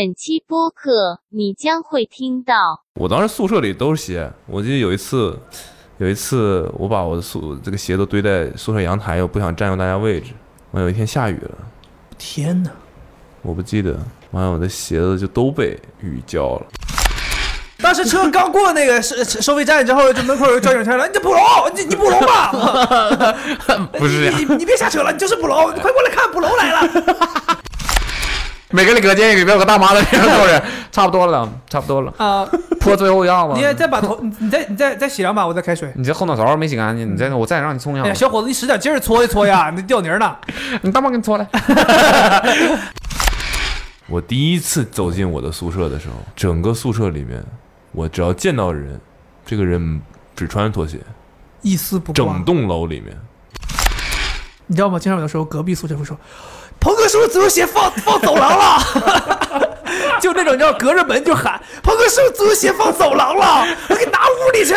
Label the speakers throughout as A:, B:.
A: 本期播客你将会听到
B: 我当时宿舍里都是鞋，我记得有一次，有一次我把我的宿这个鞋都堆在宿舍阳台，我不想占用大家位置。完有一天下雨了，
C: 天哪！
B: 我不记得，完了我的鞋子就都被雨浇了。
C: 当时车刚过那个收收费站之后，就门口有交警上来，你这捕龙，你你捕龙 吧！
B: 不是这样
C: 你你你别下车了，你就是捕龙，你快过来看，捕龙来 了！
D: 每个人隔间里边有个大妈的，是不 是？差不多了，差不多了，
C: 啊，
D: 泼最后一样吧
C: 你。再把头，你你再你再再洗两把，我再开水。
D: 你这后脑勺没洗干净，你再我再让你冲一
C: 哎呀，
D: 下，
C: 小伙子，你使点劲儿搓一搓呀，你掉泥儿呢。
D: 你大妈给你搓来。
B: 我第一次走进我的宿舍的时候，整个宿舍里面，我只要见到人，这个人只穿拖鞋，
C: 一丝不挂
B: 整。栋楼里面。
C: 你知道吗？经常有的时候隔壁宿舍会说：“鹏哥叔叔足球鞋放 放走廊了。” 就那种，你知道，隔着门就喊：“鹏哥叔叔足球鞋放走廊了， 我给你拿屋里去，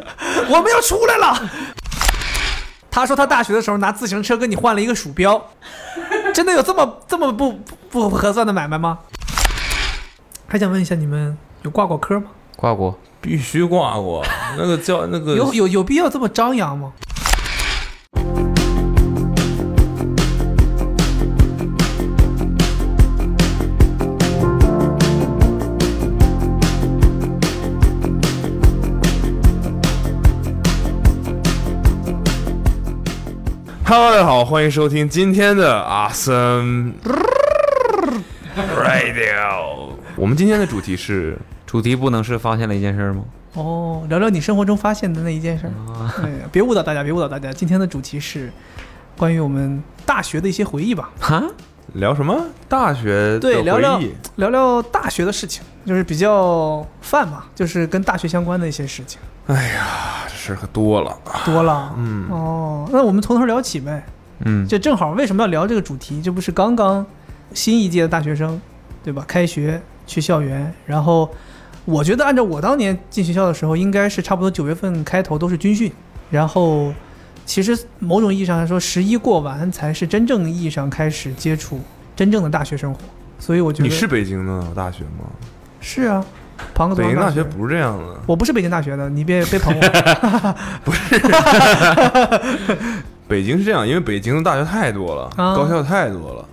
C: 我们要出来了。”他说他大学的时候拿自行车跟你换了一个鼠标， 真的有这么这么不不不合算的买卖吗？还想问一下，你们有挂过科吗？
D: 挂过，
B: 必须挂过，那个叫那个
C: 有有有必要这么张扬吗？
B: Hello，大家好，欢迎收听今天的阿森 Radio。我们今天的主题是
D: 主题不能是发现了一件事吗？
C: 哦，聊聊你生活中发现的那一件事儿。
B: 哦
C: 哎呀，别误导大家，别误导大家。今天的主题是关于我们大学的一些回忆吧，
D: 哈，
B: 聊什么？大学的
C: 对聊
B: 回
C: 聊
B: 忆
C: 聊聊大学的事情，就是比较泛嘛，就是跟大学相关的一些事情
B: 哎这事儿可多了。
C: 多了。
B: 嗯，
C: 哦，那我们从头聊起呗。
D: 嗯，
C: 这正好，为什么要聊这个主题？这不是刚刚新一届的大学生，对吧？开学去校园，然后我觉得按照我当年进学校的时候，应该是差不多九月份开头都是军训，然后其实某种意义上来说，十一过完才是真正意义上开始接触真正的大学生活。所以我觉得
B: 你是北京的大学吗？
C: 是啊，庞哥
B: 北京
C: 大
B: 大学不是这样的。
C: 我不是北京大学的，你别别捧 我。
B: 北京是这样，因为北京的大学太多了，
C: 啊嗯
B: 高校太多了，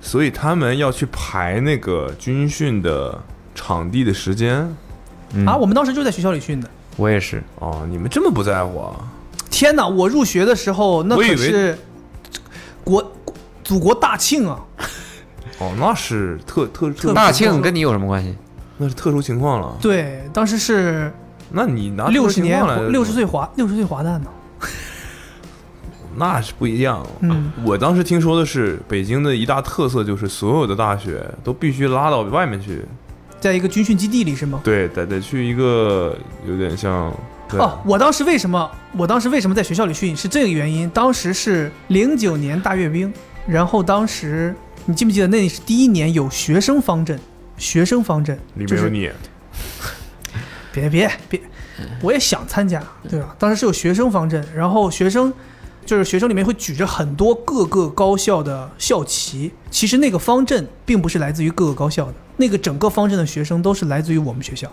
B: 所以他们要去排那个军训的场地的时间。
D: 嗯
C: 啊！我们当时就在学校里训的。
D: 我也是，
B: 哦，你们这么不在乎啊？
C: 天哪！我入学的时候，那
B: 我以
C: 可
B: 为
C: 是国祖国大庆啊！
B: 哦，那是特特特
D: 大庆跟你有什么关系？
B: 那是特殊情况了。
C: 对，当时是
B: 那你拿特
C: 六
B: 殊
C: 十
B: 情
C: 年
B: 况来，
C: 六十岁华六十岁华诞呢。
B: 那是不一样。
C: 嗯，
B: 我当时听说的是，北京的一大特色就是所有的大学都必须拉到外面去，
C: 在一个军训基地里是吗？
B: 对，得得去一个有点像，对
C: 哦，我当时为什么我当时为什么在学校里训是这个原因？当时是零九年大阅兵，然后当时你记不记得那是第一年有学生方阵，学生方阵
B: 里
C: 就
B: 面
C: 是
B: 有你，
C: 别别别，我也想参加，对吧？当时是有学生方阵，然后学生就是学生里面会举着很多各个高校的校旗。其实那个方阵并不是来自于各个高校的，那个整个方阵的学生都是来自于我们学校。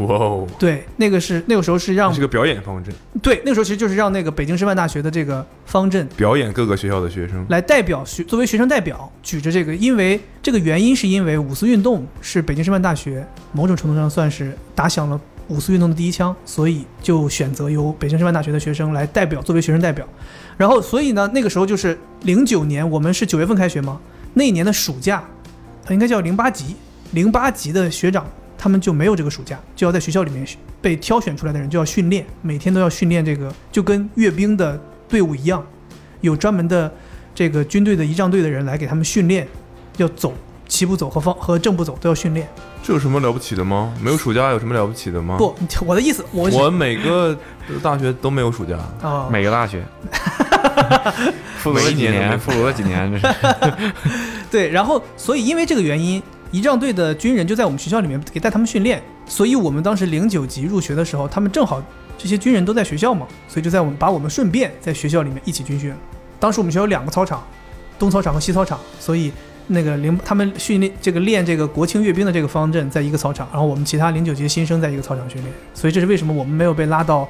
B: 哇哦，
C: 对，那个是那个时候是让
B: 这是个表演方阵，
C: 对那个时候其实就是让那个北京师范大学的这个方阵
B: 表演各个学校的学生。
C: 来代表学作为学生代表举着这个，因为这个原因是因为五四运动是北京师范大学某种程度上算是打响了五四运动的第一枪，所以就选择由北京师范大学的学生来代表作为学生代表。然后所以呢，那个时候就是零九年，我们是九月份开学吗？那一年的暑假，呃应该叫零八级，零八级的学长他们就没有这个暑假，就要在学校里面被挑选出来的人就要训练，每天都要训练这个，就跟阅兵的队伍一样，有专门的这个军队的仪仗队的人来给他们训练，要走齐步走和方和正步走都要训练。
B: 这有什么了不起的吗？没有暑假有什么了不起的吗？，
C: 不，你听我的意思，我
B: 啊我每个大学都没有暑假，
C: 啊，
D: 每个 大学，
B: 复
D: 每
B: 读
D: 一
B: 一年都没
D: 年，
B: 有
D: 复读了几年，这是
C: 对，然后所以因为这个原因，仪仗队的军人就在我们学校里面给带他们训练，所以我们当时零九级入学的时候，他们正好这些军人都在学校嘛，所以就在我们把我们顺便在学校里面一起军训。当时我们学校有两个操场，东操场和西操场，所以那个零他们训练这个练这个国庆阅兵的这个方阵在一个操场，然后我们其他零九级新生在一个操场训练，所以这是为什么我们没有被拉到。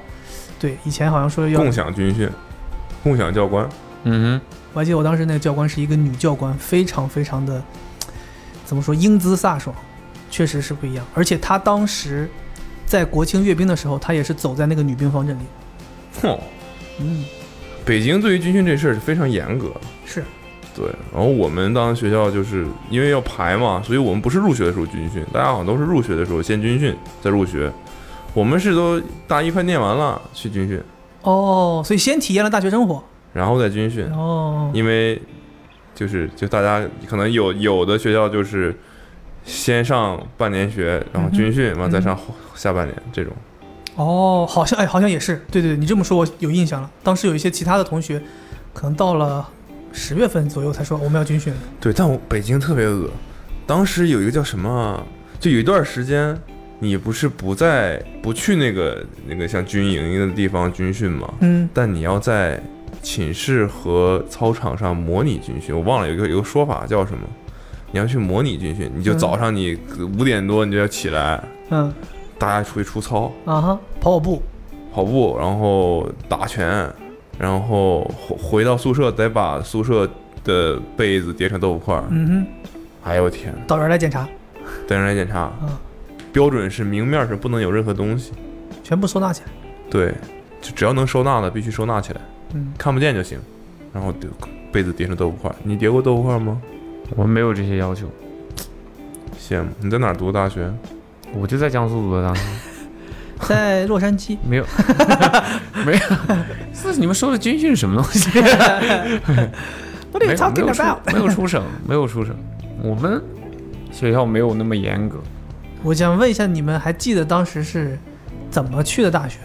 C: 对，以前好像说要
B: 共享军训，共享教官，
D: 嗯
C: 我还记得我当时那个教官是一个女教官，非常非常的怎么说英姿飒爽，确实是不一样。而且她当时在国庆阅兵的时候，她也是走在那个女兵方阵里。
B: 哼，
C: 嗯，
B: 北京对于军训这事儿是非常严格的。
C: 是
B: 对，然后我们当时学校就是因为要排嘛，所以我们不是入学的时候军训，大家好像都是入学的时候先军训再入学。我们是都大一快念完了去军训，
C: 哦，所以先体验了大学生活。
B: 然后再军训，
C: 哦，
B: 因为就是就大家可能有有的学校就是先上半年学，然后军训，完、再上后下半年这种。
C: 哦，好像哎，好像也是。对对对，你这么说我有印象了。当时有一些其他的同学，可能到了十月份左右才说我们要军训。
B: 对，但我北京特别恶，当时有一个叫什么啊，就有一段时间，你不是不在不去那个那个像军营的地方军训吗？
C: 嗯，
B: 但你要在寝室和操场上模拟军训，我忘了有一个有个说法叫什么，你要去模拟军训，你就
C: 嗯
B: 早上你五点多你就要起来，
C: 嗯
B: 大家出去出操、
C: 啊哈，跑跑步。
B: 跑步，然后打拳，然后回回到宿舍再把宿舍的被子叠成豆腐块儿。
C: 嗯哼，
B: 哎呦我天！
C: 导员来检查，
B: 等人来检查
C: 嗯，
B: 标准是明面是不能有任何东西，
C: 全部收纳 起来。
B: 对，就只要能收纳的必须收纳起来，
C: 嗯，
B: 看不见就行。然后叠被子叠成豆腐块儿，你叠过豆腐块儿吗？
D: 哼，我们没有这些要求，
B: 羡慕你在哪儿读大学？
D: 我就在江苏读的大学，
C: 在洛杉矶。
D: 没有，没 有。那你们说的军训是什么东西？
C: What are you
D: 没有没
C: talking
D: 有出
C: about？
D: 没有出省，没有出省。我们学校没有那么严格，
C: 我想问一下，你们还记得当时是怎么去的大学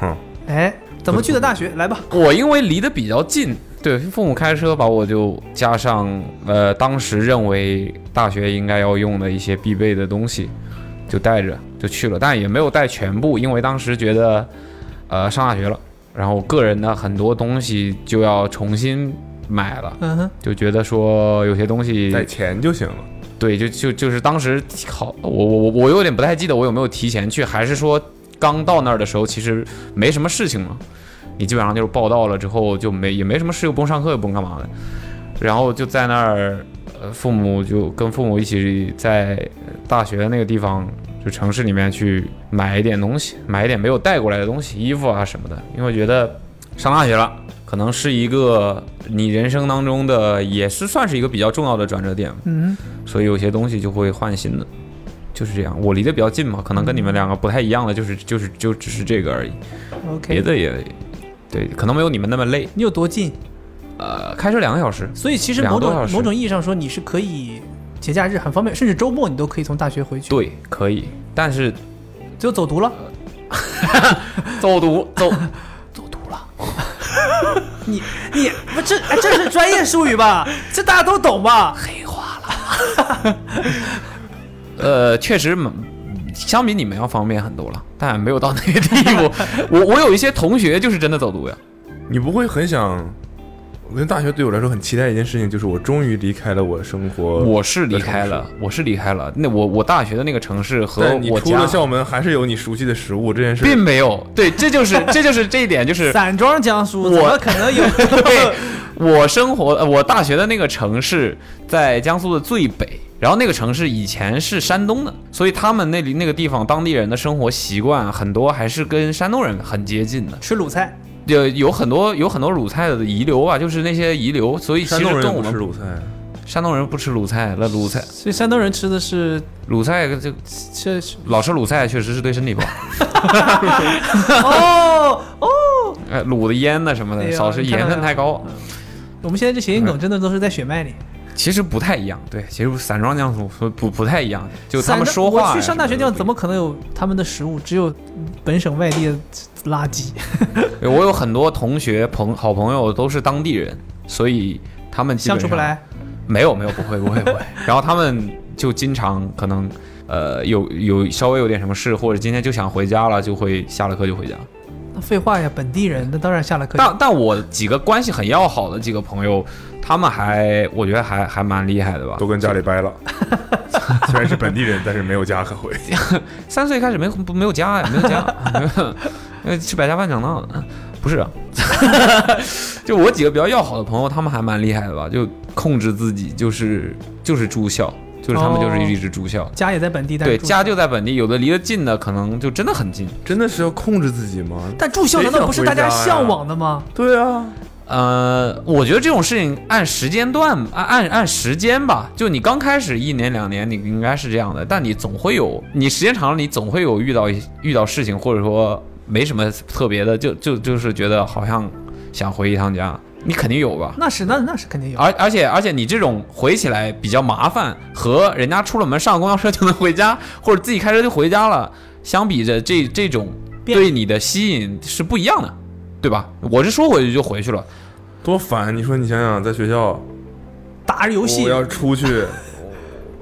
B: 哼
C: 吗？哎，怎么去的大学？来吧。
D: 我因为离得比较近，对父母开车把我就加上呃，当时认为大学应该要用的一些必备的东西，就带着就去了，但也没有带全部，因为当时觉得呃上大学了，然后个人的很多东西就要重新买了，
C: 嗯哼，
D: 就觉得说有些东西
B: 带钱就行了。
D: 对，就就就是当时考我我我我有点不太记得我有没有提前去，还是说刚到那儿的时候其实没什么事情嘛，你基本上就是报到了之后就没也没什么事，又不用上课，又不用干嘛的，然后就在那儿，呃，父母就跟父母一起在大学的那个地方，就城市里面去买一点东西，买一点没有带过来的东西，衣服啊什么的，因为觉得上大学了。可能是一个你人生当中的，也是算是一个比较重要的转折点吧
C: 嗯
D: 所以有些东西就会换新的，就是这样。我离得比较近嘛，可能跟你们两个不太一样的，就是就是就只是这个而已，
C: 哼
D: 别
C: ，OK。
D: 的也对，可能没有你们那么累。
C: 你有多近？
D: 呃，开车两个小时，
C: 所以其实
D: 两
C: 某
D: 个多小
C: 种
D: 时
C: 某种意义上说，你是可以节假日很方便，甚至周末你都可以从大学回去。，
D: 对，可以。但是
C: 就走读了。
D: 走读走，
C: 走读了。你你不这哎这是专业术语吧？这大家都懂吧？
D: 呃，确实蛮相比你们要方便很多了，但没有到那个地 步。我我有一些同学就是真的走读呀，
B: 你不会很想？我觉得大学对我来说很期待一件事情，就是我终于离开了我的生活。
D: 我是离开了，我是离开了。那我我大学的那个城市和
B: 但你
D: 我
B: 出
D: 家
B: 了校门还是有你熟悉的食物这件事。
D: 并没有，对，这就是这就是这一点就是
C: 散装江苏怎么可能有？
D: 对，我生活，呃我大学的那个城市在江苏的最北，然后那个城市以前是山东的，所以他们那里那个地方当地人的生活习惯啊很多还是跟山东人很接近的，
C: 吃卤菜，
D: 有有很多有很多鲁菜的遗留吧，啊就是那些遗留，所以其
B: 山
D: 实
B: 东人
D: 跟
B: 不
D: 我
B: 吃
D: 们
B: 鲁菜，
D: 山东人不吃鲁菜，那鲁菜
C: 所以山东人吃的是
D: 鲁菜就
C: 这是
D: 老吃鲁菜确实是对身体不好，
C: 哦哦。
D: 呃，鲁的腌的什么
C: 哎
D: 的，
C: 呀
D: 少吃
C: 你看
D: 盐分
C: 看
D: 太高，啊
C: 我们现在这谐音梗真的都是在血脉里。
D: 其实不太一样，对，其实散装江苏不不不太一样，就他们
C: 散
D: 说话
C: 我
D: 呀
C: 去上大
D: 什
C: 学地
D: 么的
C: 方
D: 都
C: 怎么可能有他们的食物？只有本省外地的垃圾。
D: 对我有很多同学朋好朋友都是当地人，所以他们基本
C: 相处
D: 上
C: 不。来。
D: 没有没有，不会不会不会。然后他们就经常可能呃有有稍微有点什么事，或者今天就想回家了，就会下了课就回家。
C: 那废话呀，本地人那当然下了课。
D: 但但我几个关系很要好的几个朋友，他们还我觉得还还蛮厉害的吧
E: 都。跟家里掰 了。虽然是本地人，但是没有家可回。
D: 三岁开始没不没有家呀，没有家，因为 吃百家饭长大的，不是、啊。 就我几个比较要好的朋友，他们还蛮厉害的吧，就控制自己，就是就是住校，就是他们就是一直住校。
C: 家也在本地，但是
D: 对，
C: 住
D: 家就在本地，有的离得近的可能就真的很近。
B: 真的是要控制自己吗？
C: 但住校难道不是大家向往的吗？
B: 对啊，
D: 呃，我觉得这种事情按时间段，按按按时间吧。就你刚开始一年两年，你应该是这样的，但你总会有，你时间长了，你总会有遇到一遇到事情，或者说没什么特别的，就就就是觉得好像想回一趟家，你肯定有吧。
C: 那是那那是肯定有。
D: 而而且而且你这种回起来比较麻烦，和人家出了门上公交车就能回家，或者自己开车就回家了，相比着这这种
C: 便
D: 对你的吸引是不一样的，对吧？我是说回去就回去了。
B: 多烦！你说你想想，在学校
C: 打着游戏
B: 我，要出 去，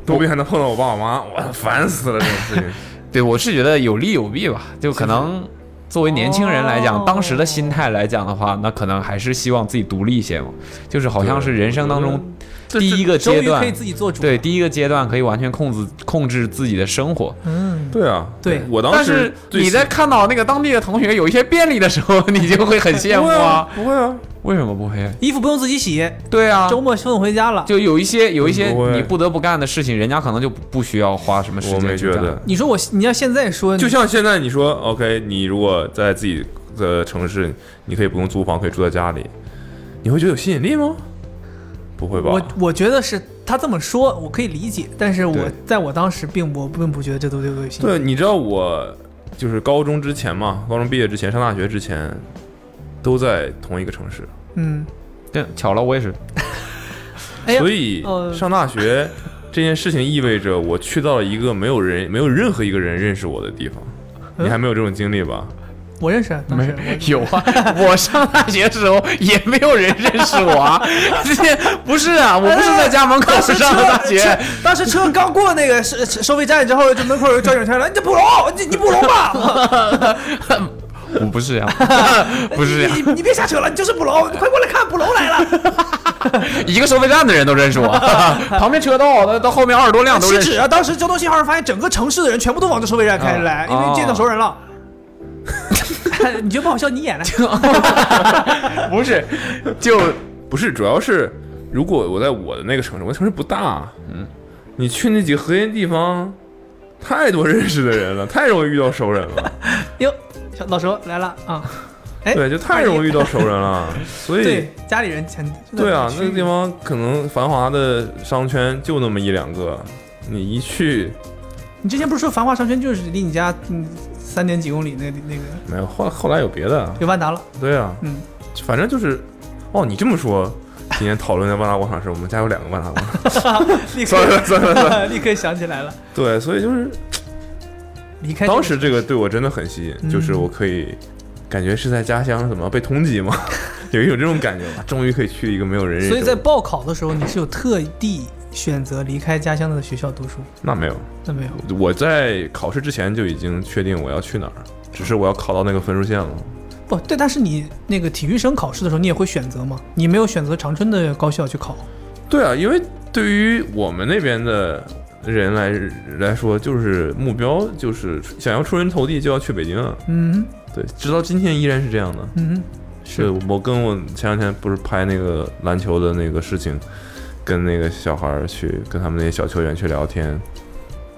B: 多不还能碰到我爸我妈，我烦死了这种事 情。
D: 对，我是觉得有利有弊吧。就可能作为年轻人来讲，
C: 哦
D: 当时的心态来讲的话，那可能还是希望自己独立一些嘛。就是好像是人生当中第一个
C: 终
D: 阶
C: 于可以
D: 段，
C: 自己做主。
D: 对，第一个阶段可以完全控制控制自己的生活。
C: 嗯，
B: 对啊，
C: 对
B: 我当
D: 但
B: 时
D: 是你在看到那个当地的同学有一些便利的时候， 你就会很羡
B: 不
D: 慕
B: 会啊
D: 啊。，
B: 不会啊，
D: 为什么不会？
C: 衣服不用自己洗，
D: 对啊，
C: 周末送回家了。
D: 就有一些有一些
B: 不会
D: 你不得不干的事情，人家可能就不不需要花什么时
B: 我
D: 间去
B: 没觉
D: 干。
B: 得。
C: 你说我，你要现在说，
B: 就像现在你说，OK，你如果在自己的城市，你可以不用租房，可以住在家里，你会觉得有吸引力吗？不会吧？
C: 我我觉得是他这么说，我可以理解，但是我
B: 对
C: 在我当时并不并不觉得这都对我有兴趣。
B: 对，你知道我就是高中之前嘛，高中毕业之前，上大学之前，都在同一个城市，
C: 嗯，
D: 对，巧了，我也是。
C: 哎呀
B: 所，以
C: 呃
B: 上大学这件事情意味着我去到了一个没有人、没有任何一个人认识我的地方。
C: 嗯
B: 你还没有这种经历吧？
C: 我认识啊，当时我
D: 有啊，我上大学的时候也没有人认识我啊，这不是啊，我不是在家门口
C: 当时车
D: 上的大学
C: 车，当时车刚过那个收收费站之后，就门口有交警上来，你这捕龙，你你捕龙 吧，
D: 我不是这样，不是这样，
C: 你你你别下车了，你就是捕 龙，你快过来看，捕龙来了，
D: 一个收费站的人都认识我，旁边车道到到后面二十多辆都
C: 岂
D: 认识
C: 止。啊！当时交通信号上发现整个城市的人全部都往这收费站开着来，因
B: 啊
D: 哦
C: 为见到熟 人了。你觉得不好笑？你演了，
D: 不是，就
B: 不是，主要是如果我在我的那个城市，我的城市不大，嗯，你去那几个核心地方，太多认识的人了，太容易遇到熟人 了，
C: 哟，小老熟来了啊！哎
B: 对，就太容易遇到熟人了，所以
C: 对，家里人前
B: 对啊，
C: 去
B: 那个地方可能繁华的商圈就那么一两个，你一去
C: 你之前不是说繁华商圈就是离你家嗯三点几公里那那个
B: 没有，后后来有别的，
C: 有万达了？
B: 对啊，
C: 嗯，
B: 反正就是，哦，你这么说，今天讨论的万达广场是我们家有两个万达广场，
C: 立
B: 算了
C: 刻
B: 算了算了，
C: 立刻想起来了，
B: 对，所以就是
C: 离开这个
B: 当时这个对我真的很吸
C: 嗯
B: 引，就是我可以感觉是在家乡怎么被通缉嘛， 有一种这种感觉 吧，终于可以去一个没有人认识
C: 所以
B: 我，
C: 在报考的时候，你是有特地选择离开家乡的学校读书？
B: 那没有，
C: 那没有，
B: 我在考试之前就已经确定我要去哪儿，只是我要考到那个分数线了。
C: 不对，但是你那个体育生考试的时候，你也会选择吗？你没有选择长春的高校去考，
B: 对啊，因为对于我们那边的人来来说，就是目标就是想要出人头地，就要去北京啊。
C: 嗯
B: 对，直到今天依然是这样的。
C: 嗯，
B: 对，我跟我前两天不是拍那个篮球的那个事情，跟那个小孩儿去跟他们那些小球员去聊天。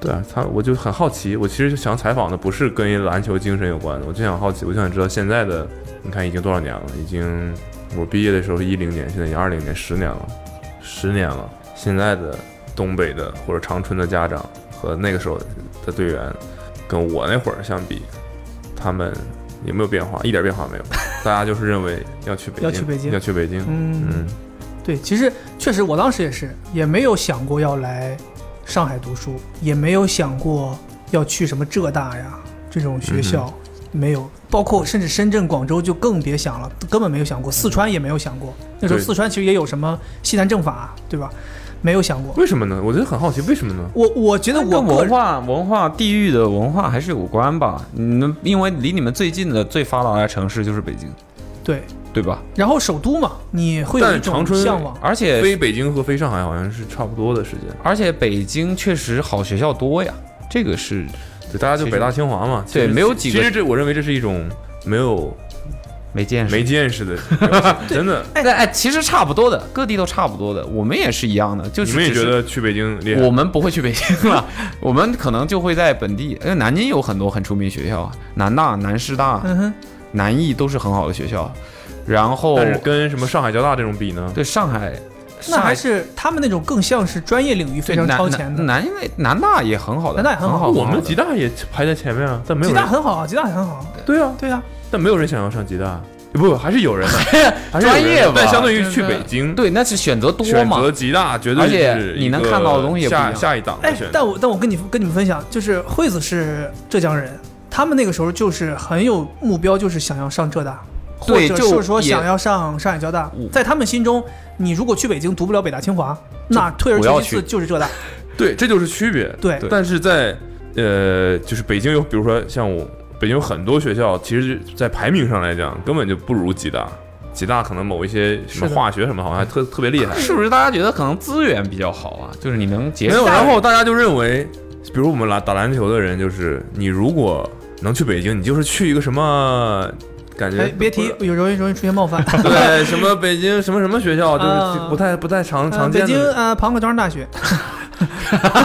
B: 对啊，他我就很好奇，我其实就想采访的不是跟一篮球精神有关的，我就想好奇，我就想知道现在的，你看已经多少年了？已经我毕业的时候是一零年，现在已经二零年，十年了，十年了。现在的东北的或者长春的家长和那个时候的队员，跟我那会儿相比，他们有没有变化？一点变化没 有。大家就是认为要去北京，
C: 要去北京
B: 要去北京。
C: 嗯
B: 嗯，
C: 对，其实确实，我当时也是，也没有想过要来上海读书，也没有想过要去什么浙大呀这种学校，没有。包括甚至深圳、广州就更别想了，根本没有想过。四川也没有想过，那时候
B: 对
C: 四川其实也有什么西南政法，啊对吧？没有想过。
B: 为什么呢？我觉得很好奇，为什么呢？
C: 我我觉得我
D: 跟
C: 个
D: 文
C: 人
D: 化、文化、地域嗯的文化还是有关吧。你们因为离你们最近的最发达的城市就是北京，
C: 对，
D: 对吧？
C: 然后首都嘛，你会有
B: 但
C: 一种
B: 长春
C: 向往。
D: 而且
B: 飞北京和飞上海好像是差不多的时间，
D: 而且北京确实好学校多呀，这个是
B: 对，大家就
D: 其实
B: 北大清华嘛，
D: 对
B: 其实
D: 没有几个
B: 其实这我认为这是一种没有
D: 没见识。
B: 没见识的表现， 真的，
D: 哎哎，其实差不多的，各地都差不多的，我们也是一样的，就
B: 你
D: 是
B: 们也
D: 只
B: 觉
D: 是
B: 得去北京厉害？
D: 我们不会去北 京了，我们可能就会在本地，因为南京有很多很出名的学校啊，南大、南师大、
C: 嗯哼，
D: 南艺都是很好的学校。啊然后
B: 但是跟什么上海交大这种比呢？
D: 对上海，
C: 那
D: 上海
C: 还是他们那种更像是专业领域非
D: 对
C: 常
D: 南
C: 超前的
D: 南。南南大也很好的，
C: 南大也很
D: 很
C: 好
D: 很
B: 我们
D: 的
B: 吉大也排在前面啊，但没有
C: 吉
B: 人
C: 大很好啊，吉大也很好啊。
B: 对啊，
C: 对啊，
B: 但没有人想要上吉大，哎不还是有 人的，啊还是有人的
D: 专业吧
B: 但相对于去
D: 真的
B: 北京，
D: 对，那是选择多
B: 选
D: 嘛
B: 择，极大，绝对
D: 而且
B: 是
D: 你
B: 一
D: 能
B: 个
D: 看到的东西也不一
B: 下
D: 样
B: 下一档的
C: 哎
B: 选，择。
C: 但我但我跟你跟你们分享，就是惠子是浙江人，他们那个时候就是很有目标，就是想要上浙大，或
D: 对
C: 者
D: 就是
C: 说
D: 也
C: 想要上上海交大。在他们心中，你如果去北京读不了北大清华，那退而
D: 不
C: 求
D: 要
C: 其次
D: 去
C: 就是浙 大。
B: 对，这就是区别。
C: 对
B: 但是在呃，就是北京有，比如说像我，北京有很多学校，其实，在排名上来讲，根本就不如吉大。吉大可能某一些什么
C: 是的
B: 化学什么，好像还特特别厉害。
D: 是不是？大家觉得可能资源比较好啊，就是你能结
B: 没有，
D: 下
B: 然后大家就认为，比如我们篮打篮球的人，就是你如果能去北京，你就是去一个什么感觉
C: 哎，别提有容易容易出现冒犯。
B: 对，什么北京什么什么学校，就是
C: 啊
B: 不太不太常
C: 呃
B: 常
C: 北
B: 见
C: 京
B: 的，
C: 呃庞各交通大学，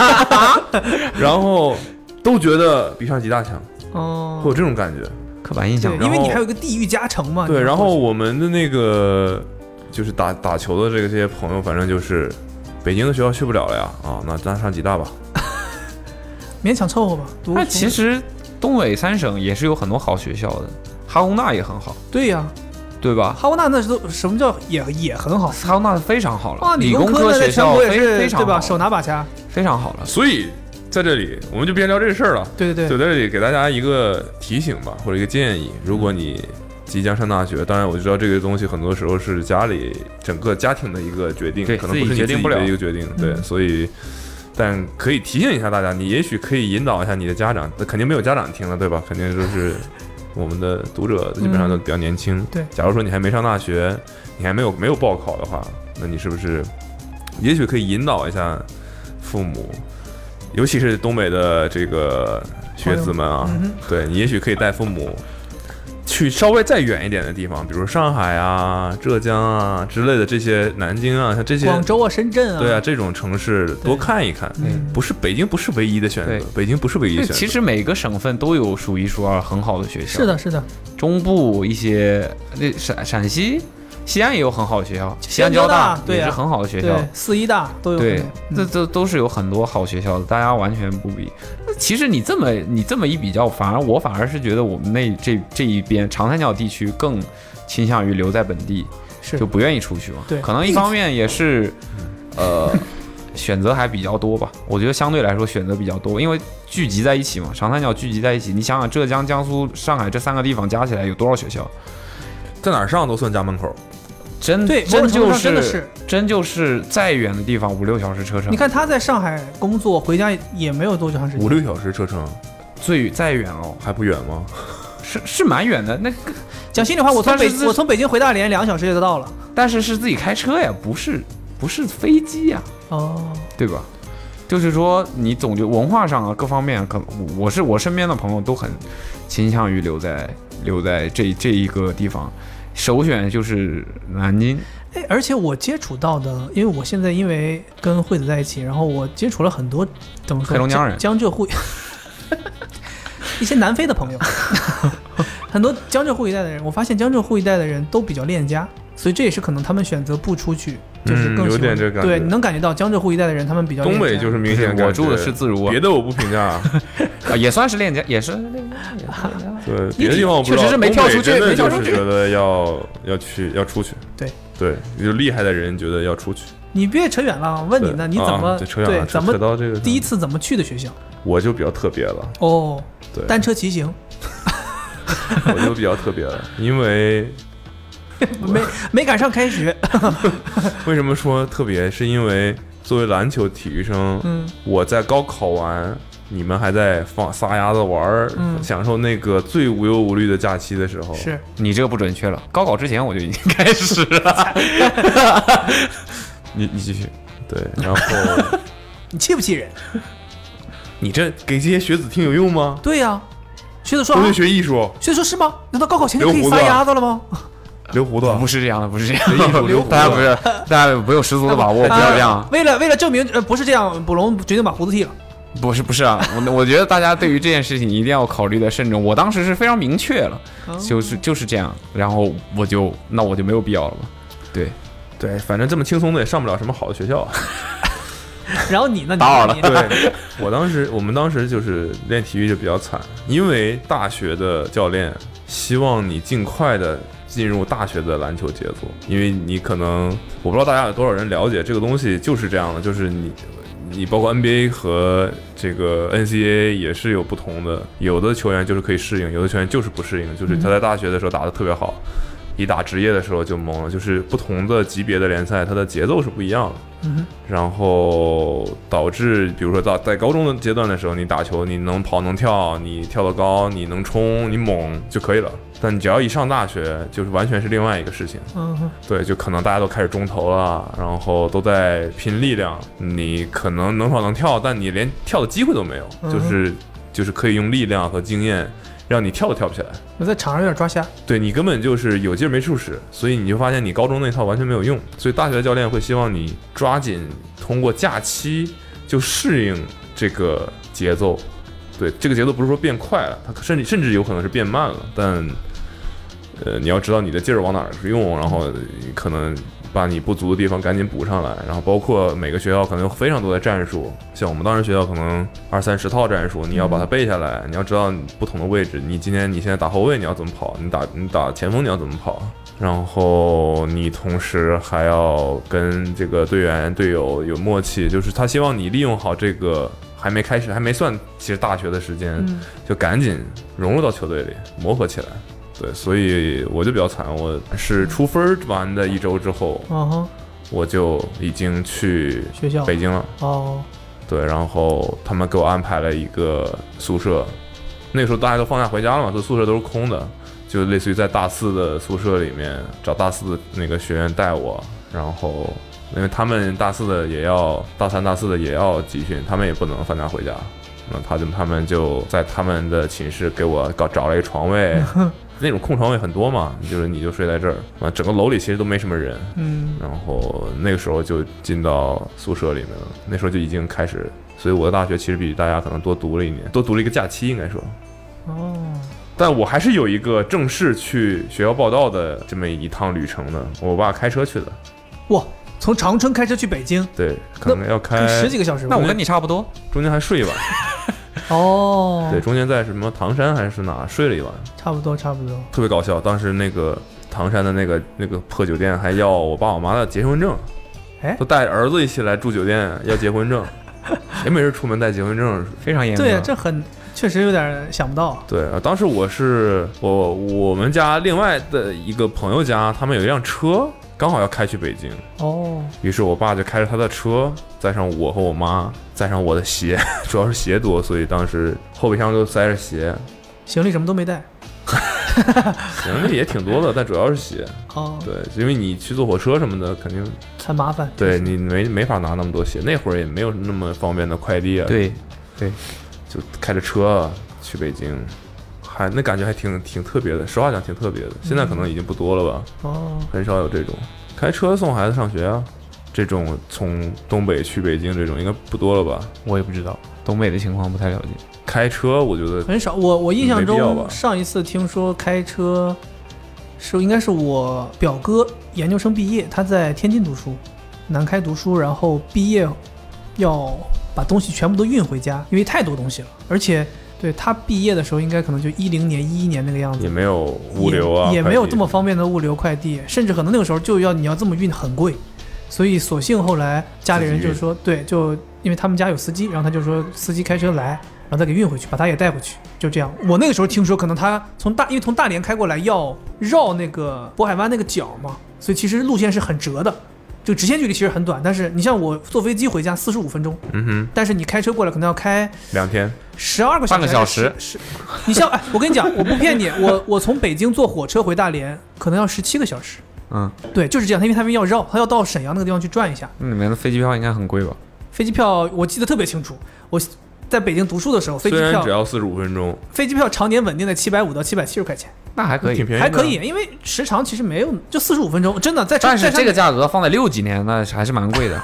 B: 然后都觉得比上吉大强，
C: 哦
B: 会有，这种感觉。
D: 刻板印象
C: 对，
B: 然后
C: 因为你还有一个地域加成嘛。
B: 对，
C: 啊你
B: 然后我们的那个就是打打球的这个这些朋友，反正就是北京的学校去不了了呀，啊，那咱上吉大吧。
C: 勉强凑合吧。读
D: 那其实东北三省也是有很多好学校的，哈工大也很好，
C: 对呀、
D: 对吧？
C: 哈工大那是都什么叫也也很好
D: 哈工大非常好了，
C: 啊，
D: 理
C: 工
D: 科
C: 呢在
D: 学
C: 全
D: 校
C: 国也
D: 非
C: 是
D: 非常
C: 对吧？
D: 好
C: 手拿把掐，
D: 非常好了。
B: 所以在这里，我们就别聊这事儿了，
C: 对对
B: 就
C: 对，
B: 在这里给大家一个提醒吧，或者一个建议。如果你即将上大学，当然我知道这个东西很多时候是家里整个家庭的一个决定，
D: 对
B: 可能不是
D: 自己
B: 你
D: 决
B: 自
D: 定
B: 己
D: 不了
B: 的一个决定，对，
C: 嗯
B: 所以。但可以提醒一下大家，你也许可以引导一下你的家长，那肯定没有家长听了，对吧？肯定就是我们的读者基本
D: 嗯
B: 上都比较年轻。
C: 对
B: 假如说你还没上大学，你还没有没有报考的话，那你是不是也许可以引导一下父母，尤其是东北的这个学子们啊，
C: 嗯哼
B: 对你也许可以带父母去稍微再远一点的地方，比如上海啊、浙江啊之类的这些，南京啊，像这些，
C: 广州啊，深圳啊，
B: 对啊，，这种城市多看一看。
C: 嗯，
B: 不是北京不是唯一的选择
D: 对，
B: 北京不是唯一的
D: 对，
B: 选择。
D: 其实每个省份都有数一数二很好的学校，
C: 是，的，是的，
D: 中部一些那陕陕西、西安也有很好的学校，西安
C: 交
D: 交
C: 大对
D: 也是
C: 啊
D: 很好的学校
C: 对，，四医大都有可
D: 对
C: 能，
D: 这
C: 嗯
D: 这都是有很多好学校的，大家完全不比。那其实你这么你这么一比较，反而我反而是觉得我们那这这一边长三角地区更倾向于留在本地，
C: 是
D: 就不愿意出去嘛。
C: 对
D: 可能一方面也是，呃， 选择还比较多吧。我觉得相对来说选择比较多，因为聚集在一起嘛，长三角聚集在一起。你想想，浙江、江苏、上海这三个地方加起来有多少学校？
B: 在哪儿上都算家门口。
D: 真
C: 对，某
D: 真
C: 种程度
D: 就
C: 上真的
D: 是
C: 是。
D: 真就是再远的地方五六小时车程
C: 你，看他在上海工作，回家也没有多长时
B: 五
C: 间，
B: 六小时车程
D: 最再远哦，
B: 还不远吗？
D: 是是蛮远的，那
C: 讲心里话，我从
D: 但
C: 北
D: 是这
C: 我从北京回大连两个小时也就到了。
D: 但是是自己开车呀，不是不是飞机呀，
C: 哦，
D: 对吧？就是说，你总觉文化上啊，各方面啊可我我是我身边的朋友都很倾向于留在留在这这一个地方，首选就是南京。
C: 哎，而且我接触到的，因为我现在因为跟惠子在一起，然后我接触了很多怎么说，
D: 黑龙江人
C: 江浙沪一些南非的朋友， 很多江浙沪一带的人，我发现江浙沪一带的人都比较恋家，所以这也是可能他们选择不出去，就是
B: 嗯
C: 更喜欢、
B: 有点这感觉
C: 对，你能感觉到江浙沪一带的人他们比较
B: 东北
C: 恋家
B: 就是明显
D: 不
B: 感
D: 是
B: 觉。
D: 我住的是自如啊
B: 别的我不评价啊。
D: 啊，也算是恋家，也是恋家，也是恋家。
B: 对，别的地方我不知道，
D: 确实是没跳出去
B: 东北真的
D: 没跳
B: 就
D: 出
B: 是
D: 去
B: 觉得要要去要出去。
C: 对
B: 对，就厉害的人觉得要出去。
C: 你别扯远了，问你
B: 对
C: 呢，你怎么、
B: 啊这扯远
C: 对
B: 了？扯
C: 怎
B: 扯
C: 么
B: 到这个
C: 第一，次怎么去的学校？
B: 我就比较特别了，
C: 哦，
B: 对，
C: 单车骑行，
B: 我就比较特别了，因为
C: 没没赶上 开学，
B: 为什么说特别？是因为作为篮球体育生，
C: 嗯
B: 我在高考完你们还在放撒丫子玩儿，
C: 嗯
B: 享受那个最无忧无虑的假期的时候，
C: 是
D: 你这个不准确了，高考之前我就已经 开始了。你你继续，
B: 对，然 后
C: 你气不气人？
B: 你这给这些学子听有用吗？
C: 对呀、学者说
B: 都
C: 啊
B: 是，学艺术，
C: 学者说是吗？难道高考前就可以
B: 留胡子
C: 撒
B: 啊
C: 丫子了吗？
B: 留胡子，
D: 不是这样的，不是这样
B: 学艺术留
D: 的，
B: 胡子，
D: 大家不是，大家没有十足 的 把握，不要这样。
C: 啊
D: 啊
C: 为了为了证明呃不是这样，卜龙决定把胡子剃了。
D: 不是不是啊，我我觉得大家对于这件事情一定要考虑的慎重。我当时是非常明确了，
C: 哦
D: 就是就是这样，然后我就那我就没有必要了嘛。对，
B: 对，反正这么轻松的也上不了什么好的学校。 啊
C: 然后你呢？你
D: 打扰了
C: 你
B: 对，我当时我们当时就是练体育就比较惨，因为大学的教练希望你尽快的进入大学的篮球节奏，因为你可能我不知道大家有多少人了解这个东西就是这样的，就是你。你包括 NBA 和这个 NCAA 也是有不同的，有的球员就是可以适应，有的球员就是不适应，就是他在大学的时候打得特别好，一打职业的时候就懵了，就是不同的级别的联赛，它的节奏是不一样的。
C: 嗯
B: 然后导致，比如说到在高中的阶段的时候，你打球，你能跑能跳，你跳得高，你能冲，你猛就可以了。但你只要一上大学，就是完全是另外一个事情。
C: 嗯哼，
B: 对，就可能大家都开始中投了，然后都在拼力量。你可能能跑能跳，但你连跳的机会都没有，就是就是可以用力量和经验让你跳都跳不起来。
C: 我在场上有点抓瞎。
B: 对你根本就是有劲儿没处使，所以你就发现你高中那套完全没有用。所以大学的教练会希望你抓紧通过假期就适应这个节奏。对，这个节奏不是说变快了，它甚至甚至有可能是变慢了，但呃，你要知道你的劲儿往哪儿去用，然后可能把你不足的地方赶紧补上来。然后包括每个学校可能有非常多的战术，像我们当时学校可能二三十套战术，你要把它背下来，你要知道你不同的位置，你今天你现在打后卫你要怎么跑，你打你打前锋你要怎么跑。然后你同时还要跟这个队员队友有默契，就是他希望你利用好这个还没开始还没算其实大学的时间，
C: 嗯
B: 就赶紧融入到球队里磨合起来。对，所以我就比较惨，我是出分儿完的一周之后，
C: 嗯哼，
B: 我就已经去
C: 学校
B: 北京了。
C: 哦，
B: 对，然后他们给我安排了一个宿舍，那个时候大家都放假回家了嘛，所以宿舍都是空的，就类似于在大四的宿舍里面找大四的那个学员带我，然后因为他们大四的也要大三大四的也要集训，他们也不能放假回家，那他就他们就在他们的寝室给我搞找了一个床位。那种空床位很多嘛，就是你就睡在这儿啊，整个楼里其实都没什么人，
C: 嗯，
B: 然后那个时候就进到宿舍里面了，那时候就已经开始，所以我的大学其实比大家可能多读了一年，多读了一个假期应该说，
C: 哦，
B: 但我还是有一个正式去学校报道的这么一趟旅程的，我爸开车去的，
C: 哇，从长春开车去北京，
B: 对，可能要开
D: 呃
C: 十几个小时吧。
D: 那我跟你差不多，
B: 中间还睡一晚，
C: 哦，
B: 对，，中间在什么唐山还是哪睡了一晚，
C: 差不多差不多。
B: 特别搞笑，当时那个唐山的那个那个破酒店还要我爸我妈的结婚证
C: 哎，
B: 都带儿子一起来住酒店要结婚证， 谁没事出门带结婚证？
D: 非常严格。
C: 对，这很确实有点想不到。
B: 对啊，当时我是我我们家另外的一个朋友家，他们有一辆车，刚好要开去北京，
C: 哦，
B: 于是我爸就开着他的车，载上我和我妈，载上我的鞋， 主要是鞋多，所以当时后备箱都塞着鞋，
C: 行李什么都没带。
B: 行李也挺多的，但主要是鞋。
C: 哦，
B: 对，因为你去坐火车什么的，肯定
C: 很麻烦。
B: 对你没没法拿那么多鞋，那会儿也没有那么方便的快递啊，，
D: 对，
B: 就开着车去北京。还那感觉还挺挺特别的，实话讲挺特别的。现在可能已经不多了吧，
C: 哦，
B: 很少有这种开车送孩子上学啊，这种从东北去北京这种应该不多了吧？
D: 我也不知道东北的情况不太了解。
B: 开车我觉得
C: 很少。我我印象
B: 没必要
C: 中
B: 吧
C: 上一次听说开车是应该是我表哥研究生毕业，他在天津读书，南开读书，然后毕业要把东西全部都运回家，因为太多东西了，而且。对他毕业的时候，应该可能就一零年、一一年那个样子
B: 也，没有物流啊，
C: 也，也
B: 快递
C: 没有这么方便的物流快递，甚至可能那个时候就要你要这么运很贵，所以索性后来家里人就说，对，就因为他们家有司机，然后他就说司机开车来，然后再给运回去，把他也带回去，就这样。我那个时候听说，可能他从大，因为从大连开过来要绕那个渤海湾那个角嘛，所以其实路线是很折的，这个直线距离其实很短，但是你像我坐飞机回家四十五分钟，
B: 嗯哼，
C: 但是你开车过来可能要开
B: 两天，
C: 十二个小时，
D: 半个小时
C: 是，你像哎，我跟你讲，我不骗你，我我从北京坐火车回大连可能要十七个小时。
D: 嗯，
C: 对，就是这样，因为他们要绕，他要到沈阳那个地方去转一下。
D: 那里面的飞机票应该很贵吧？
C: 飞机票我记得特别清楚，我在北京读书的时候，飞机
B: 虽然只
C: 票
B: 要四十五分钟，
C: 飞机票常年稳定在七百五到七百七十块钱，
D: 那还可
B: 挺
D: 以。
B: 便宜，
C: 还可。以，因为时长其实没有就四十五分钟，真的在
D: 但是
C: 在上
D: 这个价格放在六几年，那还是蛮 贵的。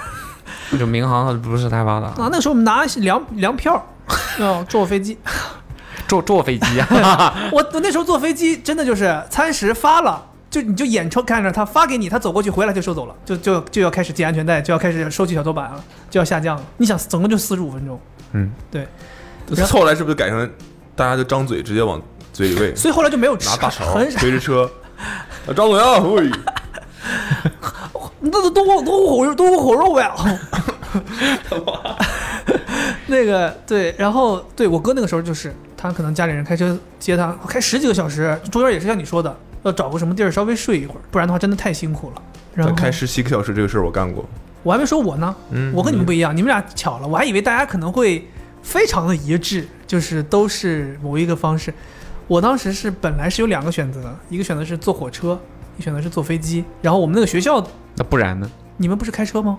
D: 就民航不是太发达，
C: 啊，那个时候我们拿粮粮票，哦，坐飞机，
D: 坐坐飞机啊，
C: 我我那时候坐飞机真的就是餐食发了。就你就眼瞅看着他发给你，他走过去回来就收走了，就就就要开始系安全带，就要开始收起小头板了，就要下降了。你想，总共就四十五分钟，
D: 嗯，
C: 对，
B: 后来是不是改成大家就张嘴直接往嘴里 喂，
C: 所以后来就没有吃，
B: 拿大勺
C: 很少
B: 推着 车，啊张嘴啊，喂，
C: 那都都我都我火肉都我火肉呀！ 那个对，然后对我哥那个时候就是，他可能家里人开车接他，开十几个小时，中间也是像你说的，要找个什么地儿稍微睡一会儿，不然的话真的太辛苦了。然后
B: 开十七个小时这个事儿我干过，
C: 我还没说我呢，
B: 嗯
C: 我跟你们不一样，你们俩巧了，我还以为大家可能会非常的一致，就是都是某一个方式。我当时是本来是有两个选择，一个选择是坐火车，一个选择是坐飞机。然后我们那个学校，
D: 那不然呢？
C: 你们不是开车吗？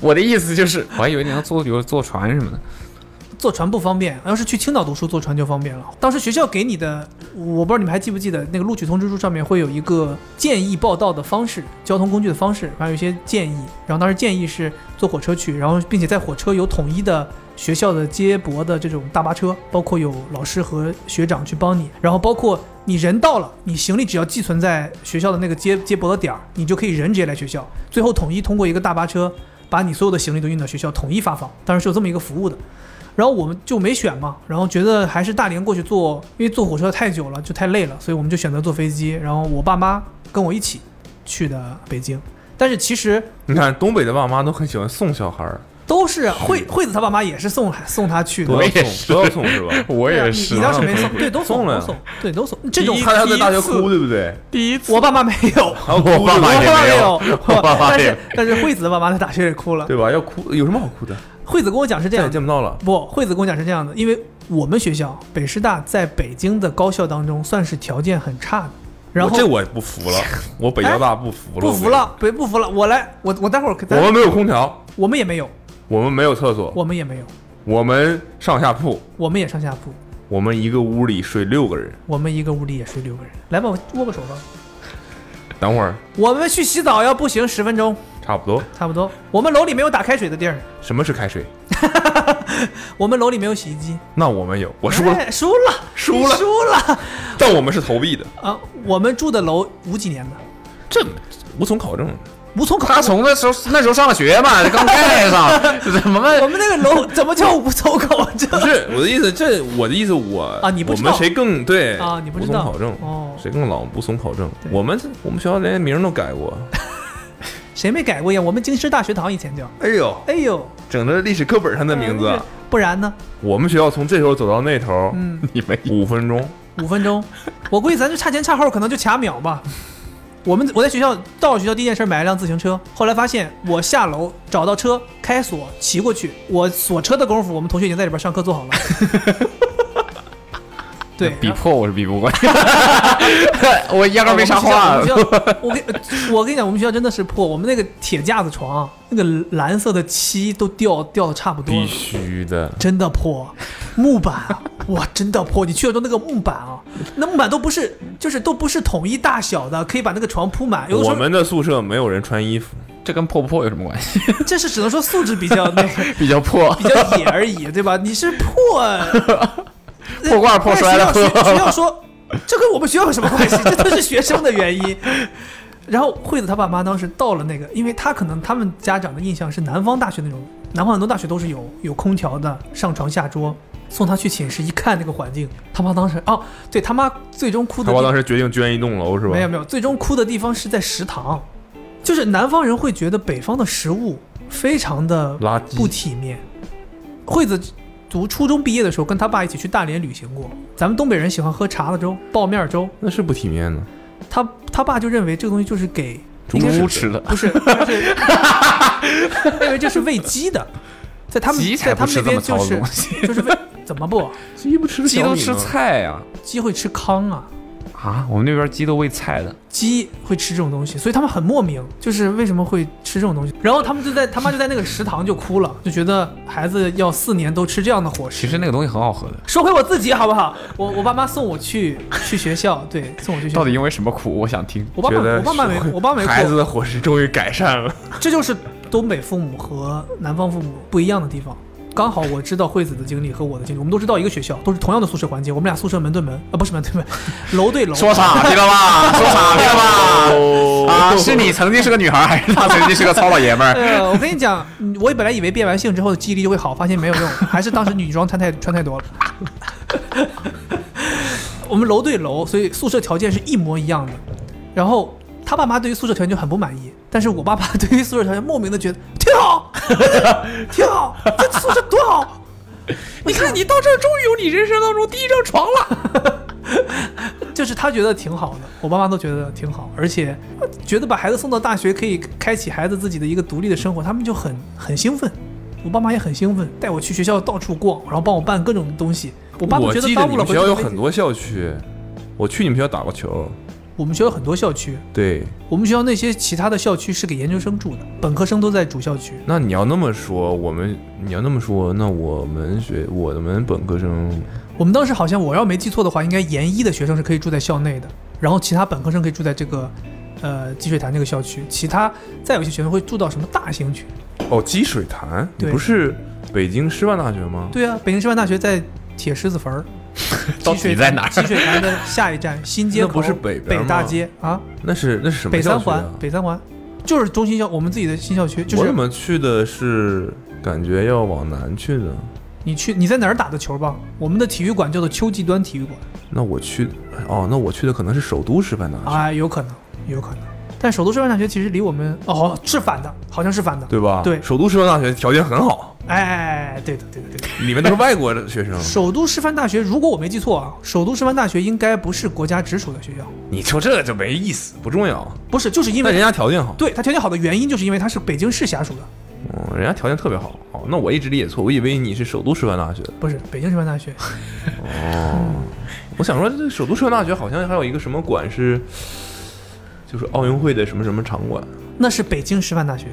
D: 我的意思就是，我还以为你要坐，比如坐船什么的。
C: 坐船不方便，要是去青岛读书坐船就方便了。当时学校给你的，我不知道你们还记不记得那个录取通知书上面会有一个建议报到的方式，交通工具的方式，反正有一些建议。然后当时建议是坐火车去，然后并且在火车有统一的学校的接驳的这种大巴车，包括有老师和学长去帮你，然后包括你人到了，你行李只要寄存在学校的那个接接驳的点儿，你就可以人直接来学校。最后统一通过一个大巴车。把你所有的行李都运到学校，统一发放，当然是有这么一个服务的。然后我们就没选嘛，然后觉得还是大连过去坐，因为坐火车太久了，就太累了，所以我们就选择坐飞机。然后我爸妈跟我一起去的北京，但是其实
B: 你看东北的爸妈都很喜欢送小孩儿，
C: 都是惠惠子她爸妈也是送送她去的
B: 都
D: 我。
B: 要
D: 也
B: 送，都要送是吧？
D: 我
C: 对啊你你当时没送，对，都 送
B: 送了
C: 都送，对，都送。这种
B: 你看他在大学哭，对不对？
D: 第一次，
C: 我爸妈没有，
B: 还有哭
D: 我
C: 我
D: 爸
B: 对
D: 妈也
B: 吧
D: 没
C: 妈
D: 有
C: 有，
D: 我爸妈
C: 但
D: 也
C: 是但是惠子的爸妈在大学也哭 了。
B: 对吧？要哭有什么好哭的？
C: 惠子跟我讲是这
B: 再
C: 样
B: 也
C: 的，
B: 见不到了。
C: 不，惠子跟我讲是这样的，因为我们学校北师大在北京的高校当中算是条件很差的，然后
B: 我这我不服 了，我北交大不服了，
C: 不服了，别不服了，我来，我我待会儿
B: 我
C: 咱
B: 跟你。我们没有空调，
C: 我们也没有，
B: 我们没有厕所，
C: 我们也没有，
B: 我们上下铺，
C: 我们也上下铺，
B: 我们一个屋里睡六个人。
C: 我们一个屋里也睡六个人。来吧，我握个手吧。
B: 等会儿
C: 我们去洗澡要步行十分钟，
B: 差不多。
C: 差不多。我们楼里没有打开水的地儿，
B: 什么是开水？
C: 我们楼里没有洗衣机。
B: 那我们有，我输了，
C: 哎输了，
B: 输
C: 你
B: 了
C: 输了
B: 但我们是投币的，
C: 啊！我们住的楼五几年的，
B: 这无从考证。
C: 无从考
D: 他
C: 证。
D: 从那时候那时候上学嘛，刚 盖上，怎么
C: 我
D: 办？
C: 们那个楼怎么叫无从 考证？
B: 不是我的意思，这我的意思我
C: 啊你不
B: 我
C: 知道
B: 们谁更对
C: 啊你不知
B: 无从
C: 道
B: 考证
C: 哦
B: 谁更老无从考证。
C: 对
B: 我们我们学校连名都改过。
C: 谁没改过呀？我们京师大学堂以前叫。
B: 哎呦，
C: 哎呦，
B: 整的历史课本上的名字啊
C: 呃。不然呢？
B: 我们学校从这头走到那头，
C: 嗯，
D: 你没
B: 五分钟。
C: 五分 钟，我估计咱就差前差后，可能就卡秒吧。我们我在学校到了学校第一件事买了辆自行车，后来发现我下楼找到车开锁骑过去，我锁车的功夫，我们同学已经在里边上课做好 了。对，
D: 逼迫我是逼不过，我压根儿没啥话
C: 我们。学校我们学校我跟我跟你讲，我们学校真的是破，我们那个铁架子床，那个蓝色的漆都掉掉的差不多了
B: 必。须的，
C: 真的破，木板啊，哇，真的破！你去了之后那个木板啊， 那木板都不是，就是都不是统一大小的，可以把那个床铺满。有的时
B: 我
C: 候
B: 们的宿舍没有人穿衣服，
D: 这跟破不破有什么关系？
C: 这是只能说素质比较那个
D: 比较破
C: 比，较野而已，对吧？你是破
D: 破罐儿破摔的
C: 但是学校学学校
D: 破。
C: 说这跟我们学校有什么关系？这都是学生的原因。然后惠子他爸妈当时到了那个，因为他可能他们家长的印象是南方大学那种，南方很多大学都是有有空调的，上床下桌。送他去寝室一看那个环境，他妈当时哦，对他妈最终哭的
B: 他
C: 地
B: 爸
C: 方
B: 当时决定捐一栋楼是吧？
C: 没有没有，最终哭的地方是在食堂，就是南方人会觉得北方的食物非常的
B: 垃圾
C: 不体面。惠子读初中毕业的时候，跟他爸一起去大连旅行过。咱们东北人喜欢喝碴子粥、爆面粥，
B: 那是不体面的。
C: 他他爸就认为这个东西就是给应该是
D: 猪吃的，
C: 不是，但是 因为这是喂鸡的，在他们
D: 鸡
C: 在
D: 才
C: 他们
D: 不吃
C: 那
D: 这么
C: 边
D: 糙
C: 就
D: 的
C: 是
D: 东西
C: 就是喂，怎么不
B: 鸡不吃
D: 鸡
B: 小
D: 都
B: 米
D: 吃
B: 吗
D: 菜呀、
C: 鸡会吃糠啊？
D: 啊！我们那边鸡都喂菜的，
C: 鸡会吃这种东西，所以他们很莫名，就是为什么会吃这种东西。然后他们就在他妈就在那个食堂就哭了，就觉得孩子要四年都吃这样的伙食
D: 其。实那个东西很好喝的。
C: 说回我自己好不好？我我爸妈送我去去学校，对，送我去学校。
D: 到底因为什么苦？我想听。
C: 我爸妈
B: 觉得
C: 我爸妈没我爸妈没
B: 孩
C: 哭
B: 子，的伙食终于改善了。
C: 这就是东北父母和南方父母不一样的地方。刚好我知道惠子的经历和我的经历，我们都知道一个学校，都是同样的宿舍环境，我们俩宿舍门对门啊，不是门对门，楼对楼。
D: 说傻逼了吧？说傻逼了吧？啊，是你曾经是个女孩，还是他曾经是个糙老爷们儿？
C: 呃，我跟你讲，嗯我本来以为变完性之后的记忆力就会好，发现没有用，还是当时女装穿太穿太多了。 我们楼对楼，所以宿舍条件是一模一样的。然后他爸妈对于宿舍条件就很不满意，但是我爸爸对于宿舍条件莫名的觉得挺好， 挺好，这宿舍多好。
D: 你看，你到这儿终于有你人生当中第一张床了。
C: 就是他觉得挺好的，我爸妈都觉得挺好，而且觉得把孩子送到大学可以开启孩子自己的一个独立的生活，他们就很很兴奋。我爸妈也很兴奋，带我去学校到处逛，然后帮我办各种东西。我爸都
B: 我
C: 觉
B: 记得
C: 耽
B: 你
C: 误了
B: 们学
C: 回去
B: 校有
C: 飞机
B: 很，多校区，我去你们学校打过球。
C: 我们学校有很多校区，
B: 对，
C: 我们学校那些其他的校区是给研究生住的，本科生都在主校区。
B: 那你要那么说，我们你要那么说，那我们学我们本科生
C: 我们当时好像我要没记错的话，应该研一的学生是可以住在校内的，然后其他本科生可以住在这个，呃，积水潭这个校区，其他再有一些学生会住到什么大型区。
B: 哦，积水潭，你
C: 对
B: 不是北京师范大学吗？
C: 对啊，北京师范大学在铁狮子 坟儿，
D: 到
C: 积水
D: 底在哪儿
C: 积水潭的下一站新街口，
B: 那不是北边
C: 北
B: 吗
C: 大街啊，
B: 那是那是什么
C: 北
B: 校
C: 三
B: 区啊？
C: 环，北三环就是中心校，我们自己的新校区。就
B: 我
C: 是
B: 怎么去的是感觉要往南去的？
C: 你去你在哪儿打的球吧？我们的体育馆叫做秋季端体育馆
B: 那我去哦，那我去的可能是首都师范大学，
C: 啊，有可能，有可能。但首都师范大学其实离我们哦是反的，好像是反的。
B: 对吧？
C: 对
B: 首都师范大学条件很好，
C: 哎哎，哎对的，对的，对的。。
B: 里面都是外国的学 生
C: 首都师范大学，如果我没记错啊，首都师范大学应该不是国家直属的学校，
B: 你说这就没意思，不重要。
C: 不是，就是因
B: 但人
C: 为
B: 家条件好，
C: 对它条件好的原因，就是因为它是北京市辖属的。
B: 嗯，人家条件特别好。哦，那我一直理解错，我以为你是首都师范大学。
C: 不是北京师范大学，
B: 我想说，这首都师范大学好像还有一个什么馆是，就是奥运会的什么什么场馆。
C: 那是北京师范大学。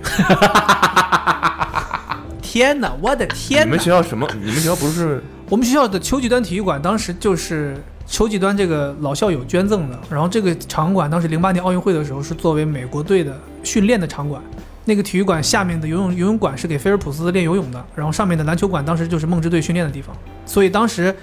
C: 天哪，我的天
B: 你
C: 哪
B: 们！学校什么？你们学校不是
C: 我们学校的秋季端体育馆当时就是秋季端这个老校友捐赠的，然后这个场馆当时零八年奥运会的时候是作为美国队的训练的场馆。那个体育馆下面的游泳游泳馆是给菲尔普斯练游泳的，然后上面的篮球馆当时就是梦之队训练的地方，所以当时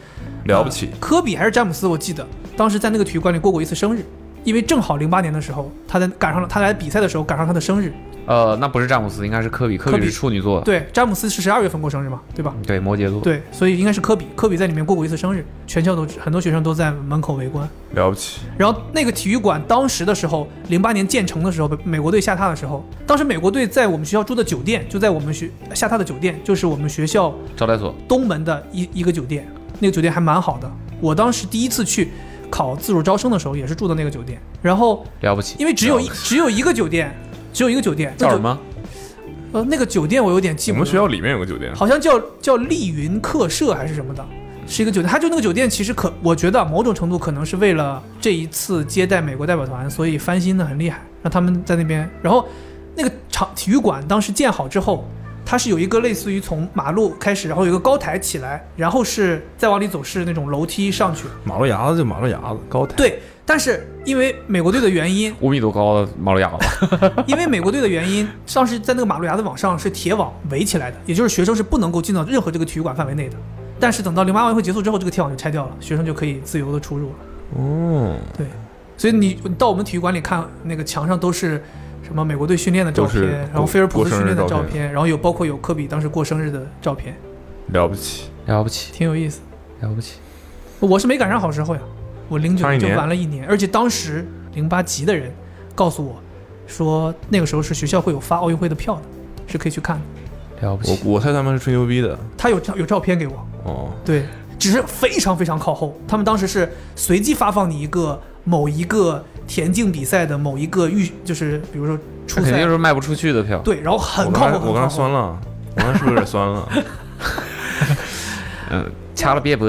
B: 了不起
C: 呃？科比还是詹姆斯，我记得当时在那个体育馆里过过一次生日，因为正好零八年的时候，他在赶上了他来比赛的时候赶上他的生日，
D: 呃，那不是詹姆斯，应该是科比。科
C: 科
D: 比
C: 比
D: 是处女座，
C: 对，詹姆斯是十二月份过生日嘛，对吧？
D: 对，摩羯座。
C: 对，所以应该是科比。科比在里面过过一次生日，全校都很多学生都在门口围观。
B: 了不起！
C: 然后那个体育馆当时的时候，零八年建成的时候，被美国队下榻的时候，当时美国队在我们学校住的酒店，就在我们学下榻的酒店，就是我们学校
D: 招待所，
C: 东门的一一个酒店，那个酒店还蛮好的。我当时第一次去考自主招生的时候，也是住的那个酒店。然后
D: 了不起。
C: 因为只有一只有一个酒店，只有一个酒店，那
D: 叫
C: 就
D: 什？么？
C: 呃，那个酒店我有点记
B: 我
C: 不
B: 们
C: 得
B: 学校里面有个酒店，
C: 好像叫叫丽云客舍还是什么的，是一个酒店。它就那个酒店，其实可我觉得啊某种程度可能是为了这一次接待美国代表团，所以翻新的很厉害，让他们在那边。然后那个场体育馆当时建好之后，它是有一个类似于从马路开始，然后有一个高台起来，然后是再往里走是那种楼梯上去。
B: 马路牙子就马路牙子，高台。
C: 对，但是因为美国队的原因，
D: 五米多高的马路牙子，
C: 因为美国队的原因，当时在那个马路牙子往上是铁网围起来的，也就是学生是不能够进到任何这个体育馆范围内的。但是等到零八奥运会结束之后，这个铁网就拆掉了，学生就可以自由的出入了。
B: 哦，
C: 对，所以你你到我们体育馆里看，那个墙上都是什么美国队训练的照
B: 都
C: 片
B: 是，
C: 然后菲尔普斯
B: 过
C: 训练的
B: 过生日
C: 照
B: 照片
C: 片，然后有包括有科比当时过生日的照片，
B: 了不起！
D: 了不起，
C: 挺有意思。
D: 了不起。
C: 我是没赶上好时候呀，我零九
B: 差一
C: 就
B: 年
C: 玩了一年，而且当时零八级的人告诉我说，那个时候是学校会有发奥运会的票的，是可以去看的。
D: 了不
B: 我
D: 起，
B: 我猜他们是吹牛逼的
C: 他有照有照片给我，
B: 哦。
C: 对，只是非常非常靠后。他们当时是随机发放你一个某一个田径比赛的某一个预，就是比如说初
D: 那肯
C: 赛
D: 定，是卖不出去的票。
C: 对，然后很
B: 我
C: 靠
B: 刚才
C: 谱，
B: 我刚才
C: 很靠
B: 酸
C: 谱。
B: 了，我刚才是不是有点酸了？
D: 嗯，掐了 别播。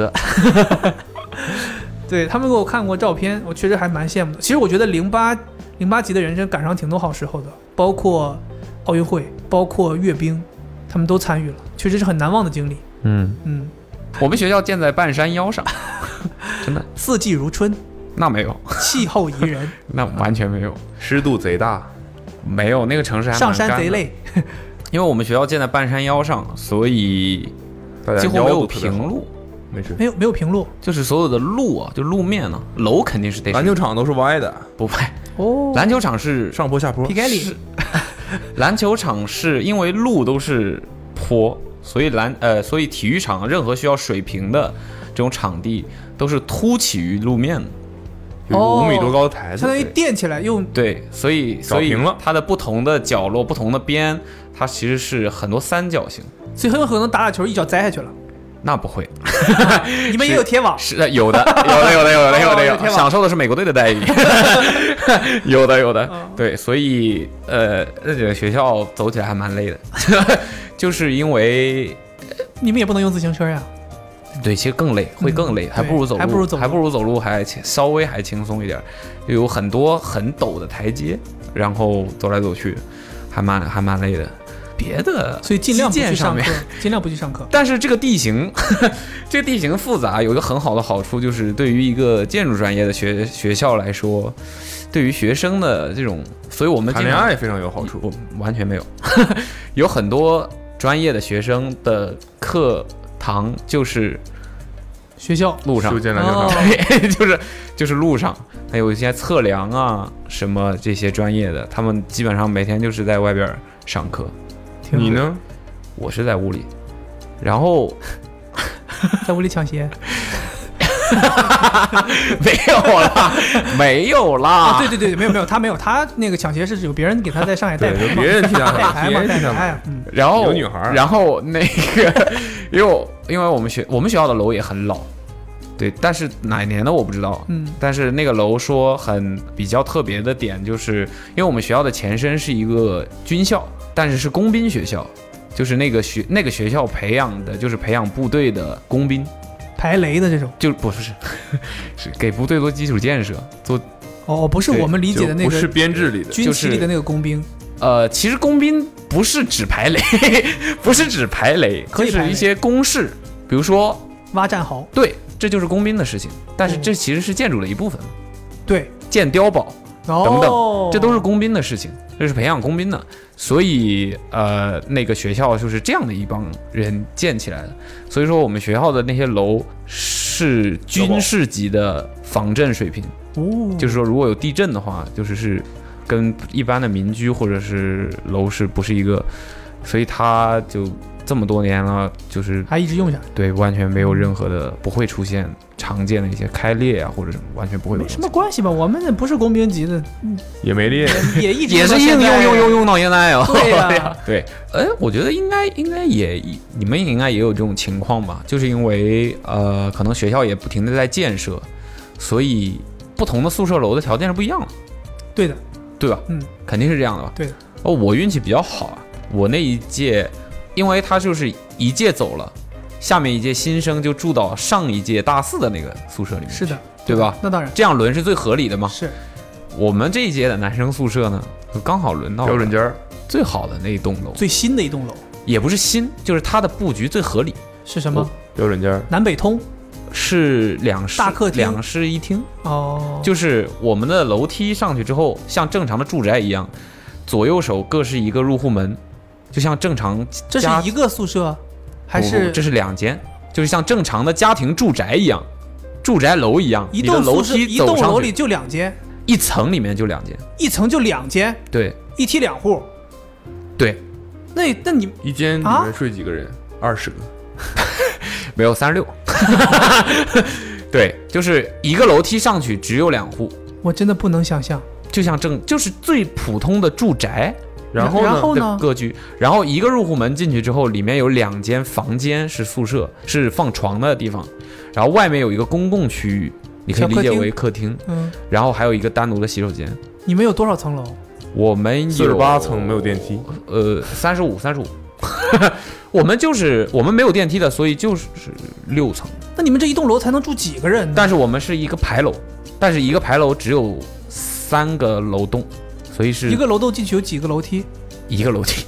C: 对他们给我看过照片，我确实还蛮羡慕的。其实我觉得零八零八级的人生赶上挺多好时候的，包括奥运会，包括阅兵，他们都参与了，确实是很难忘的经历。
D: 嗯，
C: 嗯，
D: 我们学校建在半山腰上，
C: 四季如春，
D: 那没有，
C: 气候宜 人，
D: 那完全没有，
B: 湿度贼大，
D: 没有那个城市还蛮
C: 上山
D: 干
C: 贼
D: 的，
C: 累。
D: 因为我们学校建在半山腰上，所以
B: 大家
D: 几乎
B: 腰
D: 没
B: 都
D: 有
B: 特别
D: 平
B: 好，
D: 路，
B: 没事。
C: 没有没有平路
D: 就是所有的路啊，就路面呢、楼肯定是得
B: 篮球场都是歪的，
D: 不拍，
C: 哦
D: 篮球场是
B: 上坡下坡
C: 皮。盖里
D: 是篮球场是因为路都是坡，所以篮呃，所以体育场任何需要水平的这种场地都是凸起于路面的。
B: 有一个
C: 哦
B: 五米多高的台子，
C: 相当于
B: 对
C: 垫起来用
D: 对，所以所以
B: 平了
D: 它的不同的角落、不同的边，它其实是很多三角形。
C: 所以很有可能打打球一脚栽下去了。
D: 那不会
C: 你们也有铁网，
D: 是的有的，有的，有的，有的，有
C: 哦
D: 的，
C: 有
D: 有
C: 天
D: 的，
C: 网
D: 享受的是美国队的待遇， 有的，有的
C: 哦，
D: 对，所以呃，那几个学校走起来还蛮累的， 就是因为
C: 你们也不能用自行车呀。
D: 对，其实更累，会更累，还不如走路，
C: 嗯还不如走路
D: 还不如走路还轻稍微还轻松一点儿，就有很多很陡的台阶，然后走来走去，还蛮还蛮累的。别的，
C: 所以尽量不
D: 基
C: 去
D: 建上
C: 上
D: 面
C: 课，尽量不去上课。
D: 但是这个地形， 这个地形复杂，有一个很好的好处就是，对于一个建筑专业的学学校来说，对于学生的这种，所以我们
B: 谈
D: 经
B: 恋
D: 常
B: 爱非常有好处。
D: 不完全没有， 有很多专业的学生的课堂就是
C: 学 校
D: 路上
B: 修建篮球
C: 哦
B: 场，
D: 对， 就是就是路上，还有一些测量啊什么这些专业的，他们基本上每天就是在外边上课，
C: 挺好
B: 你？呢？
D: 我是在屋里，然后
C: 在屋里抢鞋
D: 没有啦，没有啦，
C: 啊？对对对，没有没有，他没有，他那个抢鞋是有别人给他在上海带
B: 对，哎
C: 牌
B: 有
C: 嘛
B: 别人替 他
C: 带
B: 买，
C: 牌
B: 别
C: 嘛，
B: 人
C: 带
B: 替他
C: 牌
B: 买。
C: 呀。嗯，
D: 然后
B: 有女孩儿啊
D: 然后那个，因为我因为我们学我们学校的楼也很老，对，但是哪年的我不知道，
C: 嗯
D: 但是那个楼说很比较特别的点，就是因为我们学校的前身是一个军校，但是是工兵学校，就是那个学那个学校培养的就是培养部队的工兵，
C: 排雷的这种。
D: 就不是是 是给部队做基础建设，做
C: 哦，不是
D: 对
C: 我们理解的那
B: 就不是
C: 个
B: 编制里的，
C: 军旗
D: 就是
C: 里的那个工兵，
D: 呃，其实工兵不是只排雷， 不是只排雷，
C: 可以
D: 就
C: 排
D: 是
C: 雷
D: 一些公式，比如说。
C: 挖战壕。
D: 对，这就是工兵的事情。但是
C: 嗯
D: 这其实是建筑的一部分，
C: 对，哦
D: 建碉堡，
C: 等
D: 这都是工兵的事情，这是培养工兵的。所以呃，那个学校就是这样的一帮人建起来的。所以说我们学校的那些楼是军事级的防震水平，
C: 哦，
D: 就是说如果有地震的话，就是是跟一般的民居或者是楼是不是一个，所以它就这么多年了，就是
C: 还一直用下来，
D: 对，完全没有任何的，不会出现常见的一些开裂啊或者什么，完全不会有
C: 没
D: 东西。
C: 什么关系吧？我们那不是工兵级的，
B: 也没列。
C: 也一直
D: 也是硬用用用
C: 用。
D: 用到现在啊！
C: 对呀
D: 对，哎，我觉得应该应该也你们也应该也有这种情况吧，就是因为呃，可能学校也不停的在建设，所以不同的宿舍楼的条件是不一样的，
C: 对的，
D: 对吧？
C: 嗯，
D: 肯定是这样的吧？
C: 对的。
D: 哦，我运气比较好啊，我那一届，因为他就是一届走了，下面一届新生就住到上一届大四的那个宿舍里面，
C: 是的，
D: 对吧？啊
C: 那当然
D: 这样轮是最合理的嘛。
C: 是。
D: 我们这一届的男生宿舍呢，刚好轮到
B: 标准间儿，
D: 最好的那一栋楼，
C: 最新的一栋楼
D: 也不是新，就是它的布局最合理，
C: 是什
D: 哦
C: 么？
B: 标准间儿，
C: 南北通
D: 是两室
C: 大客厅
D: 两室一厅，
C: 哦，
D: 就是我们的楼梯上去之后，像正常的住宅一样，左右手各是一个入户门，就像正常
C: 这是
D: 家
C: 一个宿舍，还
D: 不不
C: 是
D: 这是两间，就是像正常的家庭住宅一样，住宅楼一样，
C: 一
D: 你的
C: 栋
D: 楼
C: 宿舍
D: 梯
C: 一
D: 走
C: 栋
D: 上
C: 楼
D: 去
C: 里就两间，
D: 一层里面就两间，
C: 一层就两间，
D: 对
C: 一梯两户。
D: 对，
C: 那那你
B: 一间里
C: 啊
B: 面睡几个人？二十个。
D: 没有三十六。 对，就是一个楼梯上去只有两户，
C: 我真的不能想象。
D: 就像正就是最普通的住宅
B: 然后
C: 然
B: 呢？
C: 后
D: 的
C: 呢？
D: 格局。然后一个入户门进去之后，里面有两间房间是宿舍，是放床的地方，然后外面有一个公共区域，你可以
C: 小客
D: 理解
C: 厅
D: 为客厅，
C: 嗯，
D: 然后还有一个单独的洗手间。
C: 你们有多少层楼？
D: 我们
B: 四十八层没有电梯，
D: 呃，三十五，三十五。 我们就是我们没有电梯的，所以就是六层。
C: 那你们这一栋楼才能住几个人呢？
D: 但是我们是一个牌楼，但是一个牌楼只有三个楼栋，所以是
C: 一个楼栋进去有几个楼梯？
D: 一个 楼梯。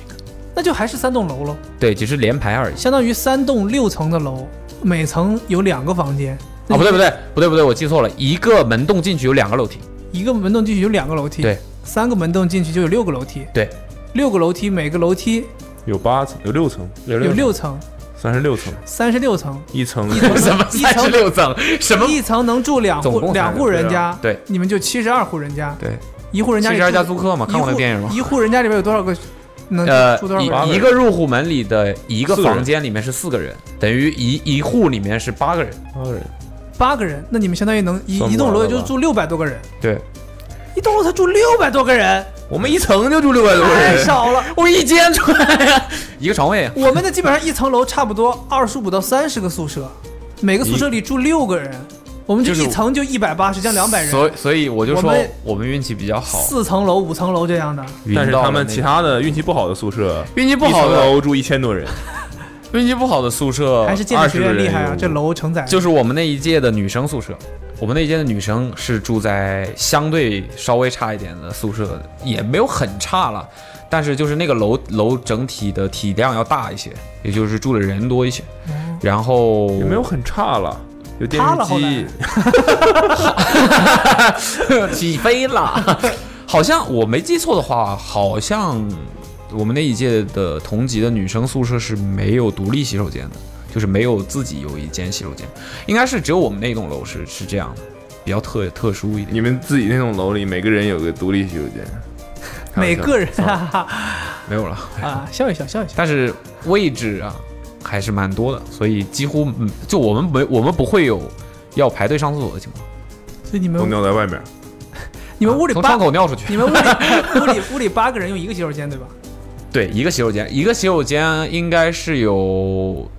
C: 那就还是三栋楼喽，
D: 对，只是连排而已。
C: 相当于三栋六层的楼，每层有两个房间。
D: 啊，不对不对不对不对，我记错了，一个门洞进去有两个楼梯。
C: 一个门洞进去有两个楼梯，
D: 对，
C: 三个门洞进去就有六个楼梯，
D: 对，
C: 六个楼梯每个楼梯
B: 有八层，有六层，有
C: 有六层，
B: 三十六层，
C: 三十六层，
B: 一层
D: 什么
C: 一层
D: 三十六层？什么？
C: 一层能住两
D: 总
C: 户
D: 共才
C: 两户人家，
D: 对啊对
C: 你们就七十二户人家，
D: 对，
C: 一户人家里
D: 七
C: 住
D: 十二家租客嘛，看
C: 一户
D: 过那个电影吗？
C: 一户人家里面有多少个？能
D: 呃
C: 住多，少个人？
D: 一一个入户门里的一个
B: 四个人
D: 房间里面是四个人，等于一一户里面是八 个人。
B: 八个人，
C: 八个人，那你们相当于能一
B: 算不完
C: 一栋楼也
B: 了吧
C: 就住六百多个人，
D: 对，
C: 一栋楼才住六百多个人，
B: 我们一层就住六百多个
C: 太
B: 人，
C: 少了。
D: 我一间出来呀，一个床位啊。
C: 我们的基本上一层楼差不多二十五到三十个宿舍，每个宿舍里住六个人，我们这
D: 就是
C: 一层就一百八十将两百人，
D: 所以所以我就
C: 我
D: 说
C: 们
D: 我们运气比较好，
C: 四层楼、五层楼这样的，
D: 晕
B: 但是
D: 到了
B: 他们
D: 那
B: 其
D: 个
B: 他的运气不好的宿舍，
D: 运气不
B: 一
D: 好
B: 层
D: 的
B: 楼住一千多人，
D: 运气不好的宿舍
C: 还是建筑学院厉害
B: 20个人
C: 啊！
B: 有
C: 这楼承载
D: 就是我们那一届的女生宿舍，我们那一届的女生是住在相对稍微差一点的宿舍，也没有很差了，但是就是那个楼楼整体的体量要大一些，也就是住的人多一些。然后
B: 嗯也没有很差了，有电
C: 塌了
B: 视
C: 后来
B: 机，
D: 起飞了，好像我没记错的话，好像我们那一届的同级的女生宿舍是没有独立洗手间的，就是没有自己有一间洗手间，应该是只有我们那栋楼是是这样的，比较特特殊一点。
B: 你们自己那栋楼里每个人有个独立洗手间，开玩
C: 每
B: 笑
C: 个人啊，
D: 没有了。
C: 啊笑一笑，笑一笑。
D: 但是位置啊还是蛮多的，所以几乎嗯就我们没我们不会有要排队上厕所的情况，
C: 所以你
E: 都
C: 们
E: 尿在外面，
C: 你们屋里
D: 从
C: 八
D: 窗，口尿出去。
C: 你们屋里屋里屋里八个人用一个洗手间对吧？
D: 对，一个洗手间，一个洗手间应该是有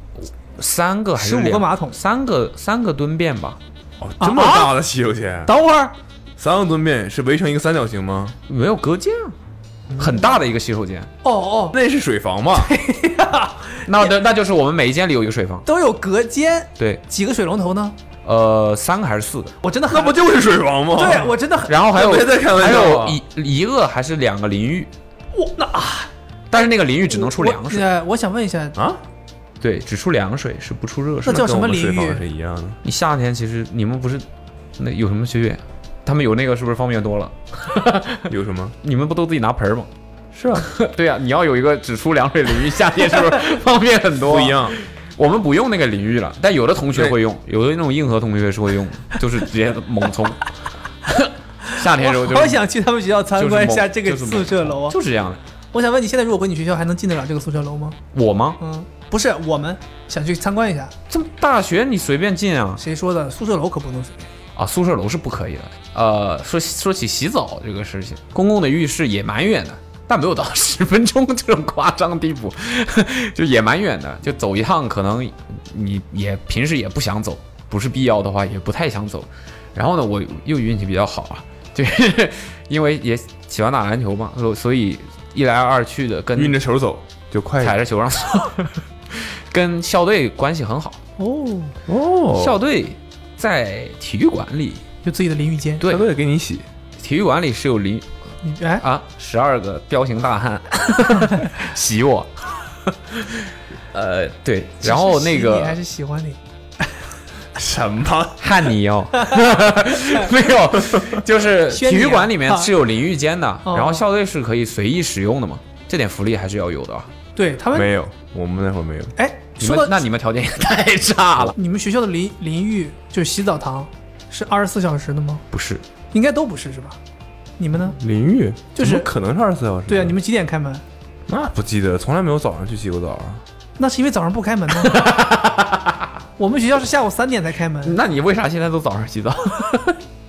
D: 三个还是
C: 15
D: 两
C: 个马桶
D: 三个三个蹲便吧？
B: 哦，这么
C: 啊
B: 大的洗手间，
C: 等会儿
B: 三个蹲便是围成一个三角形吗？
D: 没有隔间啊，很大的一个洗手间。
C: 哦哦，
B: 那是水房吧？
D: 那那那就是我们每一间里有一个水房。
C: 都有隔间，
D: 对，
C: 几个水龙头呢？
D: 呃，三个还是四个？
C: 我真的
B: 那
C: 很
B: 不就是水房吗？
C: 对我真的很
D: 然后还有
B: 别再开玩
D: 还
B: 笑啊
D: 有
B: 了
D: 一一个还是两个淋浴，
C: 我那啊
D: 但是那个淋浴只能出凉
C: 我
D: 水，
C: 呃，我想问一 下，
B: 啊，
D: 对，只出凉水是不出热水
C: 那
D: 的。
C: 叫什么
B: 跟我们
C: 淋
B: 水
C: 浴
B: 房？是一样的。
D: 你夏天其实你们不是那有什么学院，他们有那个是不是方便多了？
B: 有什么？
D: 你们不都自己拿盆儿吗？
B: 是啊，
D: 对呀、你要有一个只出凉水淋浴，夏天是不是方便 很多？
B: 不
D: 啊
B: 一，样。
D: 我们不用那个淋浴了，但有的同学
B: 对
D: 会用，有的那种硬核同学是会用，就是直接猛冲。 夏天的时候就
C: 好
D: 是
C: 想去他们学校参观一下这个
D: 就是猛
C: 宿舍楼啊！
D: 就是这样的。
C: 我想问你，现在如果回你学校，还能进得了这个宿舍楼吗？
D: 我吗？
C: 嗯，不是，我们想去参观一下。
D: 这大学你随便进啊
C: 谁说的？宿舍楼可不能随便。
D: 啊！宿舍楼是不可以的。呃，说说起洗澡这个事情，公共的浴室也蛮远的，但没有到十分钟这种夸张的地步， 就也蛮远的。就走一趟，可能你也平时也不想走，不是必要的话也不太想走。然后呢，我又运气比较好啊，就是 因为也喜欢打篮球嘛，所所以一来二去的跟
B: 运着球走就快一
D: 踩
B: 点
D: 着球上走，跟校队关系很好。
C: 哦，
B: 哦
D: 校队在体育馆里，
C: 有自己的淋浴间。
D: 对
B: 校，队给你洗，
D: 体育馆里是有淋
C: 你哎，
D: 啊，十二个彪形大汉 洗我。呃，对，然后
C: 其
D: 那
C: 实喜你还
D: 个
C: 是喜欢你。
B: 什么？
D: 汉尼 哦， 没有，就是
C: 宣
D: 体
C: 你啊
D: 育馆里面是有淋浴间的，
C: 哦
D: 然后校队是可以随意使用的嘛，这点福利还是要有的啊。
C: 对他们，
B: 没有，我们那会儿没有。
C: 哎，
D: 你
C: 说
D: 们
C: 到
D: 那你们条件也 太差了，
C: 你们学校的淋淋浴，就是洗澡堂，是二十四小时的吗？
D: 不 是？
C: 应该都不是是吧？你们呢？
B: 淋浴
C: 就是
B: 怎么可能是二十四小时？
D: 嗯
C: 对啊，你们几点开门？
B: 那不记得，从来没有早上去洗过澡 啊。
C: 那是因为早上不开门吗？ 我们学校是下午三点才开门。
D: 嗯那你为啥现在都早上洗澡？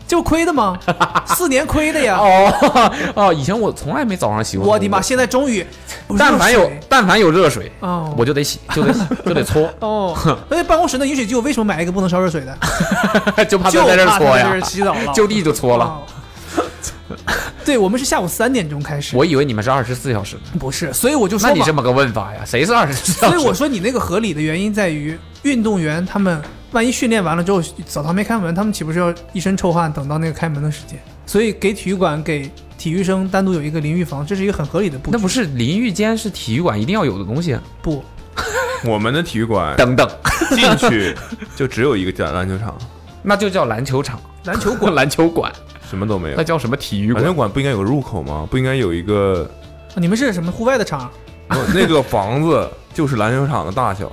C: 这不亏的吗？四年亏的呀！
D: 哦哦，以前我从来没早上洗过。
C: 我的妈！！现在终于，不
D: 但凡有
C: 热水
D: 但凡有热水，
C: 哦，
D: 我就得洗，就得洗就 得搓，
C: 哦， 那办公室那饮水机，我为什么买一个不能烧热水的？
D: 就怕
C: 就
D: 他在这儿
C: 怕
D: 搓
C: 在这
D: 呀
C: 儿，洗澡了，
D: 就地就搓了。
C: 哦。 对，我们是下午三点钟开始，
D: 我以为你们是二十四小时的，
C: 不是，所以我就说
D: 那你
C: 嘛
D: 这么个问法呀？谁是二十四小
C: 所
D: 时？
C: 以我说你那个合理的原因在于，运动员他们万一训练完了之后澡堂没开门，他们岂不是要一身臭汗等到那个开门的时间？所以给体育馆给体育生单独有一个淋浴房，这是一个很合理的布
D: 那
C: 置。
D: 不是淋浴间，是体育馆一定要有的东西啊。
C: 不
B: 我们的体育馆
D: 等等，
B: 进去 就只有一个篮球场，
D: 那就叫篮球场、
C: 篮球馆，
D: 滚 篮球馆，
B: 什么都没有
D: 那。叫什么体育
B: 篮
D: 馆
B: 球？馆不应该有个入口吗？不应该有一个
C: 你们是什么户外的场？
B: 不那个房子就是篮球场的大 小。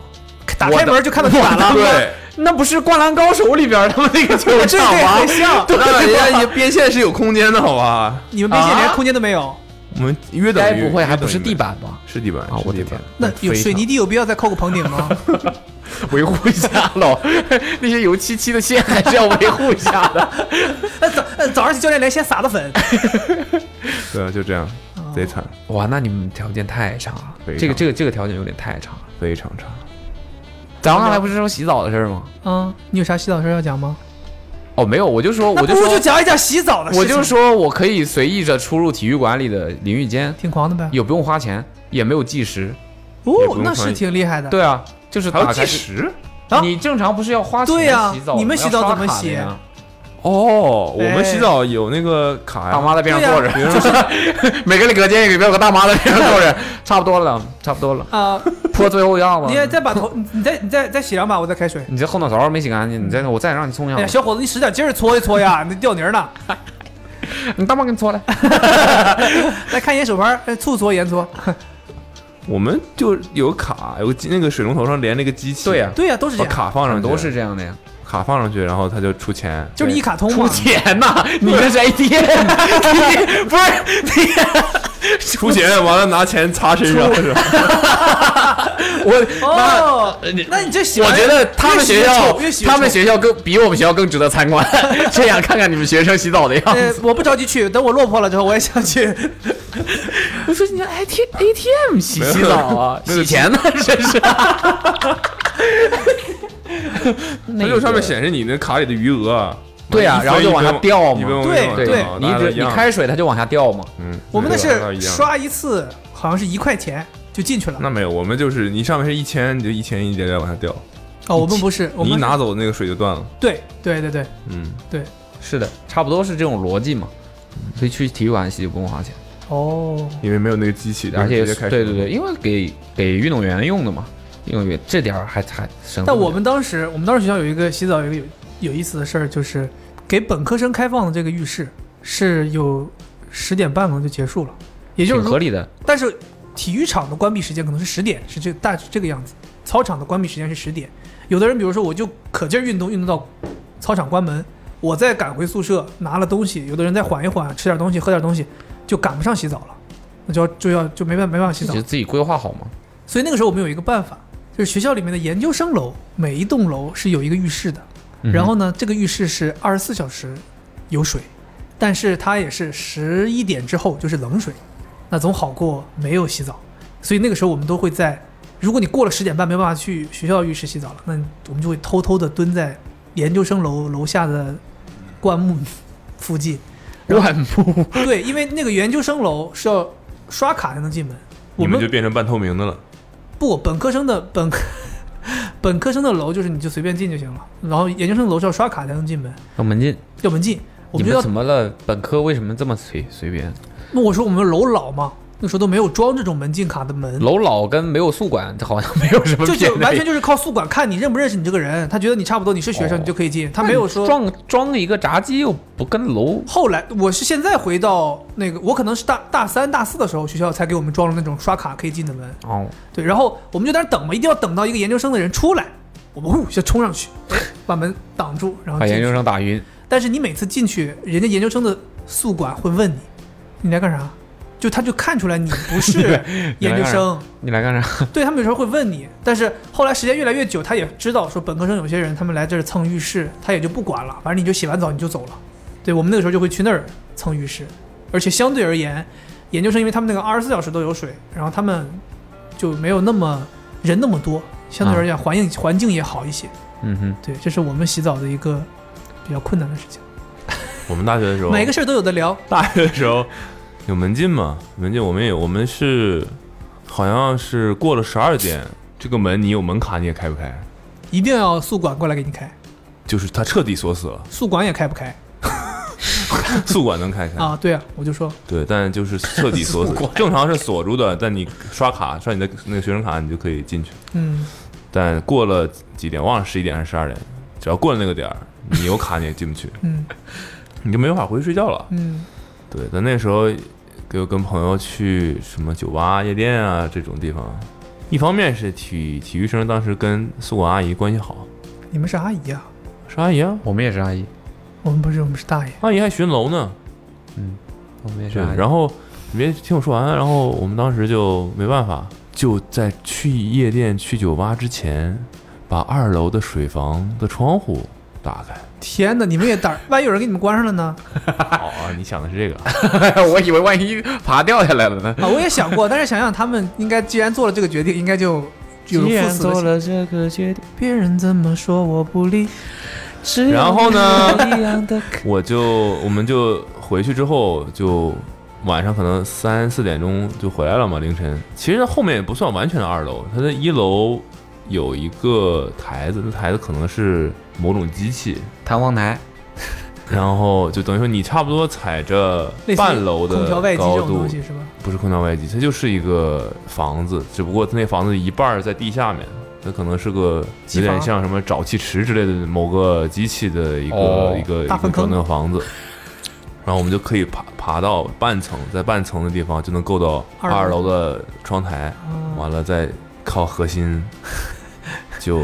C: 打开门就看到地板了。
B: 对，
D: 那不是《灌篮高手》里边他们那个球
C: 这
D: 场
C: 这
D: 吗
C: 很？像，
B: 那人家也边线是有空间的，好吧？
C: 你们边界连
D: 啊
C: 空间都没有，
B: 我们约等
D: 该
B: 于
D: 不会还
B: 约等
D: 不
B: 于
D: 是
B: 没
D: 地板吧？
B: 是地板
D: 啊
B: 是
D: 我的
B: 地板
D: 天
C: 那有水泥地有必要再扣个棚顶 吗？
D: 维护一下 喽，那些油漆漆的线还是要维护一下的。
C: 那早那早上起教练来先撒的粉，
B: 对，啊就这样，
D: 哦
B: 贼惨，
D: 哇，那你们条件太差了
B: 非，常
D: 这个这个这个条件有点太差了。
B: 非常差。
D: 咱们刚才不是说洗澡的事儿吗？
C: 嗯，你有啥洗澡事儿要讲吗？
D: 哦，没有，我就说，我
C: 那
D: 就
C: 不如
D: 说
C: 就，讲一讲洗澡的事情。
D: 我就说我可以随意着出入体育馆里的淋浴间，
C: 挺狂的呗。
D: 也不用花钱，也没有计时。
B: 也不
C: 哦，
B: 用
C: 那
B: 穿
C: 是挺厉害的。
D: 对啊，就是
B: 还有
D: 打开
B: 计时
C: 啊
D: 你正常不是要花钱
C: 对呀
D: 洗澡的吗？
C: 你们洗澡
D: 要刷
C: 怎么
D: 卡的
C: 洗啊
D: 呀
B: 哦，我
C: 哎
B: 们洗澡有那个卡
D: 大
B: 呀，
D: 妈在边上坐
C: 对啊呀
D: 着， 每个隔间里边有个大妈在边上坐着， 差不多了，差不多了，
C: 啊，
D: 泼最后一样吧
C: 你。也再把头，你你再你再再洗两把，我再开水。
D: 你这后脑勺没洗干净，你再我再让你冲一
C: 哎呀，
D: 下，
C: 小伙子，你使点劲儿搓一搓呀， 你掉泥儿了。
D: 你大妈给你搓来。
C: 来看一眼手牌，哎醋搓盐搓。
B: 我们就有个卡，有个机那个水龙头上连那个机器，
D: 对呀
C: 对呀，都是这
B: 把
C: 样，
B: 卡放上去，
D: 都是这样的呀，
B: 卡放上去，然后他就出钱，
C: 就是一卡通嘛
D: 出。钱 呐、你这是 ATM，你不是你。
B: 出钱完了拿钱擦身上是吧？
D: 我
C: 哦，那你这洗完
D: 我觉得他们学校
C: 哎越洗越臭越洗越臭
D: 他们学校更比我们学校更值得参观，这样看看你们学生洗澡的样子。
C: 呃，我不着急去，等我落魄了之后我也想 去。
D: 我说你这 AT ATM 洗洗澡啊，
B: 没有
D: 洗钱呢，真 是。
B: 它
D: 那
B: 就上面
D: 个
B: 显示你那卡里的余额，
D: 对啊
B: 一分
D: 然后就往下掉嘛
B: 一分一分
C: 对
B: 往下
D: 对
B: 掉
D: 你
B: 啊大家都
D: 只
B: 一
D: 你
B: 样
D: 开水它就往下掉嘛，
B: 嗯，
C: 我们那
B: 对
D: 啊
B: 大家都
C: 是
B: 一样
C: 刷一次，好像是一块钱就进去了。
B: 那没有，我们就是你上面是一千，你就一千一点点往下掉，
C: 哦，我们不是，我
B: 你一
C: 们
B: 拿走那个水就断了。
C: 对对对对
B: 嗯，
C: 对。
D: 是的，差不多是这种逻辑嘛。所以去体育馆洗就不用花钱，
C: 哦，
B: 因为没有那个机器，
D: 而且
B: 就直接开
D: 对
B: 始
D: 对对，，因为给给运动员用的嘛，运动员这点儿还还省。
C: 但我们当时，我们当时学校有一个洗澡有一个有有意思的事儿，就是给本科生开放的这个浴室是有十点半可能就结束了，也就是
D: 挺合
C: 说，
D: 理的，
C: 但是体育场的关闭时间可能是十点，是这大致这个样子。操场的关闭时间是十点，有的人比如说我就可劲儿运动，运动到操场关门，我再赶回宿舍拿了东西，有的人再缓一缓，吃点东西，喝点东西，就赶不上洗澡了，那就要就要就没办没办法洗
D: 就
C: 澡。
D: 自己规划好嘛。
C: 所以那个时候我们有一个办法，就是学校里面的研究生楼，每一栋楼是有一个浴室的。
D: 嗯
C: 然后呢，这个浴室是二十四小时有水，但是它也是十一点之后就是冷水，那总好过没有洗澡。所以那个时候我们都会在，如果你过了十点半没办法去学校浴室洗澡了，那我们就会偷偷的蹲在研究生楼楼下的灌木附近，
D: 乱步，
C: 对，因为那个研究生楼是要刷卡才能进门，我
B: 你
C: 们
B: 们就变成半透明的了。
C: 不，本科生的本科本科生的楼就是你就随便进就行了，然后研究生楼是要刷卡才能进门，
D: 让门禁。
C: 要门禁。我
D: 你
C: 们
D: 们
C: 就要
D: 怎，么了？本科为什么这么随随便？
C: 那我说我们楼老嘛，那时候都没有装这种门禁卡的门，
D: 楼老跟没有宿管好像没有什么
C: 就
D: 偏
C: 就完全
D: 就
C: 就是靠宿管看你认不认识你这个人，他觉得你差不多你是学生，
D: 哦
C: 你就可以进，他没有说。
D: 装装一个闸机又不跟楼。
C: 后来我是现在回到那个，我可能是大大三大四的时候，学校才给我们装了那种刷卡可以进的门，
D: 哦，
C: 对，然后我们就在那儿等嘛，一定要等到一个研究生的人出来，我们呼先冲上去，哎把门挡住，然后
D: 把
C: 进
D: 研
C: 去
D: 究生打晕，
C: 但是你每次进去，人家研究生的宿管会问你，你来干啥？就他就看出来你不 是研究生，
D: 你来干啥？
C: 对他们有时候会问你。但是后来时间越来越久，他也知道说本科生有些人他们来这儿蹭浴室，他也就不管了，反正你就洗完澡你就走了。对我们那个时候就会去那儿蹭浴室，而且相对而言，研究生因为他们那个二十四小时都有水，然后他们就没有那么人那么多，相对而
D: 啊
C: 言环境、环境也好一些。
D: 嗯哼，
C: 对，这是我们洗澡的一个比较困难的事情，
B: 我们大学的时候，
C: 每个事儿都有的聊。
B: 大学的时候有门禁嘛？门禁我们也有，我们是好像是过了十二点，
E: 这个门你有门卡你也开不开，
C: 一定要宿管过来给你开，
B: 就是它彻底锁死 了，
C: 宿管也开不开
B: 宿管能开开，
C: 啊？对啊，我就说
B: 对，但就是彻底锁 死。正常是锁住的，但你刷卡刷你的那个学生卡，你就可以进去。
C: 嗯，
B: 但过了几点，忘了十一点还是十二点，只要过了那个点儿，你有卡你也进不去，
C: 嗯
B: 你就没法回去睡觉了。
C: 嗯，
B: 对，但那时候就跟朋友去什么酒吧、夜店啊这种地方，一方面是体体育生当时跟宿管阿姨关系好，
C: 你们是阿姨啊，
B: 是阿姨啊，
D: 我们也是阿姨，
C: 我们不是，我们是大爷。
B: 阿姨还巡楼呢。
D: 我们也是
B: 对
D: 阿，姨。
B: 然后你别听我说完，然后我们当时就没办法，就在去夜店、去酒吧之前，把二楼的水房的窗户打开。
C: 天哪，你们也胆儿，万一有人给你们关上了呢？
B: 哦，你想的是这个啊？
D: 我以为万一爬掉下来了呢。
C: 啊，我也想过，但是想想他们应该既然做了这个决定，应该就有
D: 既
C: 赴
D: 然
C: 死的
D: 做
C: 心。
D: 了这个决定，
C: 别人怎么说我不理，
D: 只有
B: 然后呢
D: 你一样的可
B: 我就我们就回去之后就。晚上可能三四点钟就回来了嘛，凌晨。其实后面也不算完全的二楼，它的一楼有一个台子，那台子可能是某种机器，
D: 弹簧台，
B: 然后就等于说你差不多踩着
C: 类似于
B: 半楼的
C: 空调外机这
B: 高
C: 种
B: 度
C: 东，西是吧？
B: 不是空调外机，它就是一个房子，只不过它那房子一半儿在地下面，它可能是个
C: 机
B: 有点
C: 房
B: 像什么沼气池之类的某个机器的一个、
D: 哦
B: 一个一
C: 大
B: 个
C: 粪
B: 整
C: 坑
B: 个房子。然后我们就可以爬爬到半层，在半层的地方就能够到
C: 二楼
B: 二楼的窗台，
C: 啊，
B: 完了再靠核 心就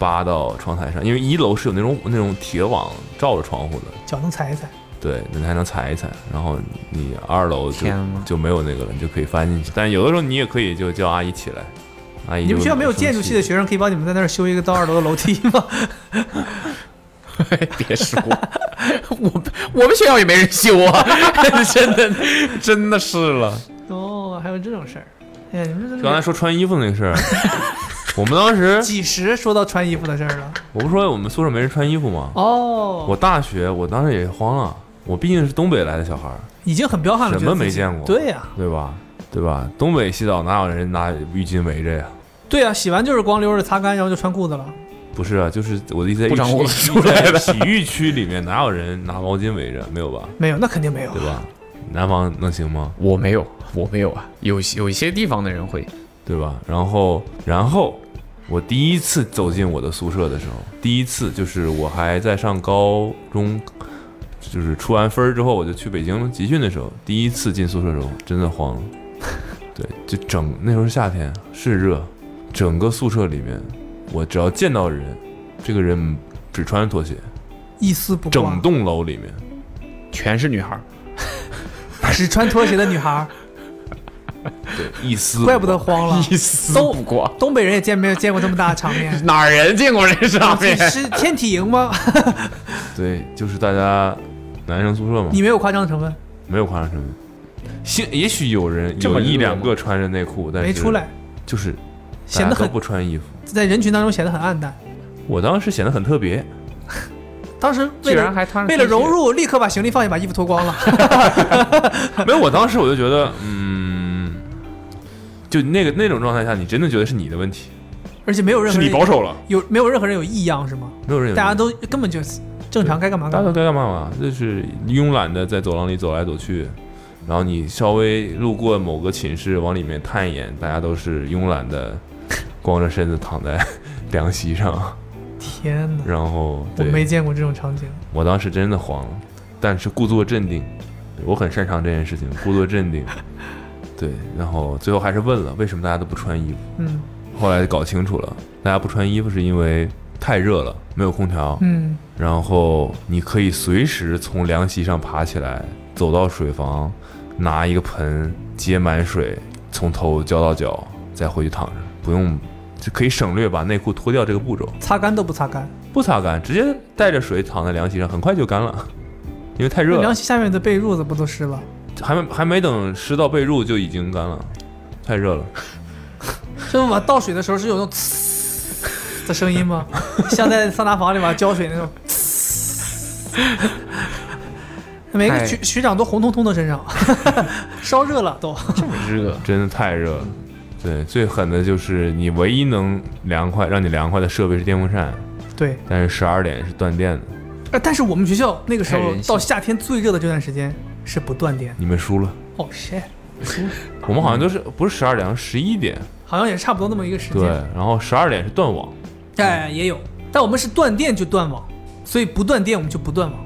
B: 扒到窗台上，因为一楼是有那种那种铁网罩着窗户的，
C: 脚能踩一踩。
B: 对，你还能踩一踩，然后你二楼就
D: 天 哪
B: 就没有那个了，你就可以翻进去。但有的时候你也可以就叫阿姨起来，阿姨
C: 你们学校没有
B: 生气
C: 建筑系的学生可以帮你们在那儿修一个到二楼的楼梯吗？
D: 别说，我们我们学校也没人修啊， 真的真的是了。
C: 哦，还有这种事儿。哎呀，你们
B: 刚才
C: 这
B: 说穿衣服那个事 儿，我们当时
C: 几时说到穿衣服的事儿了？
B: 我不说我们宿舍没人穿衣服吗？
C: 哦，
B: 我大学我当时也慌了，我毕竟是东北来的小孩儿，
C: 已经很彪悍了，
B: 什么
C: 觉得自己
B: 没见过
C: 对呀、
B: 对吧？对吧？东北洗澡哪有人拿浴巾围着呀？
C: 对呀、洗完就是光溜着擦干，然后就穿裤子了。
B: 不是啊，就是我的意思在浴
D: 不
B: 池，
D: 长
B: 我
D: 裤子出来的
B: 体育区里面哪有人拿毛巾围着？没有吧？
C: 没有，那肯定没有
B: 对。吧？南方能行吗？
D: 我没有，我没有啊，有有一些地方的人会，
B: 对吧？然后，然后我第一次走进我的宿舍的时候，第一次就是我还在上高中，就是出完分儿之后，我就去北京集训的时候，第一次进宿舍的时候，真的 慌了。对，就整那时候是夏天，是热，整个宿舍里面，我只要见到人，这个人只穿拖鞋，
C: 一丝不挂，
B: 整栋楼里面，
D: 全是女孩儿。
C: 只穿拖鞋的女孩儿，
B: 对， 一丝
C: 怪不得 慌了。
D: 一丝
C: 都
D: 不挂。
C: 东北人也见没有见过这么大的场 面？
D: 哪儿人见过这上 面？
C: 是天体营吗？
B: 对，就是大家男生宿舍嘛，
C: 你没有夸张成分，
B: 没有夸张成分。幸也许有人
D: 这么
B: 有一
D: 热
B: 两
D: 吗
B: 个穿着内裤，但是
C: 没出来，
B: 就是
C: 显
B: 大
C: 得
B: 家都
C: 很
B: 不穿衣服。
C: 在人群当中显得很暗淡。
B: 我当时显得很特 别，
C: 当时
D: 居
C: 为
D: 然
C: 了
D: 还穿着
C: 为了融入，立刻把行李放下，把衣服 脱光了。
B: 没有，我当时我就觉得，嗯，就那个那种状态下，你真的觉得是你的问题，
C: 而且没有任
B: 是
C: 何
B: 你
C: 人
B: 保守了，
C: 有没有任何人有异样是吗？
B: 没有人有
C: 大家都根本就正常该干嘛
B: 大家都
C: 干嘛。
B: 该干嘛嘛，就是慵懒的在走廊里走来走去，然后你稍微路过某个寝室往里面探一眼，大家都是慵懒的，光着身子躺在凉席上，
C: 天哪，
B: 然后
C: 我没
B: 对，
C: 见过这种场景。
B: 我当时真的慌了，但是故作镇定，我很擅长这件事情，故作镇定。对，然后最后还是问了为什么大家都不穿衣服。
C: 嗯
B: 后来搞清楚了，大家不穿衣服是因为太热了，没有空调，
C: 嗯，
B: 然后你可以随时从凉席上爬起来，走到水房，拿一个盆接满水，从头浇到脚，再回去躺着，不用就可以省略把内裤脱掉这个步骤，
C: 擦干都不擦干。
B: 不擦干，直接带着水躺在凉席上，很快就干了。因为太热
C: 凉
B: 了，
C: 席下面的被褥子不都湿了？
B: 还没还没等湿到被褥就已经干了，太热了。
C: 这我倒水的时候是有那种呲的声音吗？像在桑拿房里边浇水那种呲。每个
D: 哎
C: 学学长都红彤彤的身上， 烧热了都。
D: 热，
B: 真的太热了。对，最狠的就是你唯一能凉快让你凉快的设备是电风扇，
C: 对，
B: 但是十二点是断电的，
C: 呃，但是我们学校那个时
D: 太
C: 候
D: 人性
C: 到夏天最热的这段时间是不断电的。
B: 你们输了。
C: 哦、shit，
B: 我们好像都是不是十二点，十一点，
C: 好像也差不多那么一个时
B: 对
C: 间。，
B: 然后十二点是断网，
C: 哎，也有，但我们是断电就断网，所以不断电我们就不断网。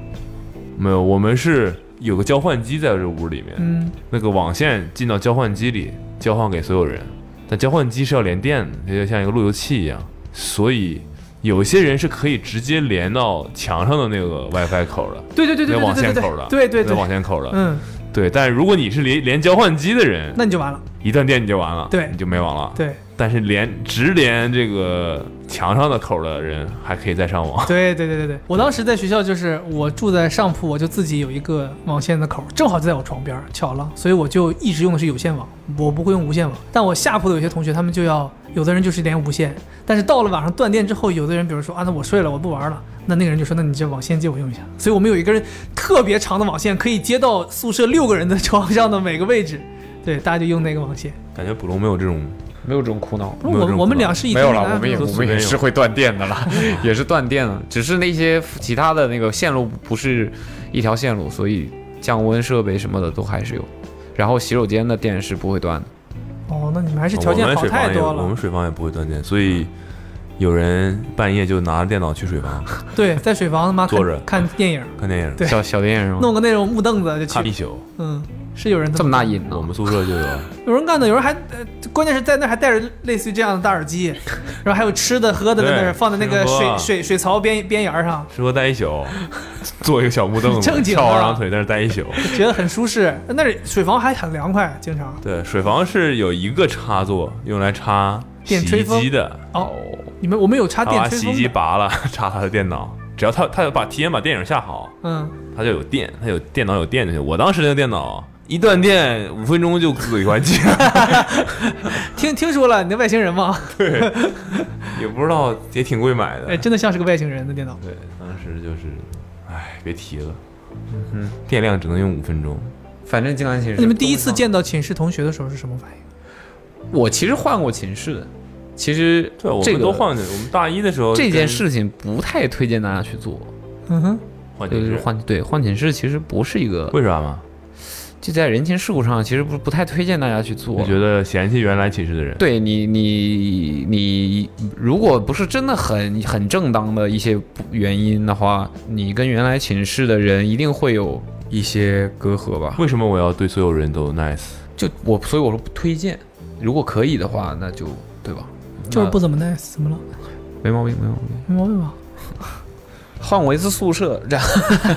B: 没有，我们是有个交换机在这屋里面，
C: 嗯，
B: 那个网线进到交换机里，交换给所有人。但交换机是要连电的，它就像一个路由器一样，所以有些人是可以直接连到墙上的那个 WiFi 口的，
C: 对对对对
B: 那
C: 对
B: 网
C: 对
B: 线
C: 对
B: 口的，
C: 对对
B: 那网
C: 对，
B: 线口的，
C: 嗯，
B: 对。但如果你是连连交换机的人，
C: 那你就完了。
B: 一断电你就完了，
C: 对
B: 你就没网了。
C: 对
B: 但是连直连这个墙上的口的人还可以再上网，
C: 对对对对对，我当时在学校就是我住在上铺，我就自己有一个网线的口，正好就在我床边儿，巧了，所以我就一直用的是有线网，我不会用无线网。但我下铺的有些同学，他们就要有的人就是连无线，但是到了晚上断电之后，有的人比如说啊，那我睡了，我不玩了，那那个人就说，那你这网线借我用一下。所以我们有一根特别长的网线，可以接到宿舍六个人的 床上的每个位置，对，大家就用那个网线。
B: 感觉捕龙没有这种
D: 没有这种苦恼。
C: 不
B: 没
C: 是
B: 有
C: 我
B: 这种
C: 我们
B: 可能
C: 两室一
D: 没
C: 厅
D: 有
C: 的
D: 了，
C: 啊
D: 我们也
B: 都
D: 我们也
B: 随便
D: 是
B: 用
D: 会断电 的了，也是断电的，只是那些其他的那个线路不是一条线路，所以降温设备什么的都还是有。然后洗手间的电是不会断的，
C: 哦，那你们还是条件
B: 我们
C: 好
B: 水房
C: 太
B: 也，
C: 多
B: 我
C: 了
B: 们。水房也不会断电，所以有人半夜就拿着电脑去水房
C: 对，在水房他妈看
B: 坐着
C: 看电影。
B: 看电影，
C: 对
D: 小小电影
C: 弄个那种木凳子就
B: 看一
C: 去。
B: 宿。
C: 嗯，是有人
D: 这么
C: 大，
D: 大瘾啊呢
B: 我？们宿舍就有，
C: 有人干的，有人还呃，关键是在那还戴着类似于这样的大耳机，然后还有吃的喝的在那
B: 对
C: 儿放在那个
B: 吃喝
C: 水水水槽边边沿儿上，
B: 适合待一宿，坐一个小木凳子，
C: 正经啊
B: 翘二郎腿在那待一宿。
C: 觉得很舒适。那里水房还很凉快，经常。
B: 对，水房是有一个插座用来插洗
C: 电吹
B: 衣
C: 风
B: 机的，
C: 哦，你们我们有插
B: 他
C: 电
B: 把
C: 吹
B: 啊洗衣
C: 风
B: 机
C: 的，
B: 拔了， 插他的电脑。只要他他把提前把电影下好，
C: 嗯，
B: 他就有电，他有电脑有电就行。我当时那个电脑一断电，五分钟就鬼关机了，
C: 听听说了你那外星人吗？
B: 也不知道也挺贵买的。
C: 哎，真的像是个外星人的电脑。
B: 对，当时就是，唉，别提了，嗯，电量只能用五分钟。
D: 反正静安寝室。
C: 那你们第一次，见到寝室同学的时候是什么反应？
D: 我其实换过寝室的，其实
B: 对，我
D: 这
B: 们
D: 个
B: 都换的，我们大一的时候
D: 这件
B: 跟
D: 事情不太推荐大家去做，
C: 嗯哼，
B: 换
D: 就
B: 寝
D: 是
B: 室，
D: 换对换寝室其实不是一个
B: 为啥嘛？
D: 就在人情世故上其实不不太推荐大家去做
B: 我。觉得嫌弃原来寝室的人，
D: 对你，你你如果不是真的很很正当的一些不原因的话，你跟原来寝室的人一定会有一些隔阂吧？
B: 为什么我要对所有人都 nice？
D: 就我，所以我说不推荐。如果可以的话，那就对吧？
C: 就是
D: 那
C: 不怎么 nice，怎么了？
D: 没毛病，没毛病。
C: 没毛病吧？
D: 换过一次宿舍，然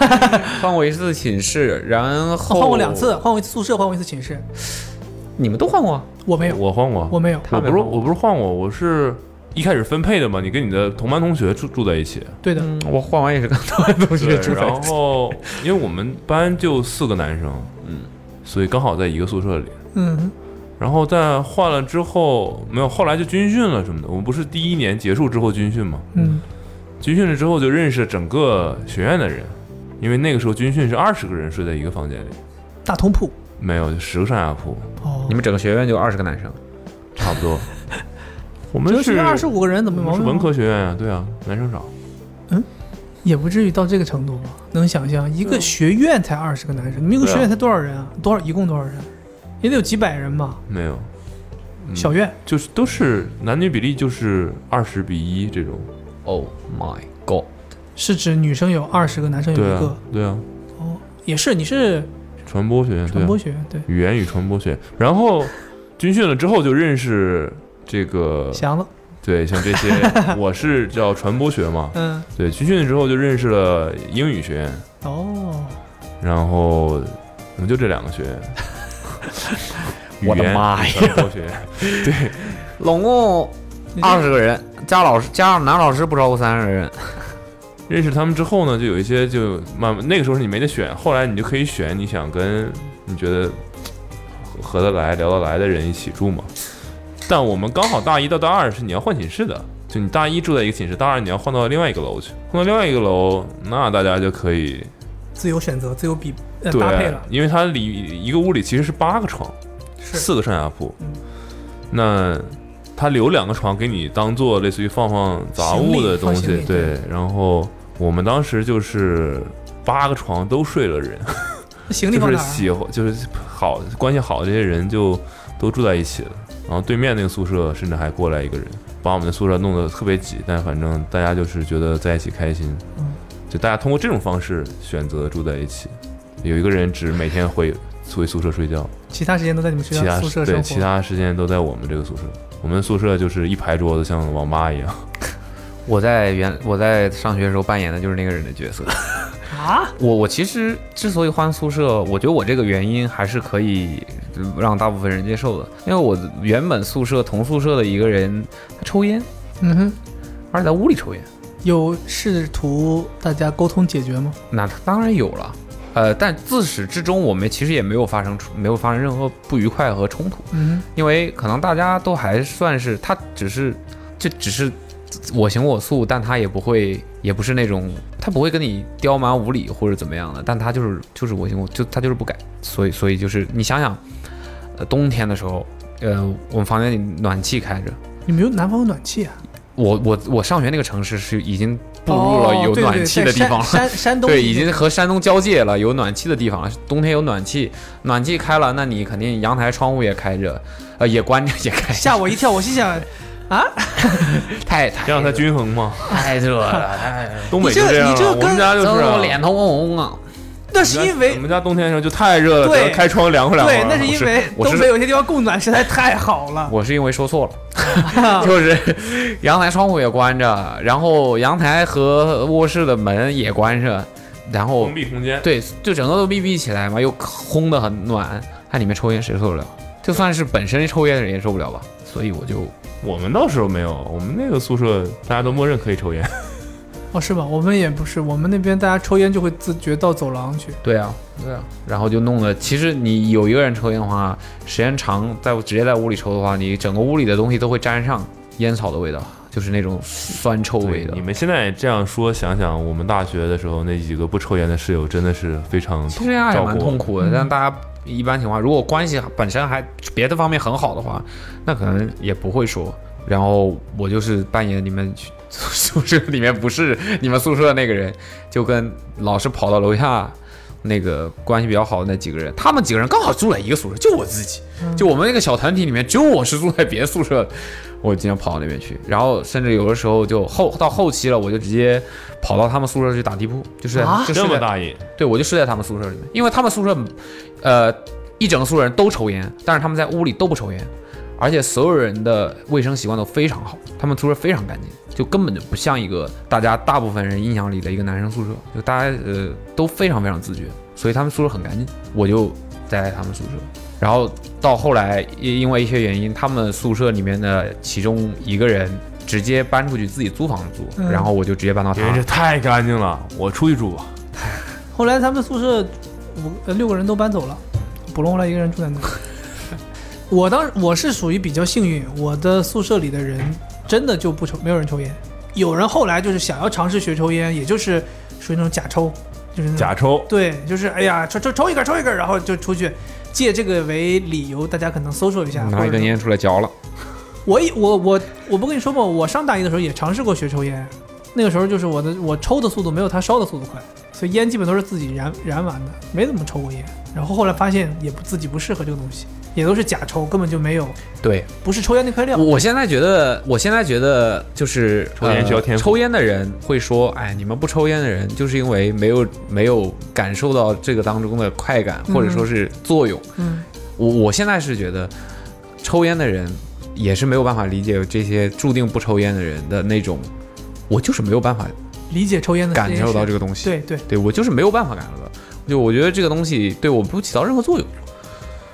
D: 换过一次寝室，然后
C: 哦换过两次，，换过一次宿舍，换过一次寝室，
D: 你们都换过？啊
C: 我没有，
B: 我换过，
C: 我没有。
B: 我
D: 他
B: 不
D: 没
B: 是
D: 换过
B: 我不是换过，我是一开始分配的嘛，你跟你的同班同学住住在一起，
C: 对的，
D: 嗯，我换完也是跟他们 同学
B: 对
D: 住，在一
B: 然
D: 起。
B: 后因为我们班就四个男生，嗯，所以刚好在一个宿舍里。
C: 嗯哼。
B: 然后但换了之后没有，后来就军训了什么的。我们不是第一年结束之后军训嘛？
C: 嗯
B: 军训了之后就认识整个学院的人，因为那个时候军训是二十个人睡在一个房间里，，
C: 大通铺。
B: 没有就十个上下铺，
C: 哦
D: 你，们整个学院就二十个男生，
B: 差不多。 我
C: 只
B: 们
C: 有
B: 是
C: 二十五个人，怎
B: 我
C: 么
B: 们
C: 毛
B: 是
C: 病？
B: 文科学院啊，对啊，男生少。
C: 也不至于到这个程度吧？能想象一个学院才二十个男生，你们一个
B: 啊对啊
C: 学院才多少人啊？多少一共多少人？也得有几百人吧？
B: 没有，嗯
C: 小院
B: 就是都是男女比例就是二十比一这种。
D: Oh my god！
C: 是指女生有二十个，男生有
B: 对
C: 一
B: 啊
C: 个。，
B: 对啊，
C: 哦，也是，你是
B: 传播学院，对
C: 传
B: 啊
C: 播，学院对？
B: 语言与传播学院。然后军训了之后就认识这个
C: 祥子，
B: 对，像这些， 我是叫传播学嘛。
C: 嗯，
B: 对，军训之后就认识了英语学院，
C: 哦，
B: 然后我们就这两个学 院。语
D: 我的
B: 言
D: 妈
B: 与传播学院，
D: 拢共
C: 那就
D: 二十个人，加老师加男老师不超过三十个人，
B: 认识他们之后呢，就有一些就慢慢那个时候你没得选，后来你就可以选你想跟你觉得合合得来、聊得来的人一起住嘛。但我们刚好大一到大二是你要换寝室的，就你大一住在一个寝室，大二你要换到另外一个楼去，换到另外一个楼，那大家就可以
C: 自由选择，自由比呃搭配
B: 对
C: 了，，
B: 因为它里一个屋里其实是八个床，
C: 是
B: 四个上下铺
C: 嗯，
B: 那他留两个床给你当做类似于放放杂物的东
C: 行
B: 西
C: 李放行李，
B: 对。然后我们当时就是八个床都睡了人，
C: 那行 李
B: 就
C: 放
B: 是
C: 哪儿啊？
B: 喜欢就是好关系好的这些人就都住在一起了。然后对面那个宿舍甚至还过来一个人，把我们的宿舍弄得特别挤，但反正大家就是觉得在一起开心
C: 嗯，
B: 就大家通过这种方式选择住在一起。有一个人只每天回回宿舍睡觉。
C: 其他时间都在你们学
B: 其
C: 校
B: 他
C: 宿舍
B: 对
C: 生活。
B: 其他时间都在我们这个宿舍，我们宿舍就是一排桌子，像网吧一样。
D: 我在原我在上学的时候扮演的就是那个人的角色。
C: 啊，
D: 我我其实之所以换宿舍，我觉得我这个原因还是可以让大部分人接受的，因为我原本宿舍同宿舍的一个人他抽烟，
C: 嗯哼，
D: 而且在屋里抽烟，
C: 有试图大家沟通解决吗？
D: 那他当然有了。呃，但自始至终，我们其实也没有发生出没有发生任何不愉快和冲突，
C: 嗯
D: 因为可能大家都还算是他只是就只是我行我素，但他也不会也不是那种他不会跟你刁蛮无理或者怎么样的，但他就是就是我行我就他就是不改，所以所以就是你想想，呃，冬天的时候，呃，我们房间里暖气开着，
C: 哼，你们有南方有暖气啊？
D: 我我我上学那个城市是已经步入了
C: 哦
D: 有
C: 对
D: 暖气的地方了。
C: 对对在山山山东
D: 对，已经和山东交界了，有暖气的地方，冬天有暖气，暖气开了，那你肯定阳台窗户也开着，呃，也关着也开着，
C: 吓我一跳，我心 想，
D: 太太
B: 这样才均衡嘛。
D: 太热了，太
B: 东北就
C: 你这
B: 样
C: 你这
B: 啊，我
C: 跟
B: 们家就是啊、
D: 我脸头红红啊！
C: 那
B: 我们家
C: 是因
B: 我
C: 为
B: 们家冬天的时候就太热了，
C: 对
B: 只能开窗凉快凉快。
C: 对，那是因为
D: 我是
C: 东北有些地方供暖实在太好了。
D: 我是因为说错 了，就是阳台窗户也关着，然后阳台和卧室的门也关着，然后
B: 封闭空间。
D: 对，就整个都密闭起来嘛，又烘得很暖，它里面抽烟谁受得了？就算是本身抽烟的人也受不了吧，所以我就
B: 我们倒是没有，我们那个宿舍大家都默认可以抽烟。
C: 哦，是吗？我们也不是，我们那边大家抽烟就会自觉到走廊去。
D: 对啊，对啊，然后就弄得，其实你有一个人抽烟的话，时间长，在直接在屋里抽的话，你整个屋里的东西都会沾上烟草的味道，就是那种酸臭味的
B: 你。们现在这样说，想想我们大学的时候那几个不抽烟的室友，真的是非常
D: 其实这样也
B: 照
D: 蛮
B: 顾我嗯
D: 痛
B: 们。
D: 苦的，但大家一般情况，如果关系本身还别的方面很好的话，那可能也不会说。然后我就是扮演你们去 宿舍里面不是你们宿舍那个人，就跟老是跑到楼下那个关系比较好的那几个人，他们几个人刚好住在一个宿舍，就我自己，就我们那个小团体里面，只有我是住在别的宿舍的，我经常跑到那边去，然后甚至有的时候就后到后期了，我就直接跑到他们宿舍去打地铺，就是在、
C: 啊
D: 就是
B: 这
D: 在
B: 么大瘾，
D: 对，我就睡在他们宿舍里面，因为他们宿舍，呃，一整个宿舍人都抽烟，但是他们在屋里都不抽烟，而且所有人的卫生习惯都非常好，他们宿舍非常干净，就根本就不像一个大家大部分人印象里的一个男生宿舍，就大家呃都非常非常自觉，所以他们宿舍很干净，我就待在他们宿舍。然后到后来，因因为一些原因，他们宿舍里面的其中一个人直接搬出去自己租房子住，
C: 嗯
D: 然后我就直接搬到他
B: 因为这太干净了，我出去住吧。
C: 嗯后来他们宿舍五呃六个人都搬走了，补龙后来一个人住在那里。 我当时我是属于比较幸运，我的宿舍里的人真的就不抽，没有人抽烟。有人后来就是想要尝试学抽烟，也就是属于那种假抽，就是那种
B: 假抽，
C: 对，就是哎呀抽抽抽一根抽一根，然后就出去，借这个为理由，大家可能搜索一下。
D: 拿一根烟出来嚼了。
C: 我一我我我不跟你说吗？我上大一的时候也尝试过学抽烟，那个时候就是我的我抽的速度没有他烧的速度快，所以烟基本都是自己燃燃完的，没怎么抽过烟。然后后来发现也不自己不适合这个东西，也都是假抽，根本就没有
D: 对，
C: 不是抽烟那块料
D: 我。我现在觉得，我现在觉得就是呃
B: 抽烟需要天赋
D: 抽烟的人会说，哎，你们不抽烟的人，就是因为没有没有感受到这个当中的快感，或者说是作用。
C: 嗯，
D: 我我现在是觉得，抽烟的人也是没有办法理解这些注定不抽烟的人的那种，我就是没有办法
C: 理解抽烟的
D: 感受到这
C: 个
D: 个东
C: 嗯
D: 西。
C: 对对，
D: 对我就是没有办法感受到，就我觉得这个东西对我不起到任何作用。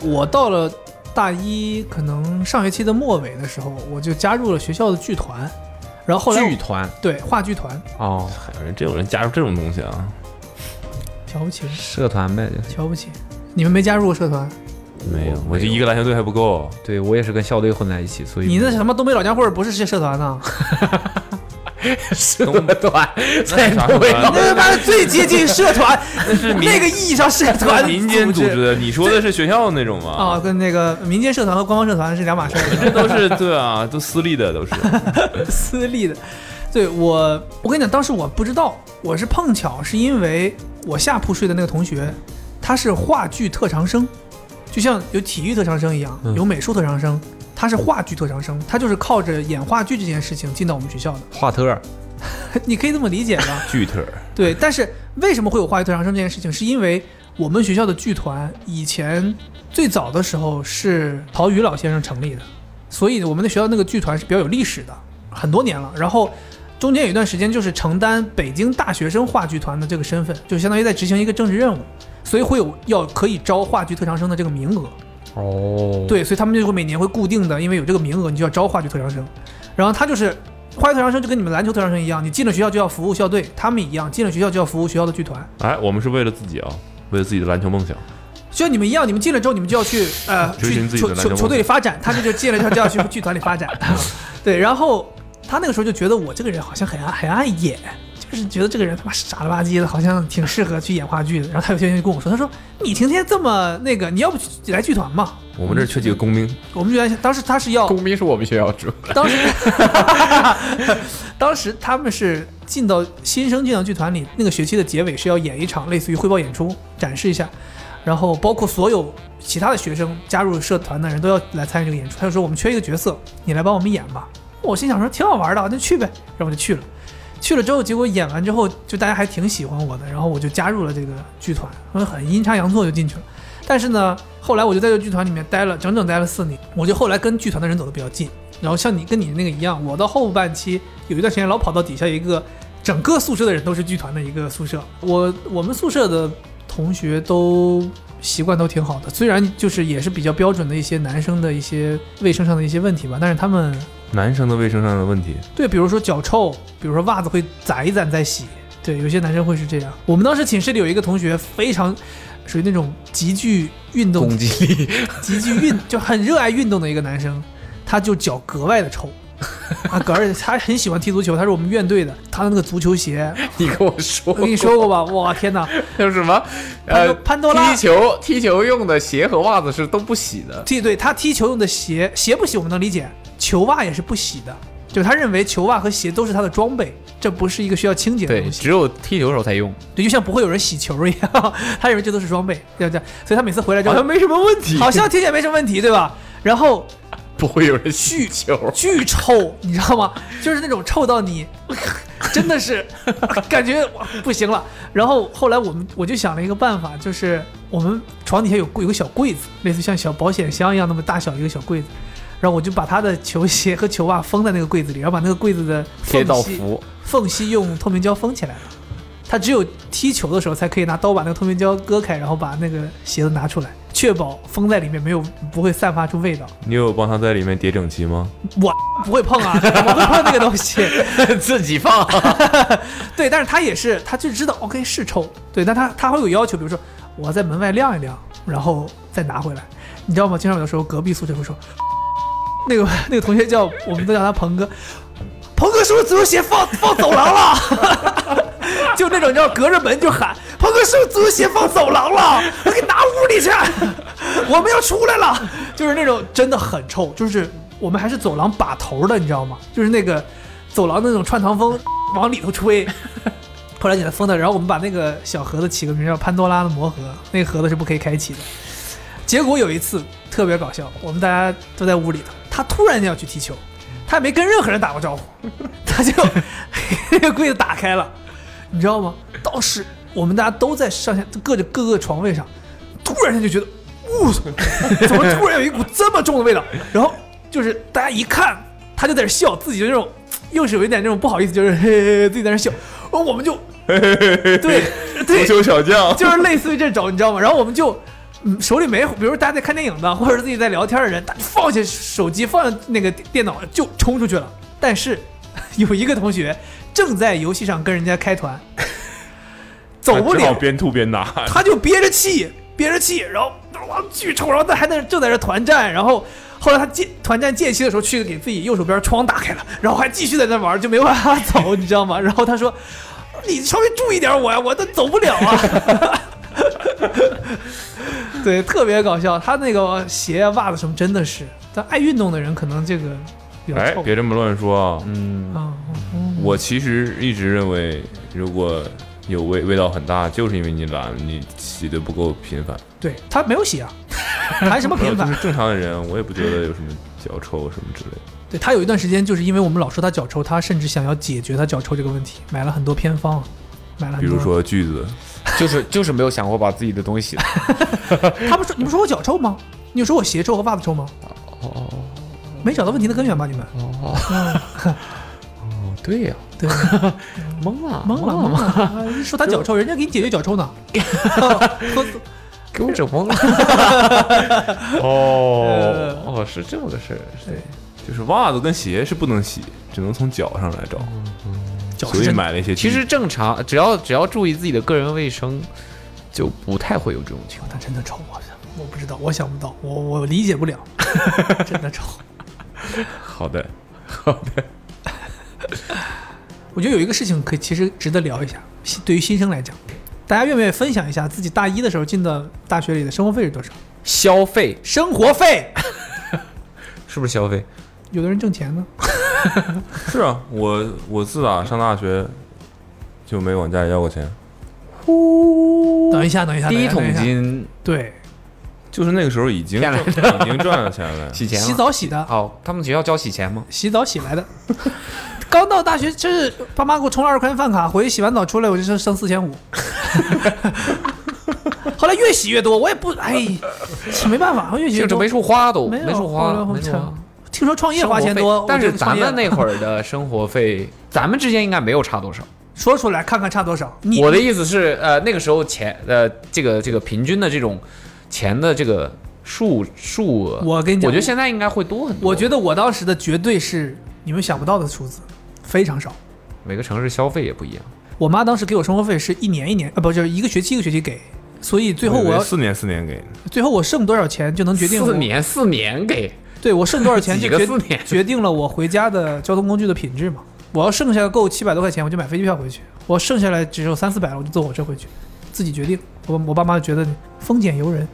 C: 我到了大一，可能上学期的末尾的时候，我就加入了学校的剧团。然后后来
D: 剧团
C: 对话剧团
D: 哦，
B: 还哎有人真有人加入这种东西啊？
C: 瞧不起，
D: 社团呗。
C: 瞧不起。你们没加入过社团？
B: 没有，我就
D: 没有
B: 一个篮球队还不够。
D: 对我也是跟校队混在一起，所以
C: 你那什么东北老家伙儿不是社 团呢？
D: 社团在
B: 啥社团
C: 那他妈的最接近社团，啊 那个意义上社团
B: 民间组织的，你说的是学校那种吗？
C: 啊，跟那个民间社团和官方社团是两码事儿。
B: 这都是对啊，都私立的，都 是。
C: 私立的。对我，我跟你讲，当时我不知道，我是碰巧，是因为我下铺睡的那个同学，他是话剧特长生，就像有体育特长生一样，
B: 嗯
C: 有美术特长生，他是话剧特长生，他就是靠着演话剧这件事情进到我们学校的，
D: 华特，
C: 你可以这么理解吧？
B: 剧特，
C: 对，但是为什么会有话剧特长生这件事情，是因为我们学校的剧团以前最早的时候是陶宇老先生成立的，所以我们的学校那个剧团是比较有历史的，很多年了。然后中间有一段时间就是承担北京大学生话剧团的这个身份，就相当于在执行一个政治任务，所以会有要可以招话剧特长生的这个名额。
D: 哦，，
C: 对，所以他们就会每年会固定的，因为有这个名额，你就要招话剧特长生。然后他就是话剧特长生，就跟你们篮球特长生一样，你进了学校就要服务校队，他们一样，进了学校就要服务学校的剧团，
B: 哎，我们是为了自己啊，为了自己的篮球梦想。
C: 就像你们一样，你们进了之后，你们就要去呃
B: 追寻自
C: 去
B: 己的
C: 球
B: 篮球
C: 球
B: 梦
C: 球队里发展，他这就进了之后就要去剧团里发展，对，然后他那个时候就觉得我这个人好像很爱很爱演。就是觉得这个人他妈傻了吧唧的，好像挺适合去演话剧的。然后他有一天就跟我说：“他说你天天这么那个，你要不去来剧团嘛
B: 我们这儿缺几个工兵，？”
C: 我们就在当时他是要
D: 工兵是我们学校住，
C: 当时，当时他们是进到新生进到剧团里，那个学期的结尾是要演一场类似于汇报演出，展示一下，然后包括所有其他的学生加入社团的人都要来参与这个演出。他就说我们缺一个角色，你来帮我们演吧。我心想说挺好玩的，那去呗，然后我就去了。去了之后，结果演完之后，就大家还挺喜欢我的，然后我就加入了这个剧团，我很阴差阳错就进去了。但是呢，后来我就在这个剧团里面待了整整待了四年，我就后来跟剧团的人走得比较近。然后像你跟你那个一样，我到后半期有一段时间老跑到底下一个整个宿舍的人都是剧团的一个宿舍，我我们宿舍的同学都习惯都挺好的，虽然就是也是比较标准的一些男生的一些卫生上的一些问题吧，但是他们
B: 男生的卫生上的问题，
C: 对，比如说脚臭，比如说袜子会攒一攒再洗。对，有些男生会是这样。我们当时寝室里有一个同学非常属于那种极具运动
D: 攻击力，
C: 极具运，就很热爱运动的一个男生，他就脚格外的臭。啊，格而且他很喜欢踢足球，他是我们院队的，他的那个足球鞋，
D: 你跟 我说，
C: 我跟你说过吧？哇，天哪！
D: 有什么？
C: 潘多
D: 呃，
C: 潘多拉
D: 踢球踢球用的鞋和袜子是都不洗的，
C: 踢对他踢球用的鞋，鞋不洗我们能理解，球袜也是不洗的，就他认为球袜和鞋都是他的装备，这不是一个需要清洁的
D: 对，
C: 东西。
D: 只有踢球时候才用。
C: 对，就像不会有人洗球一样， 他认为这都是装备，对不对？所以他每次回来之后，
D: 没什么问题
C: 好像听起来没什么问题，对吧？然后
D: 不会有人续球。
C: 巨臭，你知道吗？就是那种臭到 你，真的是感觉哇不行了。然后后来我们我就想了一个办法，就是我们床底下有柜有个小柜子，类似像小保险箱一样那么大小一个小柜子，然后我就把他的球鞋和球袜封在那个柜子里，然后把那个柜子的
D: 贴
C: 缝
D: 道
C: 隙
D: 服，
C: 缝隙用透明胶封起来了。他只有踢球的时候才可以拿刀把那个透明胶割开，然后把那个鞋子拿出来，确保封在里面没有不会散发出味道。
B: 你有帮他在里面叠整齐吗？
C: 我不会碰啊，我会碰那个东西。
D: 自己放。
C: 对，但是他也是，他就知道 OK 是臭，对，但他他会有要求，比如说我在门外晾一晾，然后再拿回来，你知道吗？经常有的时候隔壁宿舍会说， 那个那个同学叫我们都叫他鹏哥，鹏哥是不是足球鞋放放走廊了？ 就那种你知道隔着门就喊，鹏哥是不是足球鞋放走廊了？我给拿屋里去，我们要出来了，就是那种真的很臭，就是我们还是走廊把头的，你知道吗？就是那个走廊那种穿堂风往里头吹。后来给它封的，然后我们把那个小盒子起个名叫潘多拉的魔盒，那个盒子是不可以开启的。结果有一次特别搞笑，我们大家都在屋里头，他突然间要去踢球，他也没跟任何人打过招呼， 他就那个柜子打开了，你知道吗？当时我们大家都在上下各着各个床位上，突然间就觉得，我操， 怎么突然有一股这么重的味道？然后就是大家一看，他就在那笑，自己就那种又是有一点那种不好意思，就是嘿嘿嘿自己在那笑，然后我们就， 对对，
B: 小将，
C: 就是类似于这种，你知道吗？然后我们就。嗯，手里没，比如大家在看电影的，或者是自己在聊天的人，他就放下手机，放下那个电脑，就冲出去了。但是 有一个同学正在游戏上跟人家开团，走不
B: 只好
C: 了，
B: 边吐边打。
C: 他就憋着气，憋着气，然后哇巨臭，然后他还在那正在这团战，然后后来他借团战间隙的时候，去给自己右手边窗打开了，然后还继续在那玩，就没办法走，你知道吗？然后他说：“你稍微注意点我呀，我都走不了啊。” 对，特别搞笑，他那个鞋啊、袜子什么真的是，但爱运动的人可能这个比较
B: 哎
C: 臭，
B: 别这么乱说啊！
E: 嗯，
C: 啊。
B: 我其实一直认为，如果有味味道很大，就是因为你懒，你洗的不够频繁。
C: 对他没有洗啊，还什么
B: 还有
C: 频
B: 就
C: 繁
B: 是？正常的人，我也不觉得有什么脚臭什么之类的。
C: 对他有一段时间，就是因为我们老说他脚臭，他甚至想要解决他脚臭这个问题，买了很多偏方，买了很
B: 比
C: 多。
B: 如，说锯子，
D: 就是就是没有想过把自己的东西，
C: 他不说你不说我脚臭吗？你说我鞋臭和袜子臭吗？
B: 哦
C: 没找到问题的根源吧？你们
D: 哦对呀、
C: 对，
D: 懵
B: 啊
D: 了
C: 懵
B: 哦
C: 了懵了，啊说他脚 臭，人家给你解决脚臭呢。
D: 给我整懵了。 哦
C: 嗯
D: 哦，是这么个事儿。
C: 对，
B: 就是袜子跟鞋是不能洗，只能从脚上来找，
C: 嗯脚
B: 所
C: 是
B: 以
C: 真的。
B: 买了一些锯
D: 其
B: 子。
D: 实正常，只要只要注意自己的个人卫生，就不太会有这种情况。
C: 他真的臭，我我不知道，我想不到，我我理解不 了，真的臭。
B: 好的，
C: 我觉得有一个事情可以其实值得聊一下，新对于新生来讲，大家愿不愿意分享一下自己大一的时候进到大学里的生活费是多少？
D: 消费
C: 生活费，
D: 是不是消费？
C: 有的人挣钱呢，
B: 是啊，我我自打上大学就没管家里要过钱，
C: 等一下，等一下，
D: 第一
C: 等
D: 桶
C: 下，
D: 金
C: 对，
B: 就是那个时候已经
D: 骗
B: 赚
D: 来
B: 已经赚了钱了。
D: 洗钱
C: 洗
D: 了。
C: 澡洗的，
D: 哦，他们学校交洗钱吗？
C: 洗澡洗来的。 刚到大学，真是爸妈给我充了二十块钱饭卡，回去洗完澡出来，我就剩剩四千五。 后来越洗越多，我也不哎，是没办法，越洗越
D: 就这
C: 多
D: 没，处花都，
C: 没有
D: 没处花，
C: 我
D: 没处花。
C: 听说创业
D: 生活
C: 花钱多
D: 费，但
C: 我
D: 是
C: 就
D: 咱
C: 创业
D: 们
C: 了
D: 那会儿的生活 费，咱们之间应该没有差多少。
C: 说出来看看差多少。你
D: 我的意思是，呃，那个时候钱，呃，这个这个平均的这种钱的这个数数额，
C: 我跟你讲
D: 我觉得现在应该会多很多。
C: 我觉得我当时的绝对是你们想不到的数字，非常少。
D: 每个城市消费也不一样。
C: 我妈当时给我生活费是一年一年，啊，不就是一个学期一个学期给，所以最后
B: 以
C: 我
B: 为
C: 要
B: 四年四年给，
C: 最后我剩多少钱就能决定我
D: 四，年四年给，
C: 对我剩多少 钱就
D: 几个
C: 决
D: 四年
C: 决定了我回家的交通工具的品质嘛。我要剩下够七百多块钱，我就买飞机票回去；我剩下来只有三四百了，我就坐火车回去，自己决定。我我爸妈觉得丰俭由人，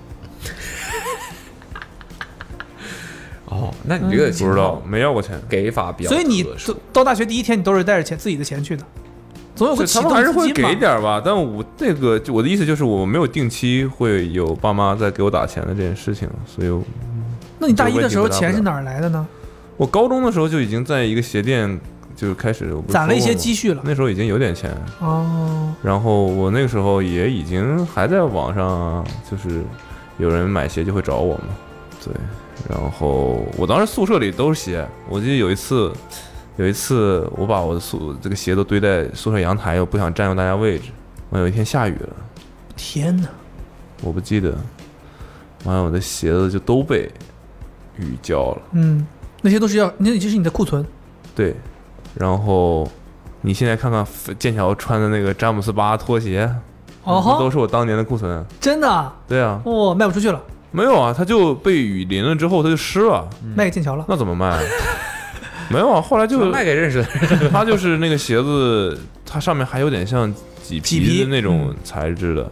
D: 哦，那你这个
B: 不知道没要过钱，
D: 给法比较合
C: 所以
D: 适，
C: 你到到大学第一天，你都是带着钱自己的钱去的，总有个
B: 就
C: 启
B: 他
C: 动
B: 们还是
C: 资
B: 会
C: 金
B: 给
C: 嘛。
B: 点儿吧。但我那个就我的意思就是，我没有定期会有爸妈在给我打钱的这件事情，所以我
C: 那你大一的时候
B: 这个问题回答不了
C: 钱是哪儿来的呢？
B: 我高中的时候就已经在一个鞋店就开始我不是
C: 攒了一
B: 说过
C: 些
B: 吗
C: 积蓄了。
B: 那时候已经有点钱，
C: 哦，
B: 然后我那个时候也已经还在网上，就是有人买鞋就会找我嘛，对。然后我当时宿舍里都是鞋，我记得有一次，有一次我把我的宿这个鞋都堆在宿舍阳台，我不想占用大家位置。我有一天下雨了，
C: 天哪！
B: 我不记得，完了我的鞋子就都被雨浇了。
C: 嗯，那些都是要，那就是你的库存。
B: 对，然后你现在看看剑桥穿的那个詹姆斯巴拖鞋，嗯
C: 哦
B: 那都
C: 吼，
B: 是我当年的库存。
C: 真的啊，
B: 对啊，
C: 哦，卖不出去了，
B: 没有啊，它就被雨淋了之后，它就湿了，
C: 卖给剑桥了。
B: 那怎么卖啊？ 没有啊，后来就
D: 卖给认识的人。
B: 它就是那个鞋子，它上面还有点像麂
C: 麂皮
B: 皮的那种材质的，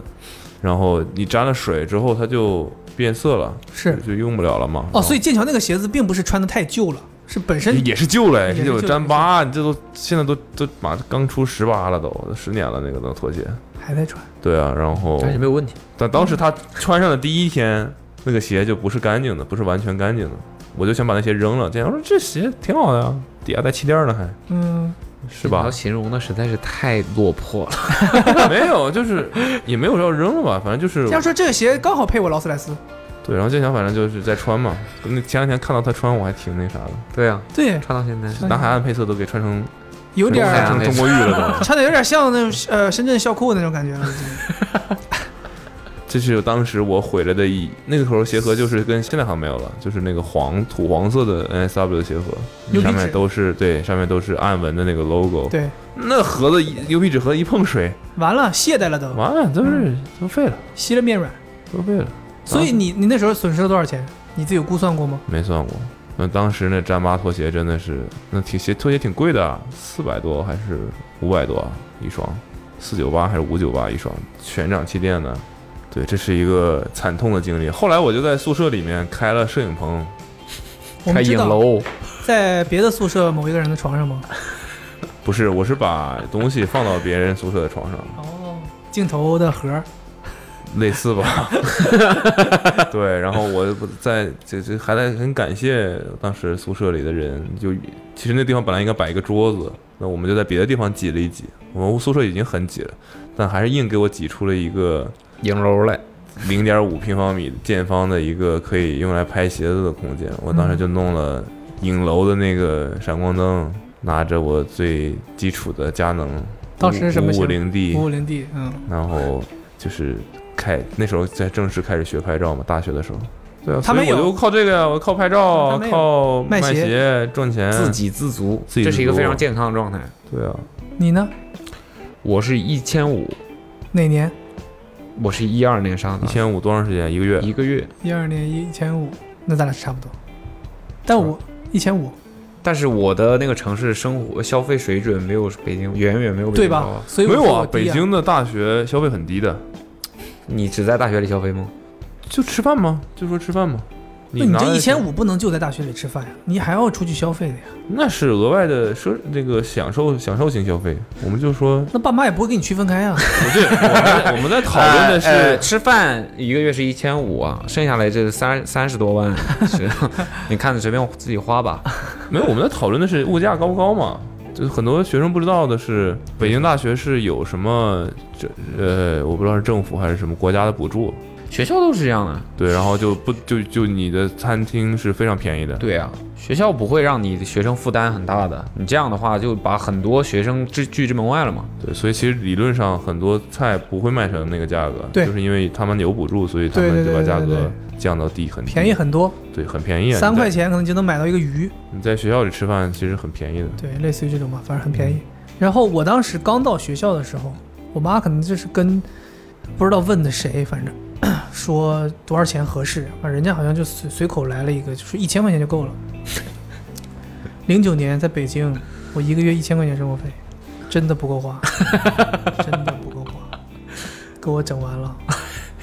B: 然后你沾了水之后，它就变色了，
C: 是
B: 就用不了了嘛。然后
C: 哦，所以剑桥那个鞋子并不是穿的太旧了，是本身
B: 也是旧了，
C: 也是
B: 这
C: 旧
B: 有
C: 了
B: 沾疤，你这都现在都都马上刚出十八了都，十年了那个的拖鞋。
C: 还在穿。
B: 对啊，然后
C: 哎
D: 没有问 题，
B: 但当时他穿上的第一天，那个鞋就不是干净的，不是完全干净的，我就想把那鞋扔了。这样我说这鞋挺好的呀，底下带气垫呢还，
C: 嗯，
B: 是吧
D: 要？形容的实在是太落魄了。
B: 没有，就是也没有要扔了吧，反正就是
C: 要说这个鞋刚好配我劳斯莱斯，
B: 对。然后建强反正就是在穿嘛，那前两天看到他穿，我还挺那啥的，
D: 对啊，
C: 对，啊
D: 穿到现在，
B: 南海岸配色都给穿成
C: 有点
D: 哎
C: 儿
D: 呀
B: 穿成 中国玉了都。
C: 穿的有点像那种呃深圳校裤那种感觉了，已经。
B: 这这是当时我毁了的一那个时候鞋盒，就是跟现在好像没有了，就是那个黄土黄色的 NSW 的鞋盒，
C: 牛皮
B: 上
C: 纸
B: 面都是对，上面都是暗纹的那个 logo。，
C: 对，
B: 那盒子一牛皮纸盒一碰水，
C: 完了懈怠了都，
B: 完了都是都废了，
C: 稀了面软。
B: 都废了，
C: 所以你你那时候损失了多少钱？你自己有估算过吗？
B: 没算过。那当时那詹巴拖鞋真的是，那挺鞋拖鞋挺贵的啊，四百多还是五百多啊一双，四九八还是五九八一双，全掌气垫的。对，这是一个惨痛的经历。后来我就在宿舍里面开了摄影棚，
C: 我
D: 开
C: 们知
D: 影
C: 道
D: 楼，
C: 在别的宿舍某一个人的床上吗？
B: 不是，我是把东西放到别人宿舍的床上，
C: 哦，镜头的盒儿，
B: 类似吧？ 对，然后我在这这还在很感谢当时宿舍里的人，就其实那地方本来应该摆一个桌子，那我们就在别的地方挤了一挤。我们宿舍已经很挤了，但还是硬给我挤出了一个
D: 影楼来，
B: 零点五平方米见方的一个可以用来拍鞋子的空间。我当时就弄了影楼的那个闪光灯，拿着我最基础的佳能。
C: 当时是什么
B: 五
C: 型
B: 五零 D，
C: 五五零 D，嗯，
B: 然后就是开那时候在正式开始学拍照嘛，大学的时候。对啊，
C: 他
B: 所以
C: 没有
B: 我就靠这个呀，我靠拍照啊
C: 他，没有
B: 靠
C: 卖鞋
B: 鞋赚钱，
D: 自给自足，
B: 自给自足
D: 这是一个非常健康的状态。
B: 对啊，
C: 你呢？
D: 我是一千五，
C: 哪年？
D: 我是一二年上
B: 一
D: 的，
B: 千五多长时间？一个月？
D: 一个月。
C: 一二年一千五，那咱俩是差不多。但我一千五，
D: 但是我的那个城市生活消费水准没有北京远远没有北
C: 对
D: 京高
C: 吧
D: 啊？。
C: 所以
B: 没
C: 我
B: 有
C: 说我
B: 啊，
C: 低
B: 北京的大学消费很低的，
D: 你只在大学里消费吗？
B: 就吃饭吗？就说吃饭吗？
C: 那你
B: 拿
C: 这一千
B: 五，
C: 五不能就在大学里吃饭呀，你还要出去消费的呀。
B: 那是额外的奢那个享受享受型消费。我们就说，
C: 那爸妈也不会给你区分开啊。
B: 不对，我们在我们在讨论 的
C: 哎
D: 呃呃
B: 是
D: 吃饭一个月是一千五啊，剩下来这三三十多万，是 你看着随便自己花吧。
B: 没有，我们在讨论的是物价高不高嘛？就是很多学生不知道的是，北京大学是有什么这呃，我不知道是政府还是什么国家的补助，
D: 学校都是这样的，
B: 对，然后就不就就你的餐厅是非常便宜的，
D: 对啊，学校不会让你的学生负担很大的，你这样的话就把很多学生拒拒之门外了嘛。
B: 对，所以其实理论上很多菜不会卖成那个价格，
C: 对
B: 就是因为他们有补助，所以他
C: 对
B: 们
C: 对
B: 就
C: 对
B: 把价
C: 对对
B: 格
C: 对
B: 降到低很低，
C: 便宜很多，
B: 对，很便宜啊，
C: 三
B: 你在
C: 块，钱可能就能买到一个鱼，
B: 你在学校里吃饭其实很便宜的，
C: 对，类似于这种吧，反正很便宜。然后我当时刚到学校的时候，我妈可能就是跟不知道问的谁，反正 说多少钱合适啊，人家好像就随随口来了一个，就说一千块钱就够了。零九年在北京，我一个月一千块钱生活费，真的不够花，真的不够花，给我整完了。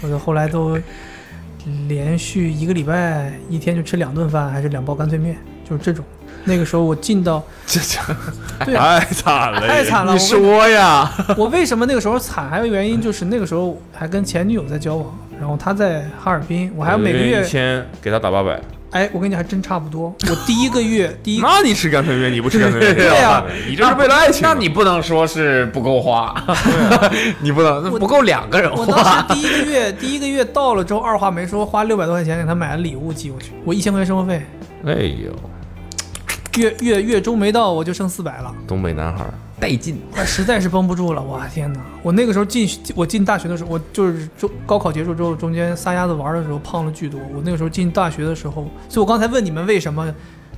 C: 我就后来都连续一个礼拜一天就吃两顿饭，还是两包干脆面，就是这种。那个时候我进到
B: 这家
C: 对
B: 太惨了，
C: 太惨
D: 啊
C: 了，我为
D: 说呀，
C: 我为什么那个时候惨？还有原因就是那个时候还跟前女友在交往，然后她在哈尔滨，我
B: 我
C: 还要每个
B: 一
C: 月，
B: 千给他打八百，
C: 哎，我跟你还真差不多。我第一个月，第一
B: 那你吃干脆面，你不吃干脆面，
C: 对啊
B: 你这是为了爱情啊吗，
D: 那你不能说是不够花， 你不能
C: 我
D: 不够两个人
C: 我
D: 花。
C: 当时第一个月，第一个月到了之后，二话没说，花六百多块钱给她买了礼物寄过去，我一千块钱生活费，
B: 哎呦，
C: 月月月中没到我就剩四百了，
B: 东北男孩儿，
D: 带劲，
C: 我实在是绷不住了，我天哪！我那个时候进我进大学的时候，我就是中高考结束之后，中间撒丫子玩的时候胖了巨多。我那个时候进大学的时候，所以我刚才问你们为什么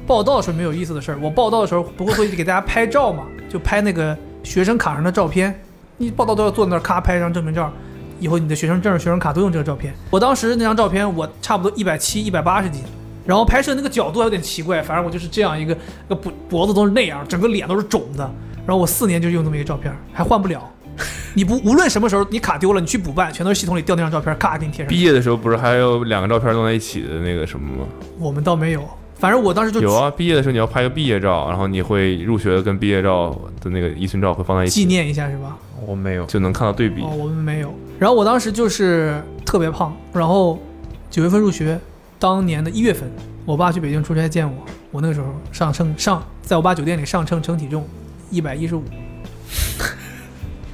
C: 报道是没有意思的事儿。我报道的时候不会会给大家拍照嘛，就拍那个学生卡上的照片。你报道都要坐那儿咔拍一张证明照，以后你的学生证、学生卡都用这个照片。我当时那张照片我差不多一百七、一百八十斤，然后拍摄那个角度还有点奇怪，反正我就是这样一个，那个脖脖子都是那样，整个脸都是肿的。然后我四年就用这么一个照片，还换不了。你不无论什么时候你卡丢了，你去补办，全都是系统里掉那张照片，咔给你贴 上
B: 毕。业的时候不是还有两个照片弄在一起的那个什么吗？
C: 我们倒没有，反正我当时就
B: 有啊，毕业的时候你要拍个毕业照，然后你会入学跟毕业照的那个一寸照会放在一
C: 纪
B: 起，
C: 念一下是吧？
D: 我没有。
B: 就能看到对比
C: 哦，。我们没有。然后我当时就是特别胖，然后九月份入学，当年的一月份，我爸去北京出差见我，我那个时候上称上，在我爸酒店里上称称体重，一百一十五，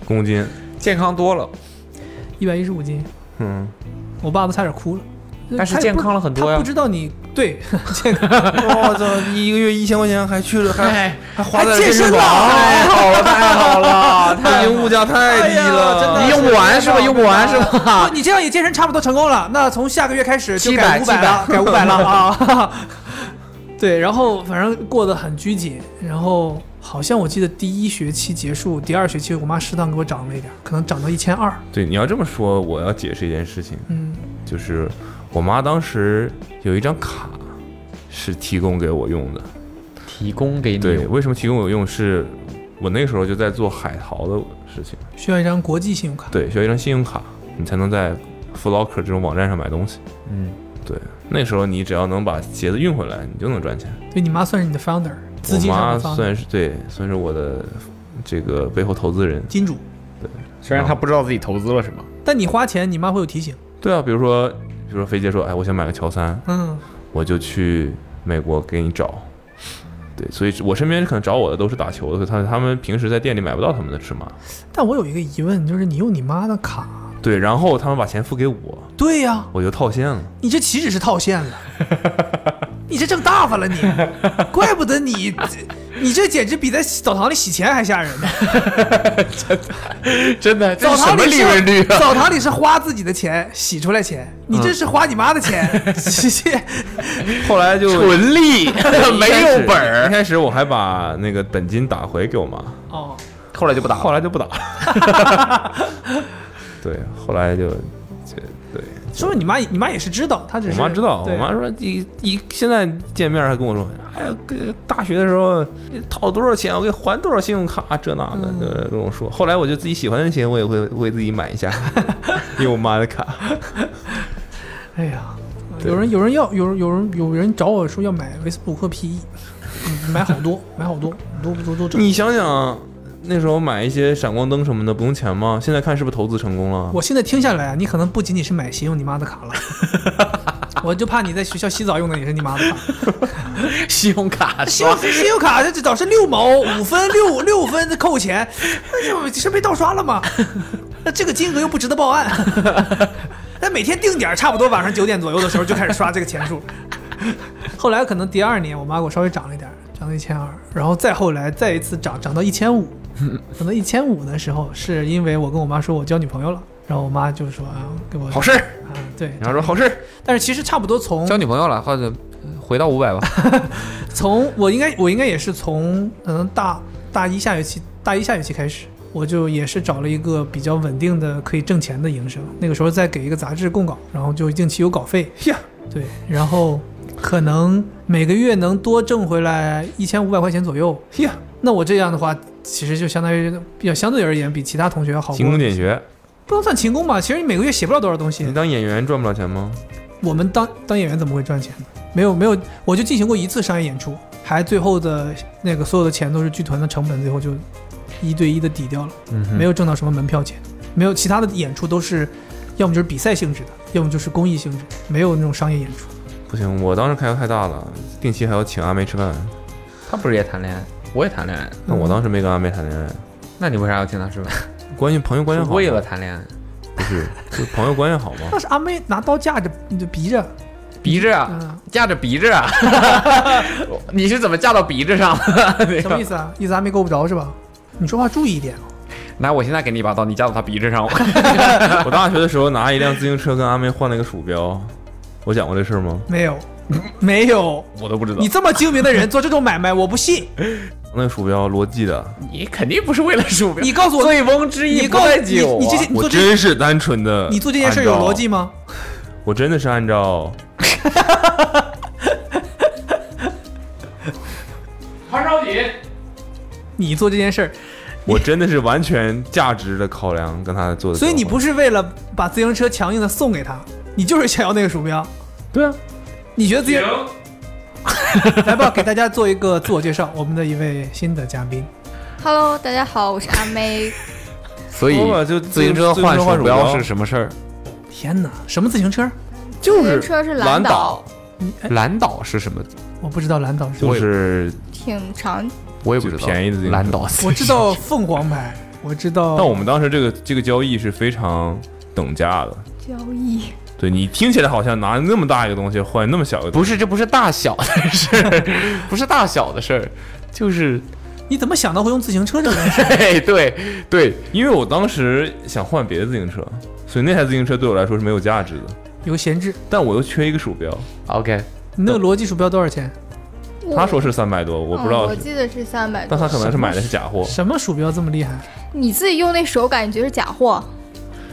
B: 公斤，
D: 健康多了，
C: 一百一十五斤，
B: 嗯，
C: 我爸都差点哭了。
D: 但是
C: 他也
D: 健
C: 不
D: 康了很多
C: 他
D: 呀
C: 不知道你对健康，
E: 我操，一个月一千块钱还去了，还
D: 哎
E: 还 花在
C: 还健身哎
E: 身
C: 呢
D: 太好了，太好了，
E: 北京物价太低
C: 哎
E: 了，
D: 你用不完是吧？用不完是吧？
C: 不你这样也健身差不多成功了。那从下个月开始就
D: 700
C: 改五百
D: 700
C: 了， 改五百了 啊。对，然后反正过得很拘谨，然后好像我记得第一学期结束，第二学期我妈适当给我涨了一点，可能涨到一千二。
B: 对，你要这么说，我要解释一件事情，
C: 嗯，
B: 就是我妈当时有一张卡是提供给我用的。
D: 提供
C: 嗯
D: 给你
B: 对，为什么提供我用？是我那个时候就在做海淘的事情，
C: 需要一张国际信用卡。
B: 对，需要一张信用卡，你才能在 Flocker 这种网站上买东西。
D: 嗯，
B: 对，那时候你只要能把鞋子运回来，你就能赚钱。
C: 对你妈算是你的 founder，资金
B: 我
C: 上
B: 妈
C: 的 founder，
B: 算是对，算是我的这个背后投资人。
C: 金主。
E: 虽然他不知道自己投资了什么，
C: 但你花钱，你妈会有提醒。
B: 对啊，比如说，比如说飞姐说，哎，我想买个乔三，
C: 嗯，
B: 我就去美国给你找。对，所以我身边可能找我的都是打球的，他他们平时在店里买不到他们的尺码。
C: 但我有一个疑问，就是你用你妈的卡，
B: 对，然后他们把钱付给我，
C: 对呀、
B: 我就套现了。
C: 你这岂止是套现了， 你这挣大发了你，怪不得你，你这简直比在澡堂里洗钱还吓人呢。
D: 真的这
C: 澡
D: 是什
C: 堂
D: 么
C: 里
D: 利
C: 是
D: 润率啊？
C: 澡堂里是花自己的钱洗出来钱，你这是花你妈的钱，这这
B: 后来 就
D: 纯 利
B: 一
D: 没
B: 开始
D: 有本
B: 一
D: 儿，
B: 开始我还把那个本金打回给我妈，
C: 哦，
D: 后来就不打了。
B: 后来就不打了。 对，后来就，就对
C: 说明你妈你妈也是知道，她只
B: 我
C: 是
B: 妈知道，我
C: 对
B: 妈说一一现在见面还跟我说，哎呀，跟大学的时候套多少钱，我给还多少信用卡，这那的，
D: 嗯
B: 就跟我说。后来我就自己喜欢的鞋，我也会会自己买一下， 用我妈的卡。
C: 哎呀，
B: 对
C: 有人有人要有人有人有人找我说要买维斯布鲁克 PE，嗯买好多买好多多多多挣。
B: 你想想，那时候买一些闪光灯什么的不用钱吗？现在看是不是投资成功了？
C: 我现在听下来啊，你可能不仅仅是买鞋用你妈的卡了， 我就怕你在学校洗澡用的也是你妈的卡。
D: 信用卡
C: 信用信用卡这早是六毛五分六 六分扣钱，哎那就是被盗刷了吗？那这个金额又不值得报案。那每天定点儿，差不多晚上九点左右的时候就开始刷这个钱数。 后来可能第二年，我妈给我稍微涨了一点儿，涨到一千二，然后再后来再一次涨，涨到一千五。涨到一千五的时候，是因为我跟我妈说我交女朋友了，然后我妈就说啊给我
D: 好事儿，
C: 啊对，
B: 然后说好事，
C: 但是其实差不多从
D: 交女朋友了，或者呃回到五百吧。
C: 从我应该我应该也是从可能大大一下学期大一下学期开始，我就也是找了一个比较稳定的可以挣钱的营生。那个时候再给一个杂志供稿，然后就定期有稿费。
B: 呀，
C: 对，然后可能每个月能多挣回来一千五百块钱左右。
B: 呀，
C: 那我这样的话，其实就相当于要相对而言比其他同学
D: 哦
C: 要好
B: 勤
C: 过
B: 工，俭学。
C: 不能算勤工吧？其实你每个月写不了多少东西
B: 你。当演员赚不了钱吗？
C: 我们当当演员怎么会赚钱呢？没有没有，我就进行过一次商业演出，还最后的那个所有的钱都是剧团的成本，最后就一对一的抵掉了，没有挣到什么门票钱，没有其他的演出都是，要么就是比赛性质的，要么就是公益性质，没有那种商业演出。
B: 不行，我当时开销太大了，定期还要请阿妹吃饭。
D: 他不是也谈恋爱？我也谈恋爱，
B: 那我当时没跟阿妹谈恋爱，
D: 那你为啥要请他吃 饭？
B: 关系朋友关系好吗，
D: 为了谈恋爱，
B: 不是，就朋友关系好嘛
C: 当。时阿妹拿刀架着，你就逼着，
D: 鼻子啊，
C: 嗯，
D: 架着鼻子啊， 你是怎么架到鼻子上的？ 那
C: 什么
D: 个
C: 意思啊？意思阿妹够不着是吧？你说话注意一点哦。
D: 来，我现在给你一把刀，你架到他鼻子上。
B: 我大学的时候拿一辆自行车跟阿妹换了一个鼠标，我讲过这事儿吗？
C: 没有，没有，
D: 我都不知道
C: 你，这么精明的人做这种买卖，我不信。
B: 那个鼠标罗技的，
D: 你肯定不是为了鼠 标。
C: 你告诉我
D: 醉翁之意
C: 你
D: 不
C: 告诉
D: 在
C: 你
D: 酒啊。
C: 你这些你
B: 我
C: 做这
B: 真是单纯的。
C: 你做这件事有逻辑？吗？
B: 我真的是按照
D: 潘少锦，
C: 你做这件事儿，
B: 我真的是完全价值的考量跟他做的交换。
C: 所以你不是为了把自行车强硬的送给他，你就是想要那个鼠标。
B: 对啊？
C: 你觉得自行 来吧，给大家做一个自我介绍，我们的一位新的嘉宾，
F: Hello，大家好，我是阿妹。
D: 所以
B: 说吧就
D: 自行车
B: 自行
D: 换
B: 车换
D: 鼠
B: 鼠
D: 标
B: 标
D: 是什么事儿？
C: 天哪，什么自行车？
B: 就是
F: 自行车是
B: 蓝
F: 岛
B: 岛，
D: 哎蓝岛是什么？
C: 我不知道蓝岛是，
B: 就是，
F: 挺长。
D: 我也不知道。
B: 就便宜的自行车
D: 蓝岛，
C: 我知。道凤凰牌，我知
B: 但
C: 道
B: 我们当时这个这个交易是非常等价的。
F: 交易，
B: 对你听起来好像拿那么大一个东西换那么小一个东
D: 不
B: 西，
D: 是，这不是大小的事儿，不是大小的事儿，就是
C: 你怎么想到会用自行车这个东西？
D: 对对对，
B: 因为我当时想换别的自行车，所以那台自行车对我来说是没有价值的。
C: 有个闲置，
B: 但我又缺一个鼠标，
D: OK，
C: 你那个逻辑鼠标多少钱？
B: 他说是三百多，
F: 我
B: 我不知道
F: 哦我
B: 是，
F: 记得是三百
B: 但他
F: 多。
B: 可能是买的是假
F: 哦
B: 货，
C: 什么鼠标这么厉害？
F: 你自己用那手感，你觉得是假货？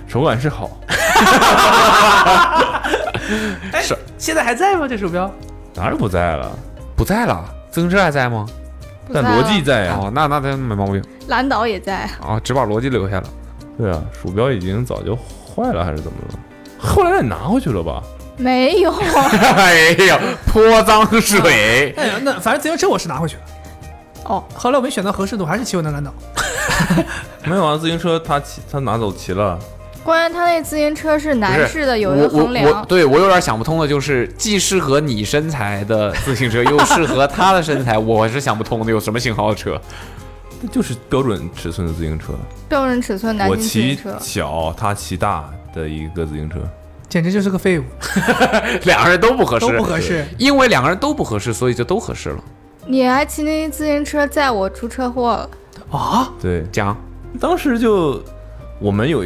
B: 手感是好，
C: 哎，现在还在吗？这鼠标？
B: 当然不在了，
D: 不在了，自行车还在吗？
F: 不
B: 但
F: 在
B: 逻
F: 了
B: 辑在啊，
D: 哦，那那他没毛病
F: 蓝岛也在，
D: 啊，只把逻辑留下了。
B: 对啊，鼠标已经早就坏了还是怎么了？后来让你拿回去了吧？
F: 没有 啊
D: 哎呀，泼脏水！
C: 哎呀，那反正自行车我是拿回去了。
F: 哦，
C: 后来我没选到合适的，我还是骑我那蓝岛。
B: 没有啊，自行车他骑他拿走骑了，
F: 关于他那自行车是男士的，有一个
D: 我
F: 衡
D: 我我
F: 量。
D: 对我有点想不通的就是，既适合你身材的自行车，又适合他的身材，我是想不通的。有什么型号的车？
B: 那就是标准尺寸的自行车，
F: 标准尺寸南
B: 我
F: 京自
B: 骑
F: 行车，
B: 小，他骑大的一个自行车，
C: 简直就是个废物，
D: 两个人都不合适，
C: 都不合适。
D: 因为两个人都不合适，所以就都合适了。
F: 你还骑那自行车载我出车祸了？
C: 啊！
B: 对，
D: 讲
B: 当时就我们有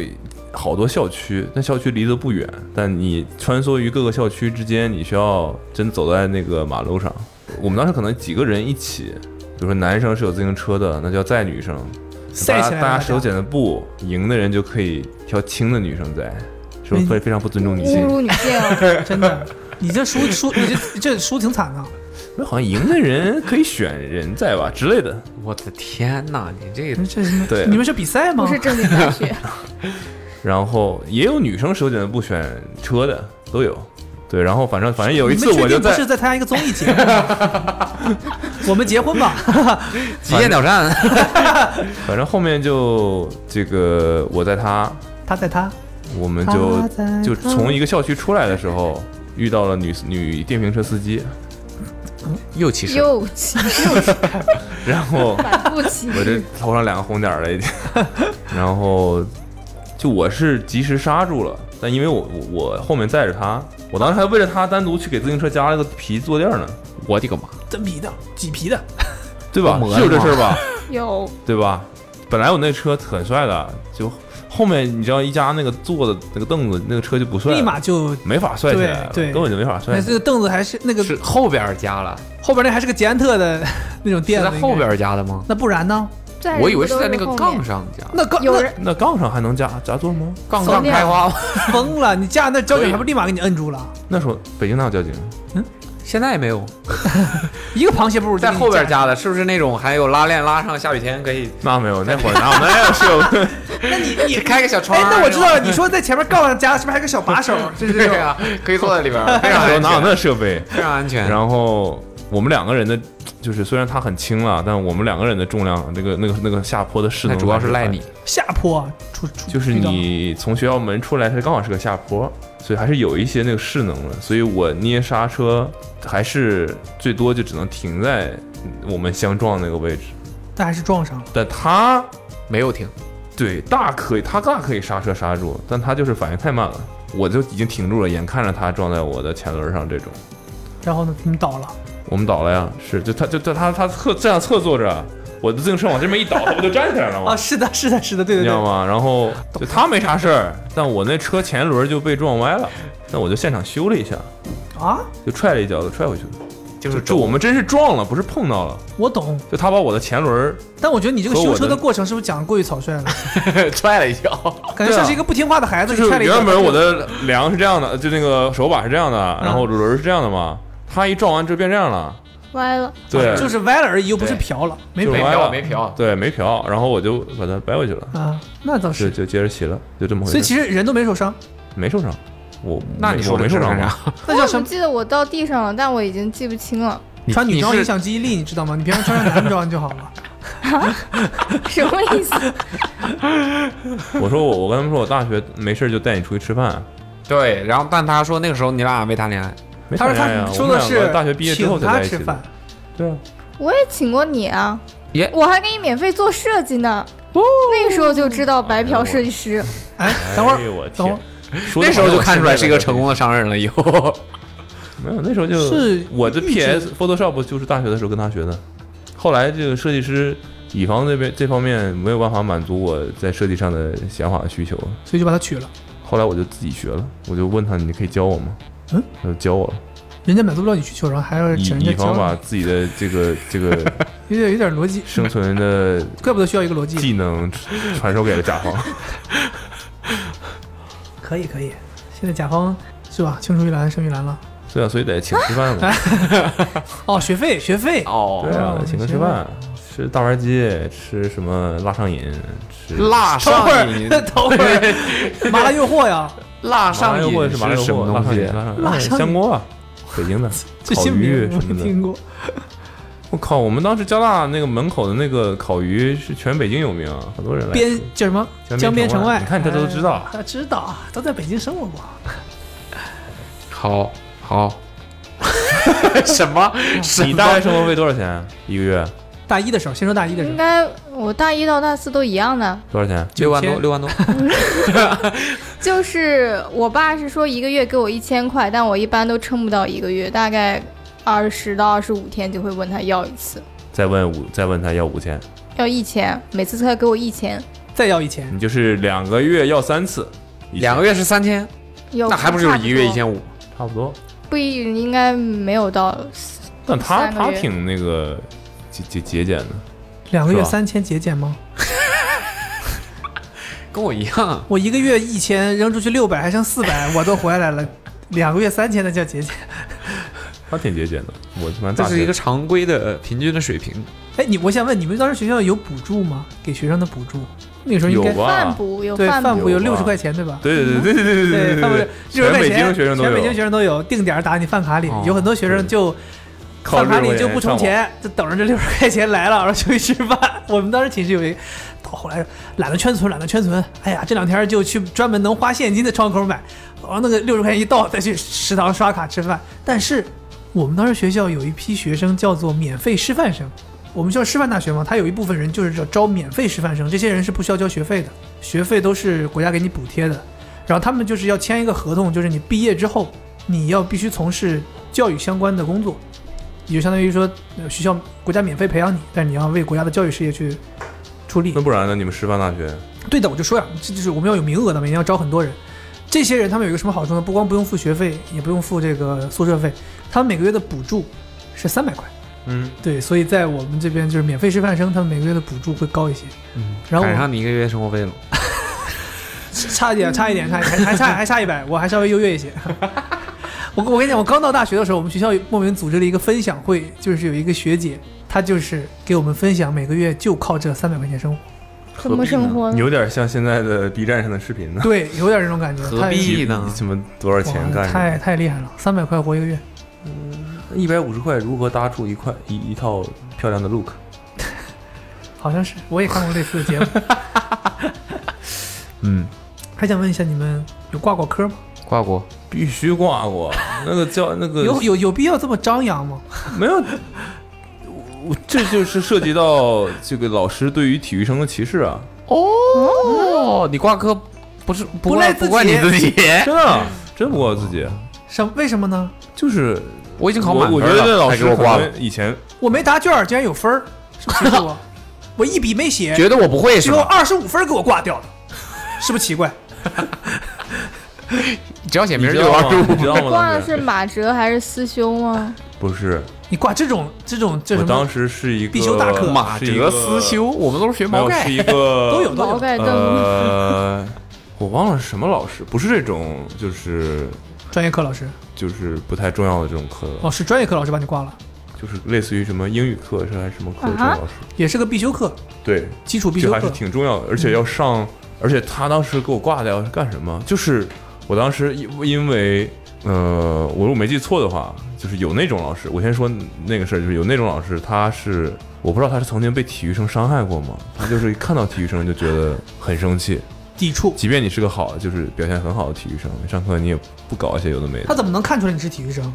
B: 好多校区，那校区离得不远，但你穿梭于各个校区之间，你需要真走在那个马路上。我们当时可能几个人一起，比如说男生是有自行车的，那就要载女生，
C: 赛
B: 大
C: 起
B: 家
C: 来
B: 大
C: 了
B: 家手捡的布，赢的人就可以挑轻的女生载，是不是
C: 嗯
B: 非非常不尊重女
F: 侮
B: 性？
F: 辱女 性，
C: 真的，你这输输，你这这输挺惨的。
B: 那好像赢的人可以选人载吧之类的，
D: 我的天哪，你这
B: 嗯
C: 这是
B: 对
C: 你们是比赛吗
F: 不？是正经 大学。
B: 然后也有女生手捡的布选车的都有。对，然后反正反正有一次
C: 你们
B: 我
C: 确定
B: 就在
C: 不是在参加一个综艺节目吗，我们结婚吧。
D: 极限挑战，
B: 反正后面就这个，我在他，
C: 他在他，
B: 我们
C: 他
B: 就
C: 啊在他
B: 就从一个校区出来的时候，遇到了女女电瓶车司机，
D: 又骑士，
F: 又骑又
B: 然后
F: 反复骑，
B: 我这头上两个红点儿了已经， 然后就我是及时刹住了，但因为我我我后面载着他，我当时还为了他单独去给自行车加了个皮坐垫呢，
D: 我的个妈！
C: 真皮的，麂皮的，
B: 对吧？
D: 磨
B: 是有这
D: 吗
B: 事儿吧？
F: 有
B: 对吧？本来我那车很帅的，就后面你知道一加那个坐的那个凳子，那个车就不帅了，
C: 立马就
B: 没法帅起来了，
C: 对对
B: 根本就没法帅
C: 那
B: 起
C: 这
B: 来。
C: 个凳子还是那个
D: 是后边加了，
C: 后边那还是个捷安特的 那种
D: 是
C: 垫子应
D: 在，
C: 该
D: 后。边加的吗？
C: 那不然呢？
F: 载人
D: 我以为
F: 不
D: 是
F: 都
D: 在那个
F: 后面
D: 杠。上加，
C: 那杠
F: 有
C: 那
F: 人
B: 那杠上还能加夹座吗？
D: 杠
F: 上
D: 上开花吗？
C: 疯了！你架那胶
D: 可
C: 卷
D: 以
C: 还不立马给你摁住了？
B: 那时候北京哪有交警？
D: 现在也没有，
C: 一个螃蟹步
D: 在后边
C: 加。
D: 加的，是不是那种还有拉链拉上，下雨天可 以
B: 那没有，那会儿哪有那有是 有
C: 那你你
D: 开个小窗
C: 哎，
D: 儿？
C: 那我知道了，你说在前面杠上加，是不是还有个小把手？这是这
D: 对
C: 种。
D: 啊，可以坐在里 边儿，非
B: 那
D: 常
B: 时候
D: 安
B: 哪有
D: 全，
B: 那设备？
D: 非常安全。
B: 然后我们两个人的，就是虽然他很轻了，但我们两个人的重量，那个那个那个下坡的势
D: 那
B: 能，
D: 主要是赖你，，
C: 下坡出出
B: 就是
C: 遇到了
B: 你从学校门出来，它刚好是个下坡，所以还是有一些那个势能的。所以我捏刹车还是最多就只能停在我们相撞那个位置，
C: 但还是撞上了。
B: 但他
D: 没有停，
B: 对，大可以，他大可以刹车刹住，但他就是反应太慢了，我就已经停住了，眼看着他撞在我的前轮上，这种
C: 然后呢，你们倒了，
B: 我们倒了呀，是，就他就他他他侧这样侧坐着，我的自行车往这边一倒，他不就站起来了吗？
C: 啊，是的， 是的，是的，对
B: 哦你知
C: 对
B: 道
C: 对，
B: 吗？然后就他没啥事儿，但我那车前轮就被撞歪了，那我就现场修了一下，
C: 啊，
B: 就踹了一脚，就踹回去了。
D: 就是
B: 就我们真是撞了，不是碰到了，
C: 我懂，
B: 就他把我的前轮，
C: 但我觉得你这个
B: 和我
C: 修车
B: 的
C: 的过程是不是讲的过于草 率了？
D: 踹了一脚。
C: 感觉像是一个不听话的孩子，
B: 啊就是
C: 踹了一脚
B: 原本我的梁是这样的，就那个手把是这样的，然后轮儿是这样的嘛，他一撞完就变这样了，
F: 歪了，
B: 对，
C: 啊就是歪了而已，又不是
D: 对
C: 瓢了，没
B: 就
D: 没
B: 歪
C: 瓢
B: 了
D: 嫖，没嫖。
B: 对，没瓢，然后我就把它掰回去了，
C: 啊，那倒
B: 对，
C: 是。
B: 就接着骑了，就这么回事。
C: 所以其实人都没受伤，
B: 没受伤，我
D: 那你
B: 我
D: 说
B: 没受伤吗？
D: 啥？
C: 那
F: 我
C: 叫
F: 也
C: 什
F: 不
C: 么？
F: 记得我到地上了，但我已经记不清了，
D: 你
C: 穿女装
D: 你
C: 影
D: 是
C: 响记忆力，你知道吗？你平常穿上男装就 好了。
F: 什么 意思？
B: 我说我我跟他们说我大学没事就带你出去吃饭，
D: 对，然后但他说那个时候你俩没谈恋爱，
B: 没
C: 他
B: 谈
C: 说
B: 恋爱啊
C: 他说
B: 我们两
C: 的是
B: 个大学毕业之后
C: 请
B: 才
C: 他
B: 在一起
C: 吃
B: 的
C: 饭，，
B: 对啊，
F: 我也请过你啊
D: 耶，
F: 我还给你免费做
D: 哦
F: 设计呢。那个时候就知道白嫖设计师，
C: 哎，等会儿
B: 哎，我
C: 等会
B: 天
C: 儿，，
B: 说
D: 那时候就看出来是一个成
B: 功。
D: 功的商人了。以后
B: 没有，那时候就是我的
C: 预制
B: PS Photoshop 就是大学的时候跟他学的，后来这个设计师乙方这边这方面没有办法满足我在设计上的想法需求，
C: 所以就把它取了。
B: 后来我就自己学了，我就问他你可以教我吗？
C: 嗯，
B: 他就教我了。
C: 人家满足不了你需求，然后还要
B: 乙
C: 请人
B: 乙
C: 家
B: 方把
C: 教
B: 自己的这个这个
C: 你，有点有点逻辑，
B: 生存的
C: 怪不得需要一个逻辑。
B: 技能传授给了甲方。
C: 可以可以，现在甲方是吧？青出于蓝胜于蓝了。
B: 对啊，所以得请吃饭嘛。
C: 哦，学费学费，
D: 哦
B: 对啊
C: 哦，
B: 请客吃饭，吃大盘鸡，吃什么辣上瘾，吃
D: 辣
C: 等
D: 上
C: 会
D: 瘾，
C: 儿 等会儿，麻辣诱惑呀，
D: 辣
B: 麻
D: 上
B: 辣诱惑
D: 瘾
B: 哎是麻辣诱惑
D: 什么
B: 辣
D: 东
B: 上
D: 西啊
B: 瘾？辣上
C: 辣
B: 哎
C: 上
B: 香锅，啊，北京的。
C: 这
B: 烤
C: 新
B: 鱼
C: 名我
B: 什么
C: 没
B: 的。
C: 听过。
B: 我靠，我们当时交大那个门口的那个烤鱼是全北京有名，啊，很多人来
C: 边
B: 吃。
C: 叫什么？江
B: 江边
C: 边城
B: 城外
C: 外，
B: 你看这都知道
C: 哎他知道，都在北京生活过。
D: 好 好，什么什
B: 你大
D: 么
B: 概？生活费多少钱啊一个月？
C: 大一的时候，先说大一的时
F: 应
C: 候，
F: 该我大一到大四都一样的，
B: 多少钱？
D: 六万多，
C: 9000
D: 六万多，
F: 就是我爸是说一个月给我一千块，但我一般都撑不到一个月，大概二十到二十五天就会问他要一次，
B: 再问五，再问他要五千，
F: 要一千，每次他要给我一千，
C: 再要一千，
B: 你就是两个月要三次，
D: 两个
B: 月
D: 月是三千，
F: 有
D: 那还不是就是一个月一？千五？
B: 差不多。
F: 不一应该没有到，
B: 但他
F: 三个
B: 他
F: 月
B: 挺那个节节节俭的，
C: 两个月
B: 是吧
C: 三千节俭吗？
D: 跟我一样，
C: 我一个月一千扔出去六百，还剩四 百，我都回来了。两个月三千那叫节俭。
B: 他挺节俭的。我他妈
D: 这
B: 大
D: 是一
B: 学
D: 个常规的平均的水平。
C: 哎，你我想问，你们当时学校有补助吗？给学生的补助？那个时候应
B: 有
C: 该
F: 饭
B: 吧？
F: 补有
C: 对饭
F: 补
C: 补有
B: 有
C: 六
B: 吧
C: 十块钱对吧？
B: 对对对对对对
C: 饭补
B: 对，
C: 六十
B: 全
C: 块
B: 北
C: 钱，
B: 京学生都
C: 全北
B: 有
C: 京学生都有，定点打你饭卡里，
D: 哦
C: 有很多学生就
B: 靠
C: 饭卡
B: 六
C: 里
B: 块
C: 就
B: 钱
C: 不
B: 上
C: 充
B: 网
C: 钱，就等着这六十块钱来了，然后就去吃饭。 我们当时寝室有一个，到后来懒得圈存，懒得圈存，哎呀，这两天就去专门能花现金的窗口买，然后那个六十块钱一到再去食堂刷卡吃饭。但是我们当时学校有一批学生叫做免费师范生。我们学校师范大学嘛，它有一部分人就是叫招免费师范生，这些人是不需要交学费的，学费都是国家给你补贴的。然后他们就是要签一个合同，就是你毕业之后，你要必须从事教育相关的工作，也就相当于说呃学校国家免费培养你，但你要为国家的教育事业去出力
B: 那。不然呢？你们师范大学
C: 对的，我就说呀，这就是我们要有名额的，每年要招很多人。这些人他们有一个什么好处呢？不光不用付学费，也不用付这个宿舍费，他们每个月的补助是三百块。
B: 嗯，
C: 对，所以在我们这边就是免费师范生，他们每个月的补助会高一些。嗯，然后
D: 赶
C: 我
D: 上你一个月生活费了，
C: 差一点，差一点，差一点，还还差还差一百，我还稍微优越一些。 我我跟你讲，我刚到大学的时候，我们学校莫名组织了一个分享会，就是有一个学姐，她就是给我们分享每个月就靠这三百块钱生活。
F: 怎么生活呢？
B: 有点像现在的 B 站上的视频呢。
C: 对，有点这种感觉。
D: 何必呢？
B: 什么多少
C: 太
B: 钱干
C: 哇
B: 什么
C: 太？太厉害了，三百块活一个月。
B: 一百五十块如何搭出一块一一套漂亮的 look？
C: 好像是，我也看过类似的节目。
B: 嗯，
C: 还想问一下，你们有挂过科吗？
D: 挂过，
B: 必须挂过那个叫那个
C: 有有有必要这么张扬吗？
B: 没有？我这就是涉及到这个老师对于体育生的歧视啊！
D: 哦，你挂科不是不
C: 不赖
D: 怪
C: 自己
D: 不怪你自己，
B: 真的啊，真不怪自己，
C: 什为什么呢？
B: 就是
D: 我已经考
B: 我
D: 哎满
B: 我
D: 分
B: 觉得这
D: 了，
B: 老
D: 还
B: 师
D: 给我挂
B: 可
D: 了，
B: 能以前
C: 我没答卷儿，竟然有分儿，是不是歧视我？ 我一笔没写，
D: 觉得我不会是
C: 最后
D: 吧？
C: 二十五分给我挂掉了，是不是奇怪？
D: 只要写
B: 你
D: 名
B: 知
D: 就有
B: 道
D: 二十
B: 吗？
D: 五
B: 你知道吗？
F: 挂
B: 当
F: 的
B: 时
F: 是马哲还是啊思修吗？
B: 不是？
C: 你挂这种这种这
B: 我
C: 什
B: 当
C: 么？
B: 时是一个
C: 必修大课
D: 马
B: 是一
D: 啊哲
B: 个
D: 思修，我们都是学
B: 没
D: 毛
B: 有
D: 概
B: 是。一 个
C: 都有都
F: 毛
C: 有。
F: 盖灯，
B: 呃， 我忘了是什么老师，不是这种，就是
C: 专业课老师
B: 就是不太重要的这种课，
C: 哦，是专业课老师把你挂了，
B: 就是类似于什么英语课是还是什么课这
F: 啊
B: 种
F: 哈
B: 老师，
C: 也是个必修课，
B: 对，
C: 基础必
B: 这
C: 修
B: 还是
C: 课。
B: 挺重要的，而且要上，而且他当时给我挂掉是干什么？就是我当时因因为。呃，我如果没记错的话，就是有那种老师，我先说那个事儿，就是有那种老师，他是我不知道他是曾经被体育生伤害过吗？他就是一看到体育生就觉得很生气，
C: 抵触，
B: 即便你是个好，就是表现很好的体育生，上课你也不搞一些有的没
C: 他
B: 的。
C: 怎么能看出来你是体育生？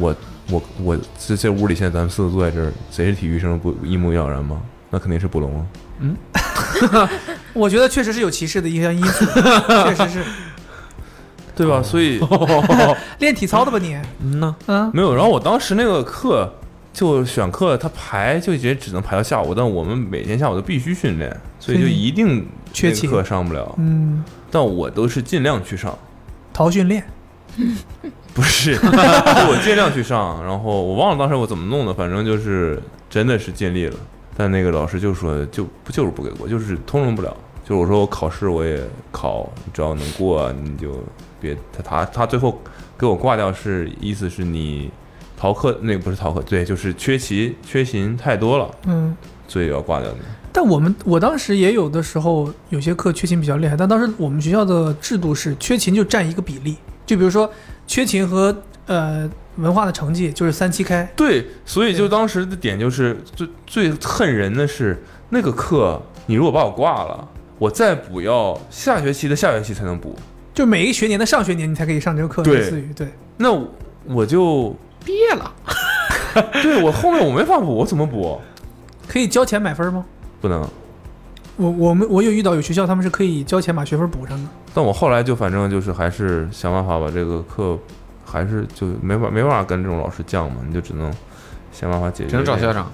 B: 我我我这这屋里现在咱们四个坐在这儿，谁是体育生不一目了然吗？那肯定是卜龙啊。
C: 我觉得确实是有歧视的一项因 素，确实是
B: 对吧？所 以
C: 练体操的吧你？
B: 嗯呐，
C: 嗯，
B: 没有。然后我当时那个课就选课，他排就也只能排到下午，但我们每天下午都必须训练，所以就
C: 所以你
B: 一定
C: 嗯缺
B: 那个
C: 勤
B: 课上不了。
C: 嗯，
B: 但我都是尽量去上，
C: 逃训练，
B: 不是，是我尽量去上。然后我忘了当时我怎么弄的，反正就是真的是尽力了。但那个老师就说就不就是不给过，就是通融不了。就是我说我考试我也考，你只要能过、啊你就别他他他最后给我挂掉是意思是你逃课那个不是逃课，对，就是缺勤缺勤太多了，
C: 嗯。
B: 所以要挂掉你。
C: 但我们我当时也有的时候有些课缺勤比较厉害，但当时我们学校的制度是缺勤就占一个比例，就比如说缺勤和呃文化的成绩就是三七开，
B: 对，所以就
C: 对
B: 当时的点就是最最恨人的是那个课，你如果把我挂了，我再补要下学期的下学期才能补。
C: 就每一个学年的上学年你才可以上这个课，
B: 对
C: 类似于对，
B: 那我我就
D: 毕业了，
B: 对我后面我没法补，我怎么补？
C: 可以交钱买分吗？
B: 不能。
C: 我我们我有遇到有学校他们是可以交钱把学分补上的，
B: 但我后来就反正就是还是想办法把这个课，还是就没法没办法跟这种老师犟嘛，你就只能想办法解决，
D: 只能找校，长。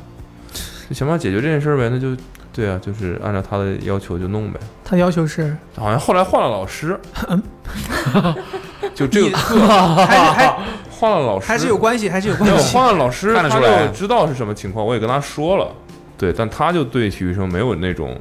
B: 就想办法解决这件事儿呗。那就对啊，就是按照他的要求就弄呗。
C: 他要求是
B: 好像后来换了老 师，就这个
C: 你
B: 课
C: 还是还
B: 换了老师，
C: 还是有关系，还是有
B: 没有
C: 关系。
B: 换了老师，
D: 看得出来
C: 啊
B: 他就知道是什么情况，我也跟他说了，对，但他就对体育生没有那种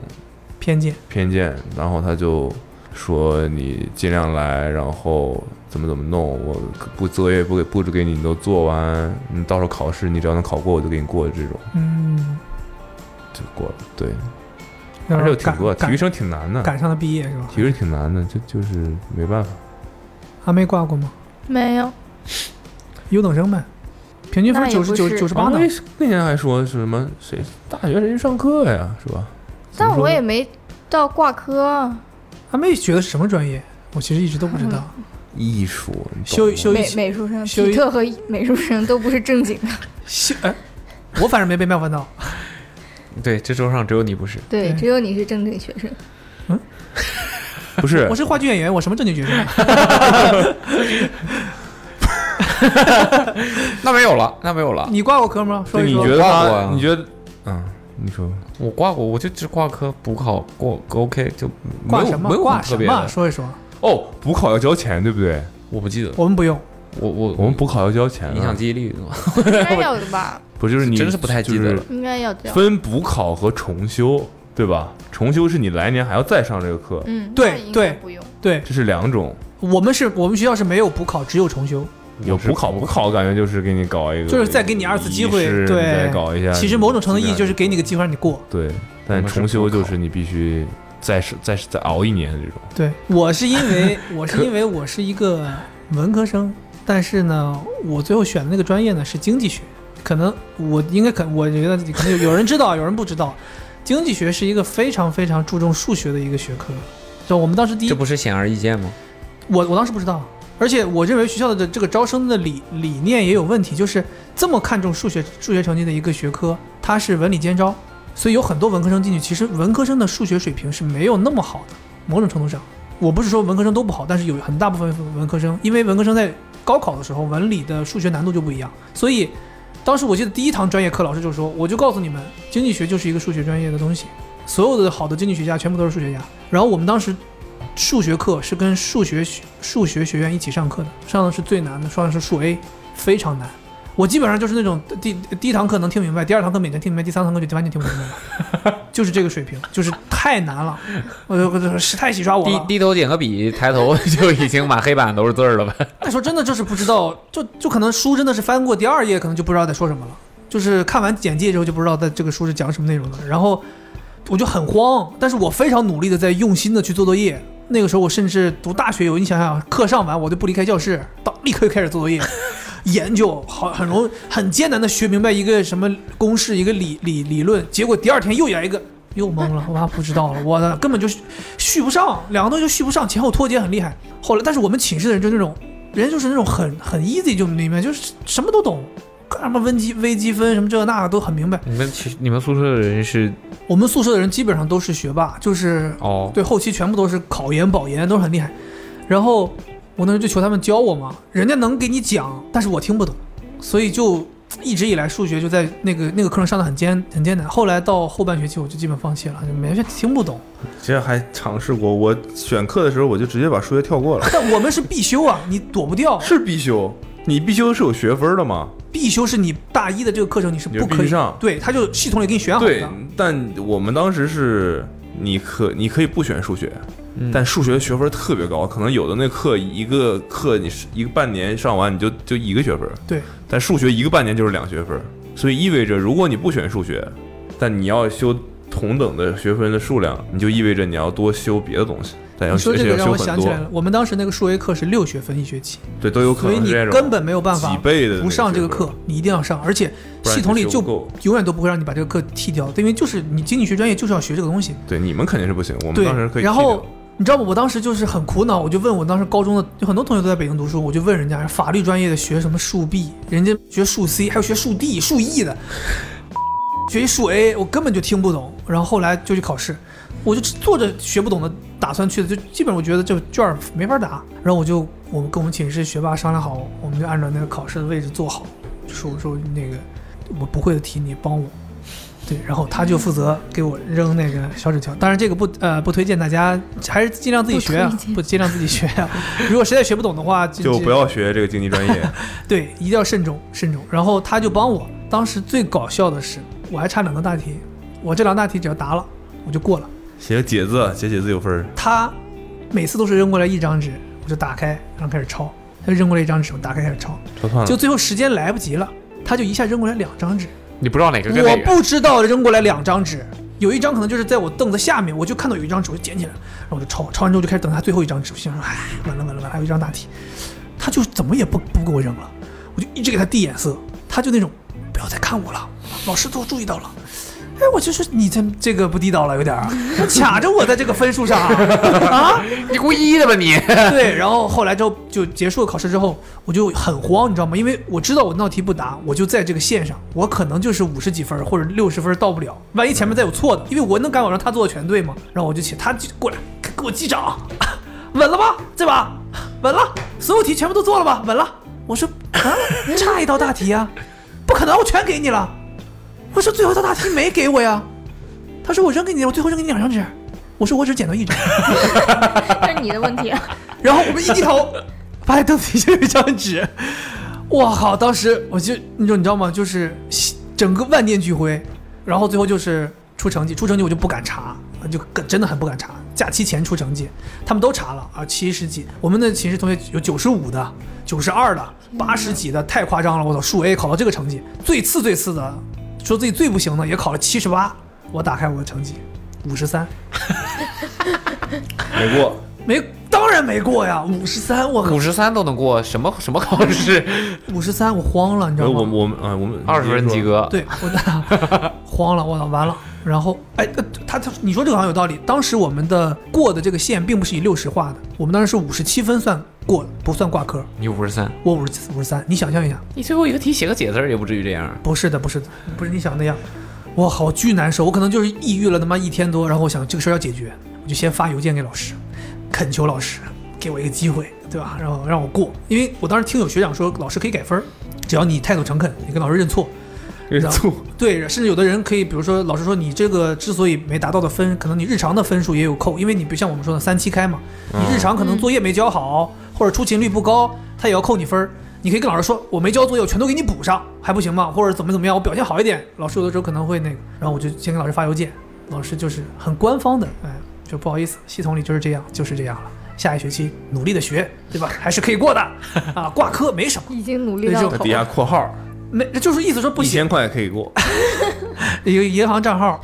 C: 偏见，
B: 偏见，然后他就说你尽量来，然后怎么怎么弄，我不作业不给布置给你，你都做完，你到时候考试你只要能考过，我就给你过这种
C: 嗯，
B: 就过了。对，
C: 然
B: 而
C: 后
B: 且挺
C: 赶
B: 多，体育
C: 赶
B: 生挺难的，
C: 赶上了毕业是吧？
B: 体育生挺难的，就就是没办法。
C: 阿妹挂过吗？
F: 没有，
C: 优等生呗，平均分
F: 那也
C: 九十
F: 不
C: 九
F: 是
C: 九十八呢
B: 王。威哦那天还说是什么谁大学谁去上课呀，是吧？怎么
F: 但
B: 说
F: 我
B: 呢
F: 也没到挂科，啊
C: 阿妹学的是什么专业？我其实一直都不知道。
F: 嗯
B: 艺术你懂
C: 修
B: 吗
C: 修一
F: 美美术生、
C: 修一
F: 体特和 美术生都不是正经的。
C: 修哎，我反正没被冒犯到。
D: 对，这周上只有你不是。
F: 对，
C: 对
F: 只有你是正经学生。
B: 不是
C: 我是话剧演员，我什么正经角色？
D: 那没有了，那没有了。
C: 你挂过科吗？说
B: 对，
C: 一
B: 你
C: 说。
B: 觉得
D: 挂过
B: 他
D: 啊？
B: 你觉得？嗯，你说
D: 我挂过，我就只挂科补考过，OK 就没
C: 挂
D: 有
C: 什
D: 没
C: 么？
D: 有
C: 挂
D: 很特
C: 什
D: 别
C: 么？
D: 的。
C: 说一说。
B: 哦，补考要交钱，对不对？
D: 我不记得，
C: 我们不用。
D: 我我
B: 我们补考要交钱、啊，
D: 影响记忆力，
F: 应该要的吧？
B: 不就是你
D: 真是不太记得了
F: 应该要的
B: 就是。分补考和重修，对吧？重修是你来年还要再上这个课，
F: 嗯，
C: 对
F: 那应该
C: 对
F: 不用。
C: 对
B: 这是两种。
C: 我们是我们学校是没有补考，只有重修。
B: 有补考，补考感觉就是给你搞一个，
C: 就是再给你二次机会
B: 仪式
C: 对
B: 你再搞一下。
C: 其实某种程度意义就是给你个
B: 你
C: 机会让你过。
B: 尽量对，但重修就是你必须再是再是再熬一年的这种。
C: 对我是因为我是因为我是一个文科生，但是呢，我最后选的那个专业呢是经济学。可能我应该可，我觉得可能有有人知道，有人不知道。经济学是一个非常非常注重数学的一个学科。就我们当时第一
D: 这，不是显而易见吗？
C: 我我当时不知道，而且我认为学校的这个招生的理理念也有问题，就是这么看重数学数学成绩的一个学科，它是文理兼招，所以有很多文科生进去，其实文科生的数学水平是没有那么好的，某种程度上，我不是说文科生都不好，但是有很大部分文科生，因为文科生在高考的时候，文理的数学难度就不一样，所以当时我记得第一堂专业课老师就说，我就告诉你们，经济学就是一个数学专业的东西，所有的好的经济学家全部都是数学家，然后我们当时数学课是跟数学学数学学院一起上课的，上的是最难的，上的是数 A，非常难。我基本上就是那种第第一堂课能听明白，第二堂课勉强听明白，第三堂课就完全听不明白了，就是这个水平，就是太难了，我就我就是太洗刷我
D: 低
C: 了。
D: 低头捡个笔，抬头 就已经满黑板都是字儿了呗。
C: 那时候真的就是不知道，就就可能书真的是翻过第二页，可能就不知道在说什么了，就是看完简介之后就不知道在这个书是讲什么内容了，然后我就很慌，但是我非常努力的在用心的去做作业。那个时候我甚至读大学有，你想想，啊课上完我就不离开教室，到立刻就开始做作业，研究好很容很艰难的学明白一个什么公式，一个理理理论，结果第二天又来一个。又懵了，我妈不知道了，我的根本就续续不上，两个东西就续不上，前后脱节很厉害。后来，但是我们寝室的人就那种，人就是那种很很 easy 就明白，就是什么都懂，什么微积微积分什么这那的都很明白。
D: 你们其实你们宿舍的人是
C: 我们宿舍的人基本上都是学霸，就是
D: 哦，
C: 对，后期全部都是考研、保研，都是很厉害。然后我那时候就求他们教我嘛，人家能给你讲，但是我听不懂，所以就一直以来数学就在那个那个课上上的很艰很艰难。后来到后半学期我就基本放弃了，就没听不懂。
B: 其实还尝试过，我选课的时候我就直接把数学跳过了，
C: 但我们是必修啊，你躲不掉。
B: 是必修，你必修是有学分的嘛？
C: 必修是你大一的这个课程你是
B: 你就
C: 不可
B: 必
C: 以
B: 须上
C: 对，他就系统里给你选好的。
B: 对，但我们当时是你可你可以不选数学，
D: 嗯
B: 但数学的学分特别高，可能有的那课一个课你是一个半年上完你就就一个学分，
C: 对，
B: 但数学一个半年就是两学分，所以意味着如果你不选数学，但你要修同等的学分的数量，你就意味着你要多修别的东西，但要
C: 你说
B: 而
C: 这
B: 且要
C: 个让
B: 修
C: 我
B: 很
C: 想起
B: 多
C: 来，了，我们当时那个数 A 课是六学分一学期，
B: 对，都有可
C: 所以
B: 能
C: 你
B: 是这种
C: 根本没有办法
B: 几倍的那个
C: 不上这个
B: 学分
C: 课，你一定要上，而且
B: 不然
C: 系统
B: 你
C: 里
B: 修
C: 就
B: 不够
C: 永远都不会让你把这个课剃掉，因为就是你经济学专业就是要学这个东西。
B: 对，你们肯定是不行，我们
C: 对
B: 嗯当时可，以
C: 然
B: 踢掉
C: 后你知道吗？我当时就是很苦恼，我就问我当时高中的，有很多同学都在北京读书，我就问人家法律专业的学什么数 B，人家学数 C，还有学数 D、数 E 的，学一数 A，我根本就听不懂。然后后来就去考试，我就做着学不懂的打算去的，就基本我觉得这卷儿没法打。然后我就我们跟我们寝室学霸商量好，我们就按照那个考试的位置做好，就说我说那个我不会的题你帮我。对，然后他就负责给我扔那个小纸条，当然这个不呃不推荐大家，还是尽量自己学啊
F: 不推，荐
C: 不尽量自己学啊。如果实在学不懂的话，就
B: 就不要学这个经济专 业，
C: 对，一定要慎重慎重。然后他就帮我，当时最搞笑的是，我还差两道大题，我这两道大题只要答了，我就过了。
B: 写个解字，写解字有分儿。
C: 他每次都是扔过来一张纸，我就打开，然后开始抄。他就扔过来一张纸，我打开开始抄，
B: 抄算了，
C: 就最后时间来不及了，他就一下扔过来两张纸。
D: 你不知道哪个跟
C: 我
D: 哪个，
C: 不知道扔过来两张纸，有一张可能就是在我凳子下面，我就看到有一张纸，我就捡起来，然后我就抄，抄完之后就开始等他最后一张纸，我心想说，哎，完了完了完了，还有一张大题，他就怎么也不不给我扔了，我就一直给他递眼色，他就那种不要再看我了，老师都注意到了。哎，我就说你这这个不地道了，有点儿，卡着我在这个分数上啊啊，
D: 你故意的吧你？
C: 对，然后后来之后就结束了考试之后，我就很慌，你知道吗？因为我知道我那道题不答，我就在这个线上，我可能就是五十几分儿或者六十分儿到不了，万一前面再有错的，因为我能敢保证他做的全对吗？然后我就起，他就过来给给我击 掌，稳了吧？这把稳了，所有题全部都做了吧？稳了。我说啊， 差一道大题啊，不可能，我全给你了。我说最后一道大题没给我呀，他说我扔给你了，我最后扔给你两张纸，我说我只捡到一张。
F: 这是你的问题啊。
C: 然后我们一低头， 发现凳子底下有一张纸，我靠！当时我就你知道你知道吗？就是整个万念俱灰，然后最后就是出成绩，出成绩我就不敢查，就跟真的很不敢查。假期前出成绩，他们都查了啊，七十几，我们的寝室同学有九十五的、九十二的、八十几的，太夸张了！我操，数 A 考到这个成绩，最次最次的，说自己最不行的也考了七十八，我打开我的成绩，五十三，
B: 没过。
C: 没当然没过呀，五十三，我靠！
D: 五十三都能过，什么什么考试？
C: 五十三，我慌了，你知
B: 我
C: 道吗？
B: 我我们啊，我们
D: 二十分及。格。
C: 对我的慌了，我操，完了。然后，哎，呃他他，你说这个好像有道理。当时我们的过的这个线并不是以六十画的，我们当时是五十七分算过的，不算挂科。
D: 你五十三，
C: 我五十五十三，你想象一下，
D: 你最后一个题写个解字儿也不至于这样。
C: 不是的，不是的，不是你想的那样。我好巨难受，我可能就是抑郁了他妈一天多，然后我想这个事儿要解决，我就先发邮件给老师，恳求老师给我一个机会，对吧？然后让我过，因为我当时听有学长说，老师可以改分儿，只要你态度诚恳，你跟老师认错，认错，对，甚至有的人可以，比如说老师说你这个之所以没达到的分，可能你日常的分数也有扣，因为你比如像我们说的三七开嘛，你日常可能作业没交好，或者出勤率不高，他也要扣你分儿。你可以跟老师说，我没交作业，我全都给你补上，还不行吗？或者怎么怎么样，我表现好一点。老师有的时候可能会那个，然后我就先给老师发邮件，老师就是很官方的，哎，就不好意思，系统里就是这样，就是这样了。下一学期努力的学，对吧？还是可以过的，啊，挂科没什么，
F: 已经努力到
B: 在
F: 头
B: 底下
F: 了，
B: 括号，
C: 没就是意思说不
B: 一
C: 行，哎
B: 千块可以过。
C: 一个银行账号，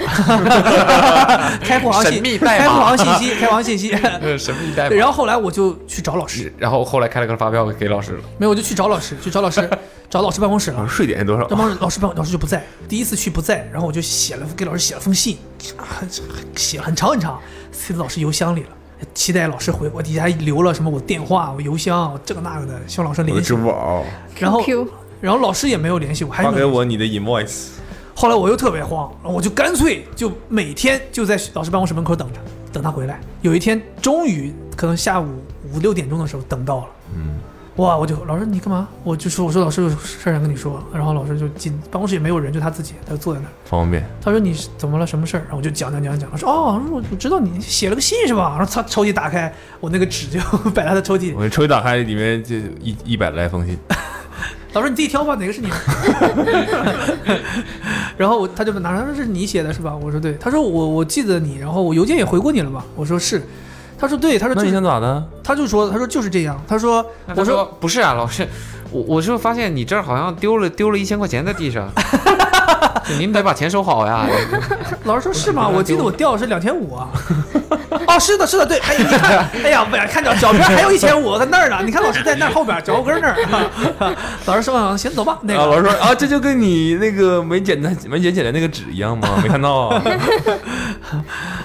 C: 开户行
D: 神秘
C: 信，
D: 代码
C: 开户行信息，开户行信息。
D: 呃，神秘代
C: 对然后后来我就去找老师，
D: 然后后来开了个发票给老师了。
C: 没有，我就去找老师，去找老师，找老师办公室
B: 啊
C: 了。
B: 税点是多少
C: 这？帮老师办，老师就不在。第一次去不在，然后我就写了给老师写了封信，啊写了很长很长，塞到老师邮箱里了。期待老师回我底下还留了什么我电话、我邮箱、我这个那个的，希望老师
B: 我的
C: 联系
B: 支。付宝，
C: 然后
F: Q
C: 然后老师也没有联系我，还
B: 发
C: 没
B: 给
C: 有。
B: 我你的 invoice，
C: 后来我又特别慌，然后我就干脆就每天就在老师办公室门口等着，等他回来。有一天终于可能下午五六点钟的时候等到了，
B: 嗯，
C: 哇，我就老师你干嘛？我就说我说老师有事儿想跟你说，然后老师就进办公室也没有人，就他自己，他就坐在那儿。
B: 方便。
C: 他说你是怎么了？什么事儿？然后我就讲讲讲讲。他说哦，我我知道你写了个信是吧？然后他抽屉打开，我那个纸就 摆在他的抽屉里。
B: 我抽屉打开，里面就一一百来封信，
C: 老师你自己挑吧，哪个是你的？ 然后我他就拿着，他说这是你写的是吧？我说对。他说我我记得你，然后我邮件也回过你了吧？我说是。他说对，他说
B: 那
C: 就
B: 你
C: 是
B: 想咋的？
C: 他就说他说就是这样。他说
D: 那
C: 我
D: 他
C: 说
D: 说不是啊，老师，我我是发现你这儿好像丢了丢了一千块钱在地上， 你们得把钱收 好呀。
C: 老师说是吗？
D: 我
C: 我记得我掉的是两千五啊。 哦，是的，是的，对。哎，你看，哎呀，不想看脚 脚边还有一千五在那儿呢。你看老师在那儿后边脚后跟那儿。 老师说嗯行，走吧。那
B: 啊，
C: 个
B: 老师说啊，这就跟你那个没剪的没剪起来那个纸一样吗？没看到 啊？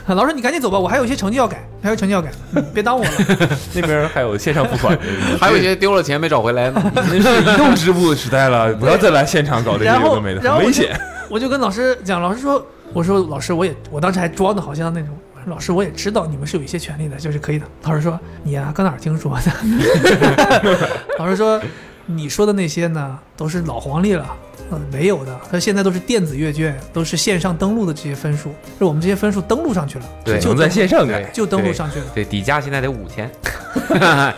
C: 老师说你赶紧走吧，我还有一些成绩要改，还有成绩要改，嗯别耽误我了。
B: 那边还有线上付款，
D: 还有一些丢了钱没找回来呢。
B: 那是移动支付的时代了，不要再来现场搞这些
C: 然
B: 有
C: 后
B: 的没的，
C: 然后
B: 很
C: 我
B: 危
C: 就
B: 险。
C: 我就跟老师讲，老师说，我说老师，我也我当时还装的好像那种。我说老师，我也知道你们是有一些权利的，就是可以的。老师说你呀、搁哪儿听说的？ 老师说你说的那些呢，都是老黄历了，嗯，没有的。他现在都是电子阅卷，都是线上登录的这些分数，是我们这些分数登录上去了，
D: 对
B: 只能
C: 就
B: 在线上改
D: 对，
C: 就登录上去了。
D: 对，底价现在得五千。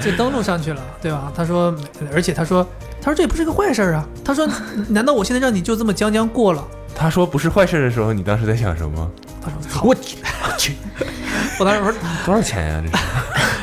C: 就登录上去了，对吧？他说，而且他说，他说这也不是个坏事儿啊。他说，难道我现在让你就这么将将过了？
B: 他说不是坏事的时候，你当时在想什么？
C: 他说，操我去，我当时我说，
B: 多少钱呀、这 是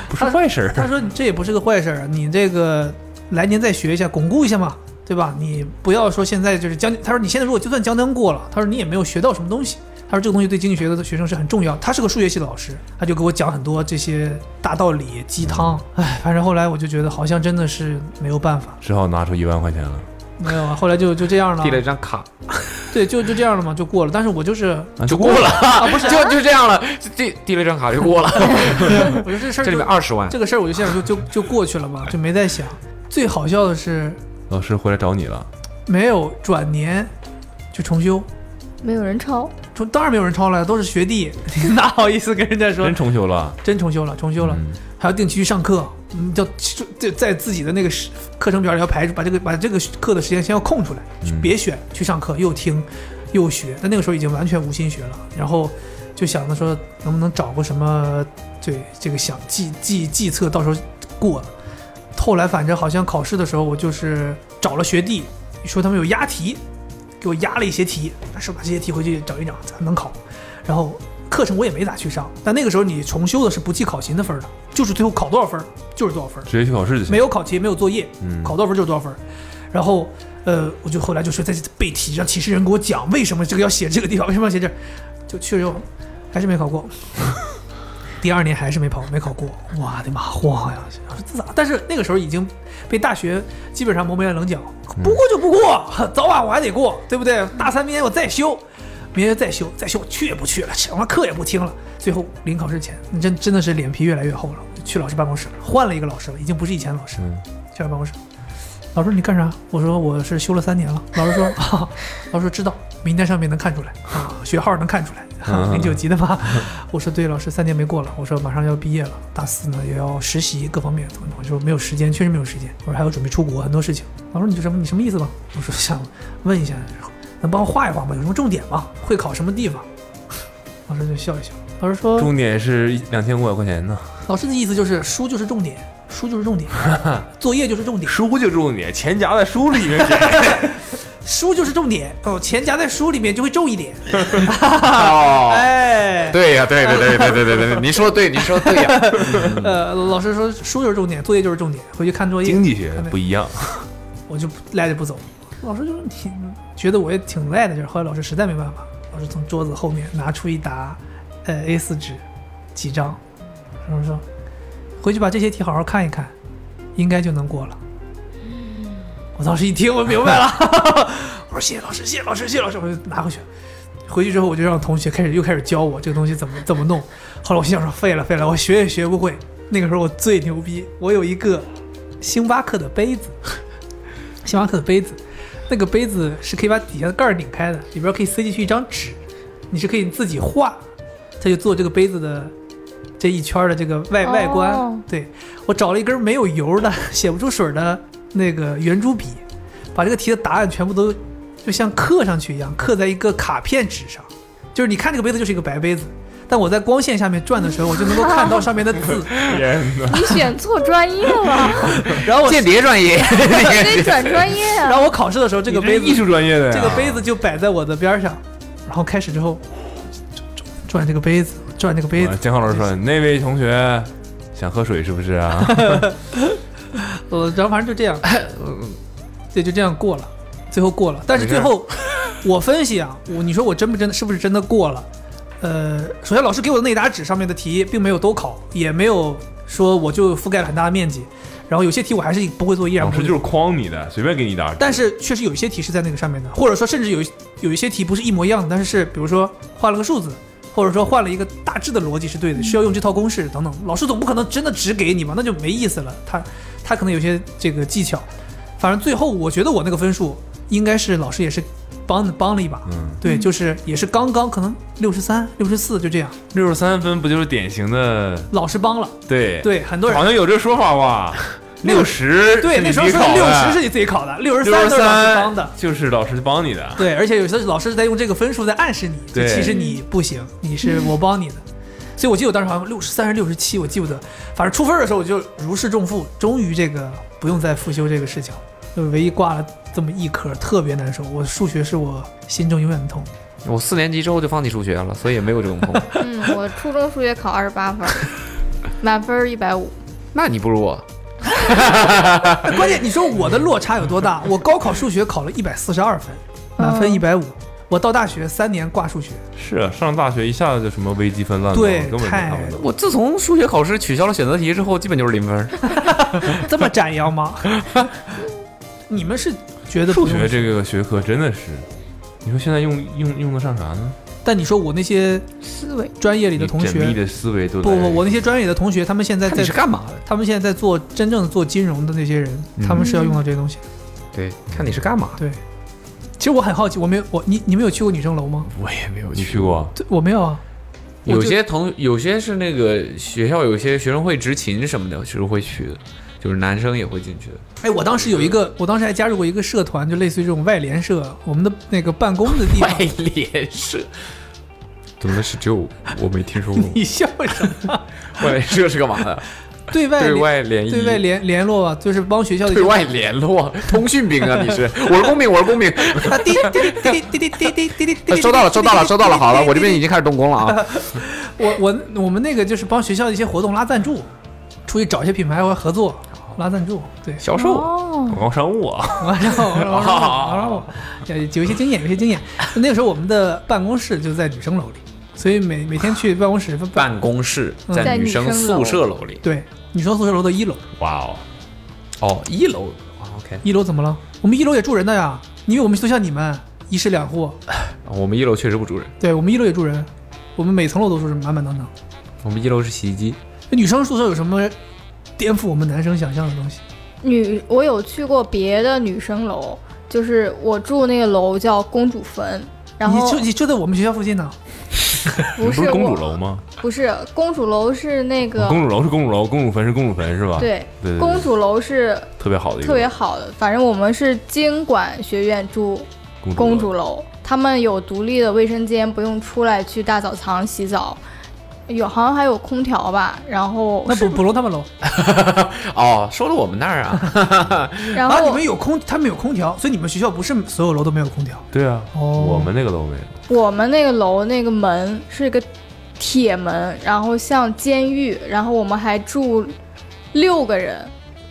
B: 不是坏事儿。
C: 他说你这也不是个坏事儿啊，你这个来年再学一下，巩固一下嘛，对吧？你不要说现在就是将，他说你现在如果就算将将过了，他说你也没有学到什么东西。他说这个东西对经济学的学生是很重要，他是个数学系的老师，他就给我讲很多这些大道理鸡汤。唉，反正后来我就觉得好像真的是没有办法，
B: 只好拿出一万块钱了。
C: 没有啊，后来就就这 样了
D: 递，了一张卡
C: 对，就就这样了嘛，就过了。但是我就是
B: 啊
D: 啊就过了，
C: 啊，不是，
D: 就就这样了，递递了一张卡就过了。
C: 我觉得这事儿
D: 这里
C: 就
D: 面二十万，
C: 这个事儿，我就现在就就就过去了嘛，就没再想。最好笑的是
B: 老师回来找你了，
C: 没有转年就重修，
F: 没有人抄，
C: 重当然没有人抄了，都是学弟， 哪好意思跟人家说
B: 真重修了，
C: 真重修了，重修了，
B: 嗯
C: 还要定期去上课，嗯，要在在自己的那个时课程表里要排，把这个把这个课的时间先要空出来，
B: 嗯
C: 别选去上课，又听又学。但那个时候已经完全无心学了，然后就想着说能不能找个什么，对这个想计计计策，到时候过了。后来反正好像考试的时候，我就是找了学弟，说他们有押题，给我押了一些题，说把这些题回去找一找，咱能考。然后课程我也没咋去上，但那个时候你重修的是不计考勤的分儿的，就是最后考多少分儿就是多少分儿，
B: 直接去考试就行。
C: 没有考勤，没有作业，
B: 嗯
C: 考多少分就是多少分儿。然后，呃，我就后来就是在这背题，让寝室人给我讲为什么这个要写这个地方，为什么要写这儿，就去了之后还是没考过。第二年还是没跑，没考过，我的妈，慌呀！我说这咋？啊但是那个时候已经被大学基本上磨没了棱角，不过就不过，早晚我还得过，对不对？大三明年我再修，明年再修，再修，去也不去了，什么课也不听了。最后临考试前，真真的是脸皮越来越厚了，就去老师办公室了，换了一个老师了，已经不是以前的老师了。
B: 嗯
C: 去他办公室。老师，你干啥？我说我是修了三年了。 老师说，啊、老师说知道，名单上面能看出来啊，学号能看出来， 零九级的吧？ 我说对，老师三年没过了，我说马上要毕业了，大四呢也要实习各方面，我说没有时间，确实没有时间。我说还要准备出国，很多事情。老师你就什么你什么意思吧？我说想问一下，能帮我画一画吗？有什么重点吗？会考什么地方？老师就笑一笑。老师说，
B: 重点是两千五百块钱呢，
C: 老师的意思就是书就是重点，书就是重点，作业就是重点。
B: 书就重点，钱夹在书里面写。
C: 书就是重点哦，钱夹在书里面就会重一点。
D: 哦，
C: 哎，
D: 对呀，对对对对对对对，你说对，你说对呀。
C: 呃，老师说书就是重点，作业就是重点，回去看作 业。
B: 经 济学不一样，
C: 我就赖着不走。老师就说你觉得我也挺赖的，就是后来老师实在没办法，老师从桌子后面拿出一沓呃 A 4纸几张，然后说回去把这些题好好看一看，应该就能过了。我当时一听我明白了， 我说谢谢老师，谢谢老师，谢谢老师，我就拿回去。回去之后我就让同学开始又开始教我这个东西怎么怎么弄。后来我心想说废了废了，我学也学不会。那个时候我最牛逼，我有一个星巴克的杯子。星巴克的杯子，那个杯子是可以把底下的盖儿拧开的，里边可以塞进去一张纸，你是可以自己画，它就做这个杯子的这一圈儿的这个外外观。
F: 哦
C: 对我找了一根没有油的、写不出水儿的那个圆珠笔，把这个题的答案全部都就像刻上去一样，刻在一个卡片纸上。就是你看这个杯子就是一个白杯子，但我在光线下面转的时候，我就能够看到上面的字。
B: 天 哪！
F: 你选错专业了，
C: 然后我
D: 间谍 专业，
F: 你得转专业
C: 然
F: 啊。
C: 后我考试的时候，这个
B: 你是
C: 杯子
B: 艺术啊专业的呀，
C: 这个杯子就摆在我的边儿上，然后开始之后转转这个杯子，转这个杯
B: 啊
C: 子，
B: 监考老师说：“那位同学想喝水是不是啊
C: 呃，然后反正就这 样，嗯对，就这样过了，最后过了。但是最后我分析啊，我你说我真不真的是不是真的过了？呃，首先老师给我的那沓纸上面的题并没有都考，也没有说我就覆盖了很大的面积，然后有些题我还是不会做，依？”然
B: 老
C: 不
B: 师
C: 会
B: 就
C: 做
B: 是诓你的，随便给你一打。
C: 但是确实有一些题是在那个上面的，或者说甚至有一有一些题不是一模一样的，但是是比如说换了个数字，或者说换了一个大致的逻辑是对的，需要用这套公式等等。老师总不可能真的只给你嘛，那就没意思了。他他可能有些这个技巧，反正最后我觉得我那个分数应该是老师也是帮帮了一把，
B: 嗯，
C: 对，就是也是刚刚可能六十三、六十四就这样，
B: 六十三分不就是典型的
C: 老师帮了，
B: 对？
C: 对，很多人
B: 好像有这说法吧？
C: 那个
B: 六十
C: 对那时候说六十是你自己考的，六十
B: 啊六十
C: 三都是老师
B: 三
C: 帮的。
B: 就是老师帮你的。
C: 对，而且有些老师在用这个分数在暗示你，就
B: 对
C: 其实你不行，你是我帮你的。所以我记得我当时好像六十三还是六十七，我记不得，反正出分的时候我就如释重负，终于这个不用再复修这个事情了。就唯一挂了这么一科，特别难受。我数学是我心中永远的痛。
D: 我四年级之后就放弃数学了，所以也没有这种痛。
F: 嗯，我初中数学考二十八分，满分一百五。
D: 那你不如我，
C: 哎关键你说我的落差有多大？我高考数学考了一百四十二分，满分
F: 嗯
C: 一百五。我到大学三年挂数学，
B: 是啊，上大学一下子就什么微积分乱搞，
C: 对
B: 根本就看不懂。
D: 我自从数学考试取消了选择题之后，基本就是零分。
C: 这么展阳吗？ 你们是觉得不
B: 数
C: 用
B: 学这个学科真的是，你说现在用用用得上啥呢？
C: 但你说我那些
F: 思维
C: 专业里的
B: 你
C: 同
B: 缜密
C: 学，
B: 的思维都
C: 不
B: 在
C: 不，我那些专业里的同学，他们现在
D: 那
C: 在
D: 你是，干嘛的？
C: 他们现在在做真正做金融的那些人，
B: 嗯
C: 他们是要用到这些东西。
D: 嗯对，看你是干嘛的。
C: 对，其实我很好奇，我没有我你你们有去过女生楼吗？
D: 我也没有
B: 你去
F: 哦
B: 过？
C: 对，我没有啊。我就
D: 有些同有些是那个学校有些学生会执勤什么的，是会去的，就是男生也会进去的。
C: 哎，我当时有一个，我当时还加入过一个社团，就类似于这种外联社，我们的那个办公的地方。
D: 联社，怎么是只有我没听 说过
C: 你笑什么？
D: 外联社是干嘛的？
C: 对外
D: 对
C: 联
D: 外联谊，
C: 对外联联络啊，就是帮学校的一些
D: 对外联络，通讯兵啊！你 是，我是工兵，我是工兵。
C: 啊滴滴滴滴滴滴滴滴滴滴，
D: 呃收到了，收到了，收到了。好了，我这边已经开始动工了
C: 哦
D: 啊！
C: 我我我们那个就是帮学校的一些活动拉赞助，出去找一些品牌或者合作拉赞助，对，
D: 销售，
F: 哦，
B: 广告商务啊，
C: 然后然后然后然后有有一些经验，有一些经验。那个时候我们的办公室就在女生楼里，所以每每天去办公室办
D: 办公室
C: 嗯
D: 在
F: 在
D: 女
F: 女
D: 生
F: 生
D: 宿
F: 楼
D: 舍楼里。
C: 对女生宿舍楼的一楼，
D: 哇哦，哦，一楼。哇 OK，
C: 一楼怎么了？我们一楼也住人的呀，因为我们就像你们一室两户，
D: 哦我们一楼确实不住人，
C: 对我们一楼也住人，我们每层楼都住人，满满当当。
D: 我们一楼是洗衣机。
C: 那女生宿舍有什么颠覆我们男生想象的东西？
F: 女，我有去过别的女生楼，就是我住那个楼叫公主坟，然
C: 你
F: 后
C: 就你就在我们学校附近呢，
B: 你
F: 不
B: 不
F: 是
B: 是公主
F: 我
B: 楼吗？哦
F: 不是公主楼是那个
B: 公主楼是公主楼，公主坟是公主坟是吧？
F: 对
B: 对对，
F: 公主楼是
B: 特别好的一个
F: 特别好的，反正我们是经管学院住
B: 公主
F: 公
B: 楼
F: 主楼，他们有独立的卫生间，不用出来去大澡堂洗澡，有好像还有空调吧，然后
C: 那不不楼他们楼
D: 哦，说到我们那儿啊，
F: 然
C: 啊，你
F: 后
C: 们有空，他们有空调，所以你们学校不是所有楼都没有空调。
B: 对啊，
C: 哦
B: 我们那个楼没有。
F: 我们那个楼那个门是一个铁门，然后像监狱，然后我们还住六个人。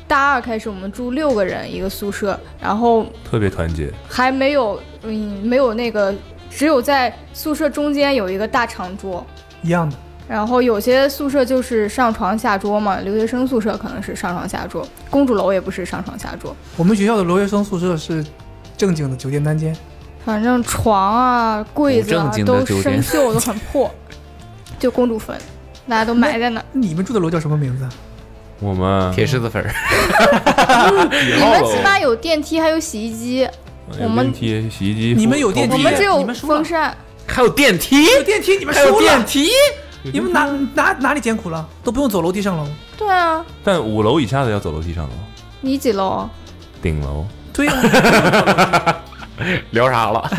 F: 大二开始，我们住六个人一个宿舍，然后
B: 特别团结，
F: 还没有，嗯，没有那个，只有在宿舍中间有一个大长桌，
C: 一样的，
F: 然后有些宿舍就是上床下桌嘛，留学生宿舍可能是上床下桌，公主楼也不是上床下桌，
C: 我们学校的留学生宿舍是正经的酒店单间，
F: 反正床啊、柜子
D: 不正
F: 啊
D: 经的
F: 都
D: 酒
F: 生
D: 店
F: 锈，都很破，就公主坟，大家都埋在那儿。
C: 你们住的楼叫什么名字？啊
B: 我们
D: 铁狮子粉儿。
F: 你们起码有电梯，还有洗衣机，
B: 有
F: 我们
B: 电梯、洗衣机，
C: 你们
B: 服
C: 有电梯
F: 我们只
C: 你
F: 有
C: 们输了
F: 风扇，
D: 还哎有电梯，
C: 这电梯你们
D: 还
C: 输
D: 有电
C: 了，
D: 梯，
C: 你们哪哪哪里艰苦了？都不用走楼梯上楼。
F: 对啊，
B: 但五楼以下的要走楼梯上楼，
F: 你几楼啊？
B: 顶楼。
C: 对呀、
D: 聊啥了？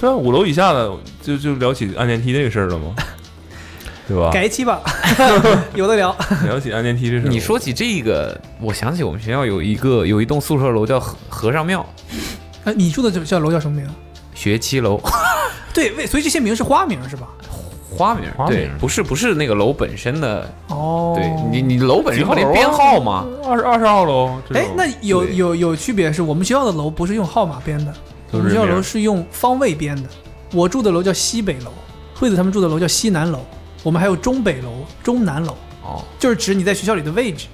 B: 对啊，五楼以下的就就聊起按电梯这个事儿了吗？ 对吧？
C: 改一期吧，有的聊。
B: 聊起按电梯这事儿，
D: 你说起这个，我想起我们学校有一个有一栋宿舍楼叫和和尚庙
C: 呃，你住的这叫楼叫什么名？
D: 学七楼，
C: 对，为所以这些名是花名是吧？
D: 花名
B: 花名
D: 对，不是不是那个楼本身的，
C: 哦，
D: 对你你楼本身不得
B: 几号楼啊
D: 编号吗？
B: 二十二十号楼，这
C: 哎
B: 种，
C: 那有
D: 对
C: 有有区别是，我们学校的楼不是用号码编的，
B: 都
C: 我们
B: 是
C: 学校
B: 名
C: 楼
B: 儿
C: 是用方位编的。我住的楼叫西北楼，惠子他们住的楼叫西南楼，我们还有中北楼、中南楼，
D: 哦
C: 就是指你在学校里的位置，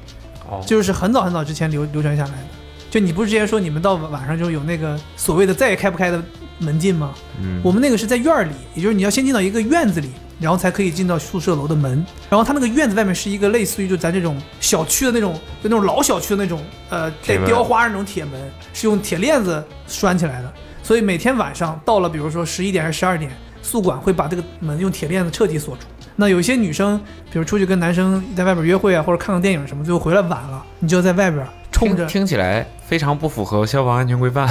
D: 哦，
C: 就是很早很早之前流流传下来的。就你不是之前说你们到晚上就有那个所谓的再也开不开的门禁吗？
B: 嗯，
C: 我们那个是在院儿里，也就是你要先进到一个院子里，然后才可以进到宿舍楼的门。然后它那个院子外面是一个类似于就咱这种小区的那种，就那种老小区的那种，呃，带
B: 铁门
C: 雕花那种铁门，是用铁链子拴起来的。所以每天晚上到了，比如说十一点还是十二点，宿管会把这个门用铁链子彻底锁住。那有一些女生，比如出去跟男生在外边约会啊，或者看个电影什么，最后回来晚了，你就要在外边冲着
D: 听听起来非常不符合消防安全规范。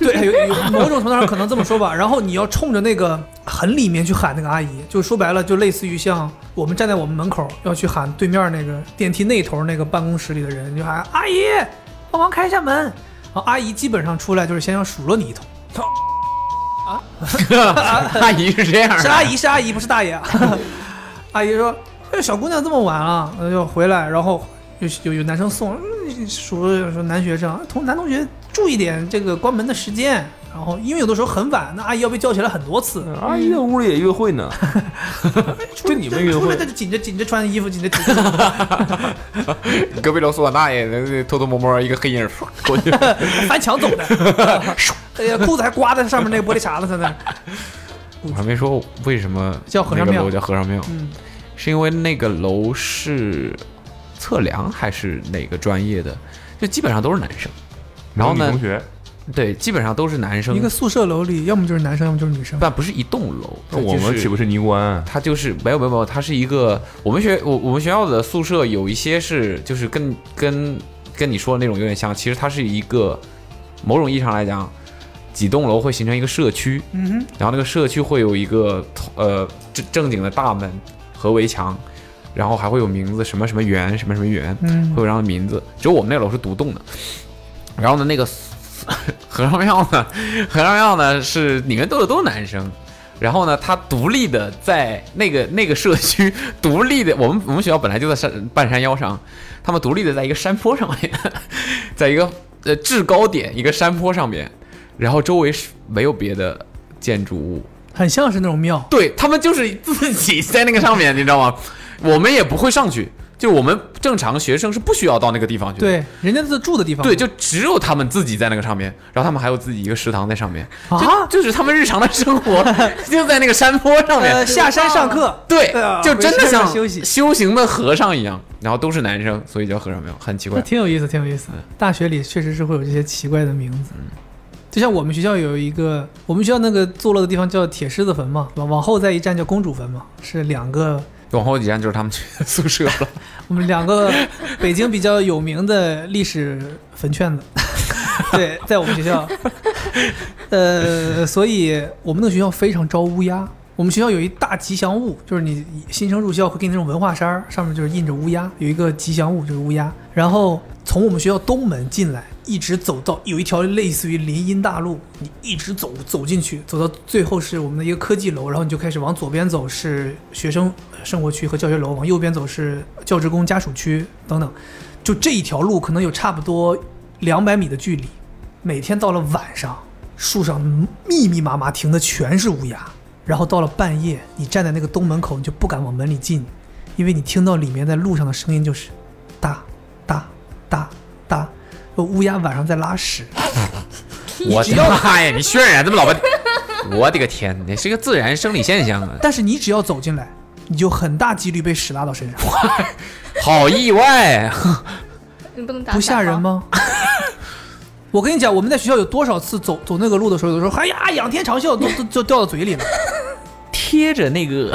C: 对，有有某种程度上可能这么说吧。然后你要冲着那个很里面去喊那个阿姨，就说白了，就类似于像我们站在我们门口要去喊对面那个电梯那头那个办公室里的人，你就喊阿姨，帮忙开一下门。然后阿姨基本上出来就是先要数落你一通，
D: 阿姨是这样的，
C: 是阿姨是阿姨不是大爷啊。 阿姨说：“这小姑娘这么晚了，那就回来。”然后有有有男生送，嗯数落说男学生同男同学注意点这个关门的时间。然后因为有的时候很晚，那阿姨要被叫起来很多次。
B: 嗯阿姨在屋里也约会 呢，
C: 出
B: 跟你们约
C: 出来
B: 会
C: 他就紧着紧着穿衣服，紧着紧着。
D: 隔壁楼苏管大爷那偷偷摸摸一个黑影唰过去，
C: 翻墙走的，哎呀，裤子还刮在上面那个玻璃碴子上呢。
D: 我还没说为什么
C: 叫和尚
D: 那个
C: 庙
D: 楼叫和尚庙，
C: 嗯，
D: 是因为那个楼是测量还是哪个专业的，就基本上都是男生。然后
B: 女
D: 呢
B: 同，学，
D: 对，基本上都是男生
C: 一，个宿舍楼里，要么就是男生，要么就是女生。
D: 但不是一栋楼。
B: 那我
D: 就
B: 们
D: 是
B: 岂不是尼姑庵？啊
D: 它就是没有没有没有，它是一个我们学我我们学校的宿舍有一些是就是跟跟跟你说的那种有点像，其实它是一个某种意义上来讲，几栋楼会形成一个社区，
C: 嗯哼，
D: 然后那个社区会有一个呃正正经的大门和围墙，然后还会有名字什么什么园什么什么园，
C: 嗯
D: 会有这样的名字。只有我们那楼是独栋的。然后呢，那个 和尚庙呢，和尚庙呢是里面都是都是男生。然后呢，他独立的在那个那个社区独立的，我们我们学校本来就在山半山腰上，他们独立的在一个山坡上面， 在一个呃制高点一个山坡上面，然后周围是没有别的建筑物，
C: 很像是那种庙。
D: 对他们就是自己在那个上面，你知道吗？我们也不会上去，就我们正常学生是不需要到那个地方去的。
C: 对，人家是住的地方。
D: 对，就只有他们自己在那个上面，然后他们还有自己一个食堂在上面，
C: 啊
D: 就就是他们日常的生活 就在那个山坡上面。
C: 呃，下山上课。
D: 对
C: 对啊，
D: 就真的像
C: 回山上休息
D: 修行的和尚一样，然后都是男生，所以叫和尚庙，很奇
C: 那
D: 怪。
C: 挺有意思，挺有意思。大学里确实是会有这些奇怪的名字，就像我们学校有一个，我们学校那个坐落的地方叫铁狮子坟嘛，往往后再一站叫公主坟嘛，是两个
D: 往后几站就是他们去的宿舍 了。
C: 我们两个北京比较有名的历史坟圈子，对，在我们学校，呃，所以我们那个学校非常招乌鸦。我们学校有一大吉祥物，就是你新生入校会给你那种文化衫儿，上面就是印着乌鸦，有一个吉祥物就是乌鸦。然后从我们学校东门进来，一直走到有一条类似于林荫大路，你一直走走进去，走到最后是我们的一个科技楼，然后你就开始往左边走是学生生活区和教学楼，往右边走是教职工家属区等等。就这一条路可能有差不多两百米的距离，每天到了晚上，树上密密麻麻停的全是乌鸦，然后到了半夜，你站在那个东门口，你就不敢往门里进，因为你听到里面在路上的声音就是哒哒哒哒，乌鸦晚上在拉屎。
D: 我的妈呀！你渲染这么老半天，我的个天，你是一个自然生理现象啊！
C: 但是你只要走进来，你就很大几率被屎拉到身上，
D: 好意外，啊
F: 你不能打
C: 不吓
F: 伞
C: 人？吗？ 我跟你讲，我们在学校有多少次走走那个路的时候，有的时候哎呀，仰天长啸都都就掉到嘴里了，
D: 贴着那个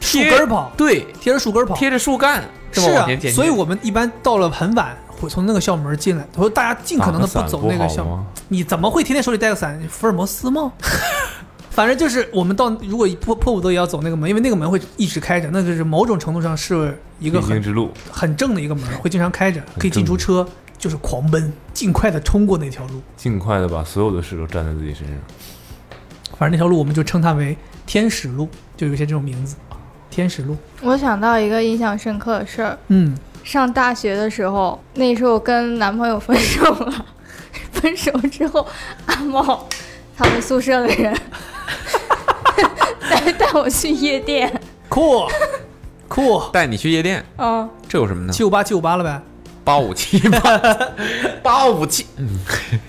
C: 树
D: 贴
C: 根儿跑，
D: 对，
C: 贴着树根儿跑。
D: 贴着树干这么
C: 是
D: 往
C: 啊
D: 前前，进。
C: 所以我们一般到了很晚，会从那个校门进来。他说大家尽可
B: 啊
C: 能的不走那
B: 打
C: 个校
B: 个伞不好
C: 门
B: 吗。
C: 你怎么会天天手里带个伞？福尔摩斯吗？ 反正就是我们到，如果迫迫不得已要走那个门，因为那个门会一直开着，那就是某种程度上是一个
E: 必经
C: 很
E: 之路，
C: 很正的一个门，会经常开着，可以进
B: 正
C: 出车，就是狂奔，尽快的冲过那条路。
B: 尽快的把所有的事都占在自己身上。
C: 反正那条路我们就称它为天使路，就有一些这种名字，天使路。
F: 我想到一个印象深刻的事儿，
C: 嗯，
F: 上大学的时候，那时候跟男朋友分手了， 分手之后，阿茂他们宿舍的人带带我去夜店，
C: 酷酷，
D: 带你去夜店，
F: 嗯，
D: 这有什么呢？
C: 七五八七五八了呗。
D: 八五七八 八五七，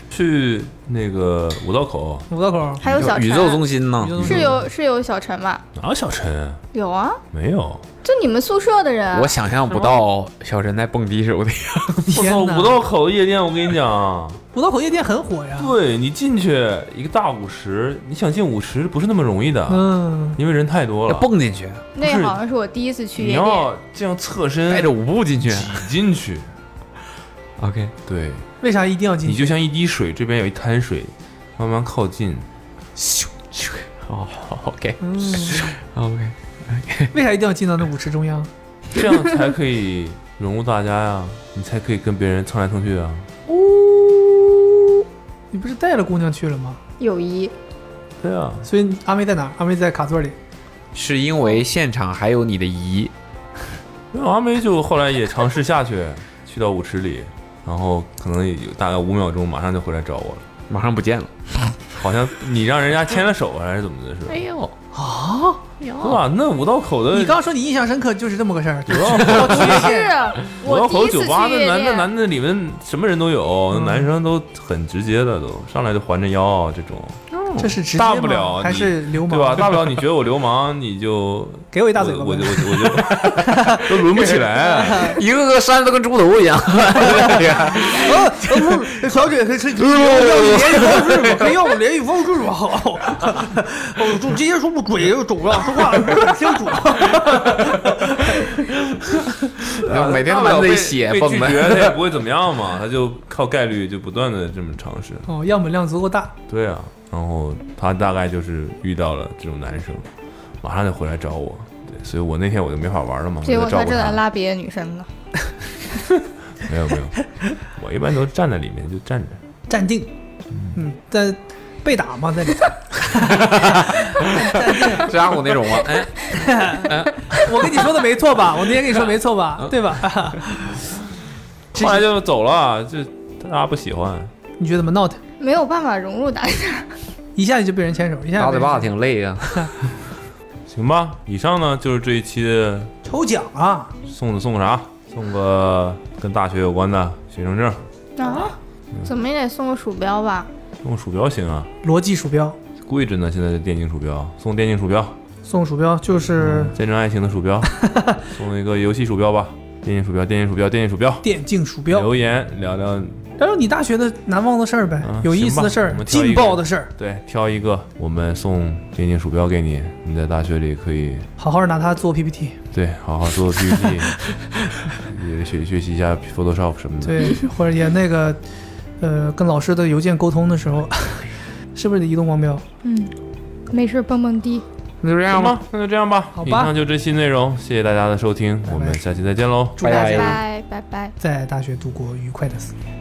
B: 去那个五道口，
C: 五道口，
F: 还有小啊
D: 宇宙
F: 陈
D: 中心呢
C: 宇宙？中心
F: 是有是有小陈吧？
B: 哪有小陈啊？
F: 有啊，
B: 没有，
F: 就你们宿舍的人啊，
D: 我想象不到小陈在蹦迪时候的样子。
B: 我
C: 天
B: 操！
C: 哪
B: 五道口的夜店，我跟你讲，
C: 五道口夜店很火呀。
B: 对你进去一个大舞池，你想进舞池不是那么容易的，
C: 嗯，
B: 因为人太多
D: 要
B: 了。
D: 蹦进去，
F: 那
B: 不是
F: 好像是我第一次去
B: 你哦
F: 夜店，
B: 要这样侧身
D: 带着舞步进去
B: 挤。进去，
D: OK，
B: 对，
C: 为啥一定要进
B: 你
C: 去？
B: 就像一滴水，这边有一滩水，慢慢靠 近。
D: 哦，OK，OK，
C: 嗯，为啥一定要进到那舞池中央？
B: 这样才可以融入大家呀、你才可以跟别人蹭来蹭去啊。
C: 你不是带了姑娘去了吗？
F: 友谊
B: 对啊，
C: 所以阿妹在哪儿？阿妹在卡座里。
D: 是因为现场还有你的姨，
B: 因为阿梅就后来也尝试下去， 去到舞池里，然后可能也有大概五秒钟，马上就回来找我了。
D: 马上不见了。
B: 好像你让人家牵了手啊还是怎么的，是吧？
F: 哎
D: 呦，
C: 啊！
B: 对吧？那五道口的
C: 你刚说你印象深刻就是这么个事儿，
B: 五道口
F: 不是
B: 五道
F: 我第
B: 口
F: 一
B: 酒
F: 次
B: 吧
F: 去
B: 那
F: 夜
B: 男的
F: 店，
B: 男的里面什么人都有，
C: 嗯
B: 男生都很直接的都上来就环着腰啊这种，
C: 这是直接
B: 大
C: 吗
B: 不了你
C: 还是流氓
B: 对吧？大不了你觉得我流氓，你就
C: 给我一大嘴
B: 我
C: 巴
B: 我就
C: 呗。
B: 我 就我就都轮不起来。
D: 啊 一个个扇子跟猪头一样。
C: 啊，不，小姐可以吃，不要你连语方式吗？不要我连语方式吗？我就直接说不嘴就肿了，说话不是很清楚。
D: 每天
B: 大
D: 都
B: 不了
D: 满
B: 被
D: 嘴血
B: 被
D: 蹦
B: 拒绝，
D: 的。
B: 他 也不会怎么样嘛，他就靠概率就不断的这么尝试。
C: 哦，样本量足够大，
B: 对啊，然后他大概就是遇到了这种男生，马上就回来找我。对，所以我那天我就没法玩了嘛，我
F: 结
B: 就
F: 果
B: 照
F: 他
B: 顾
F: 正在
B: 他。
F: 拉别的女生呢。
B: 没有没有，我一般都站在里面就站着。
C: 站定。嗯，在被打吗？在里头。
D: 是阿虎那种吗？ 哎，
C: 我跟你说的没错吧？我那天跟你说没错吧？对吧？
B: 后来就走了，就大家不喜欢。
C: 你觉得怎么闹腾？
F: 没有办法融入大家，
C: 一下你就被人牵手，一下
D: 打
C: 就被
D: 嘴
C: 人
D: 巴子挺累啊。
B: 行吧，以上呢就是这一期的
C: 抽奖啊！
B: 送的送个啥，送个跟大学有关的学生证，
F: 啊，怎么也得送个鼠标吧？
B: 用鼠标行啊，
C: 逻辑鼠标
B: 贵着呢，现在是电竞鼠标，送电竞鼠标，
C: 送鼠标就是
B: 见证爱情的鼠 标，送一个游戏鼠标吧，电竞鼠标，电竞鼠标，电竞鼠标。
C: 电竞鼠标，
B: 留言聊聊，
C: 聊聊你大学的难忘的事儿呗
B: 嗯，
C: 有意思的事
B: 行吧我
C: 儿，
B: 们挑一个
C: 劲爆的事儿，
B: 对，挑一个，我们送电竞鼠标给你，你在大学里可以
C: 好好拿它做 PPT。
B: 对好好做 PPT，也 学学习一下 Photoshop 什么的。
C: 对，或者也那个，呃，跟老师的邮件沟通的时候， 是不是得移动光标？
F: 嗯，没事，蹦蹦迪。
D: 那就这样
B: 行
D: 吧。
B: 吧，那就这样吧。
C: 好吧
B: 以上就这期内容，谢谢大家的收听，
C: 拜拜
B: 我们下期再见喽。
C: 祝大
D: 拜
C: 家
F: 拜拜拜。
C: 在大学度过愉快的四年。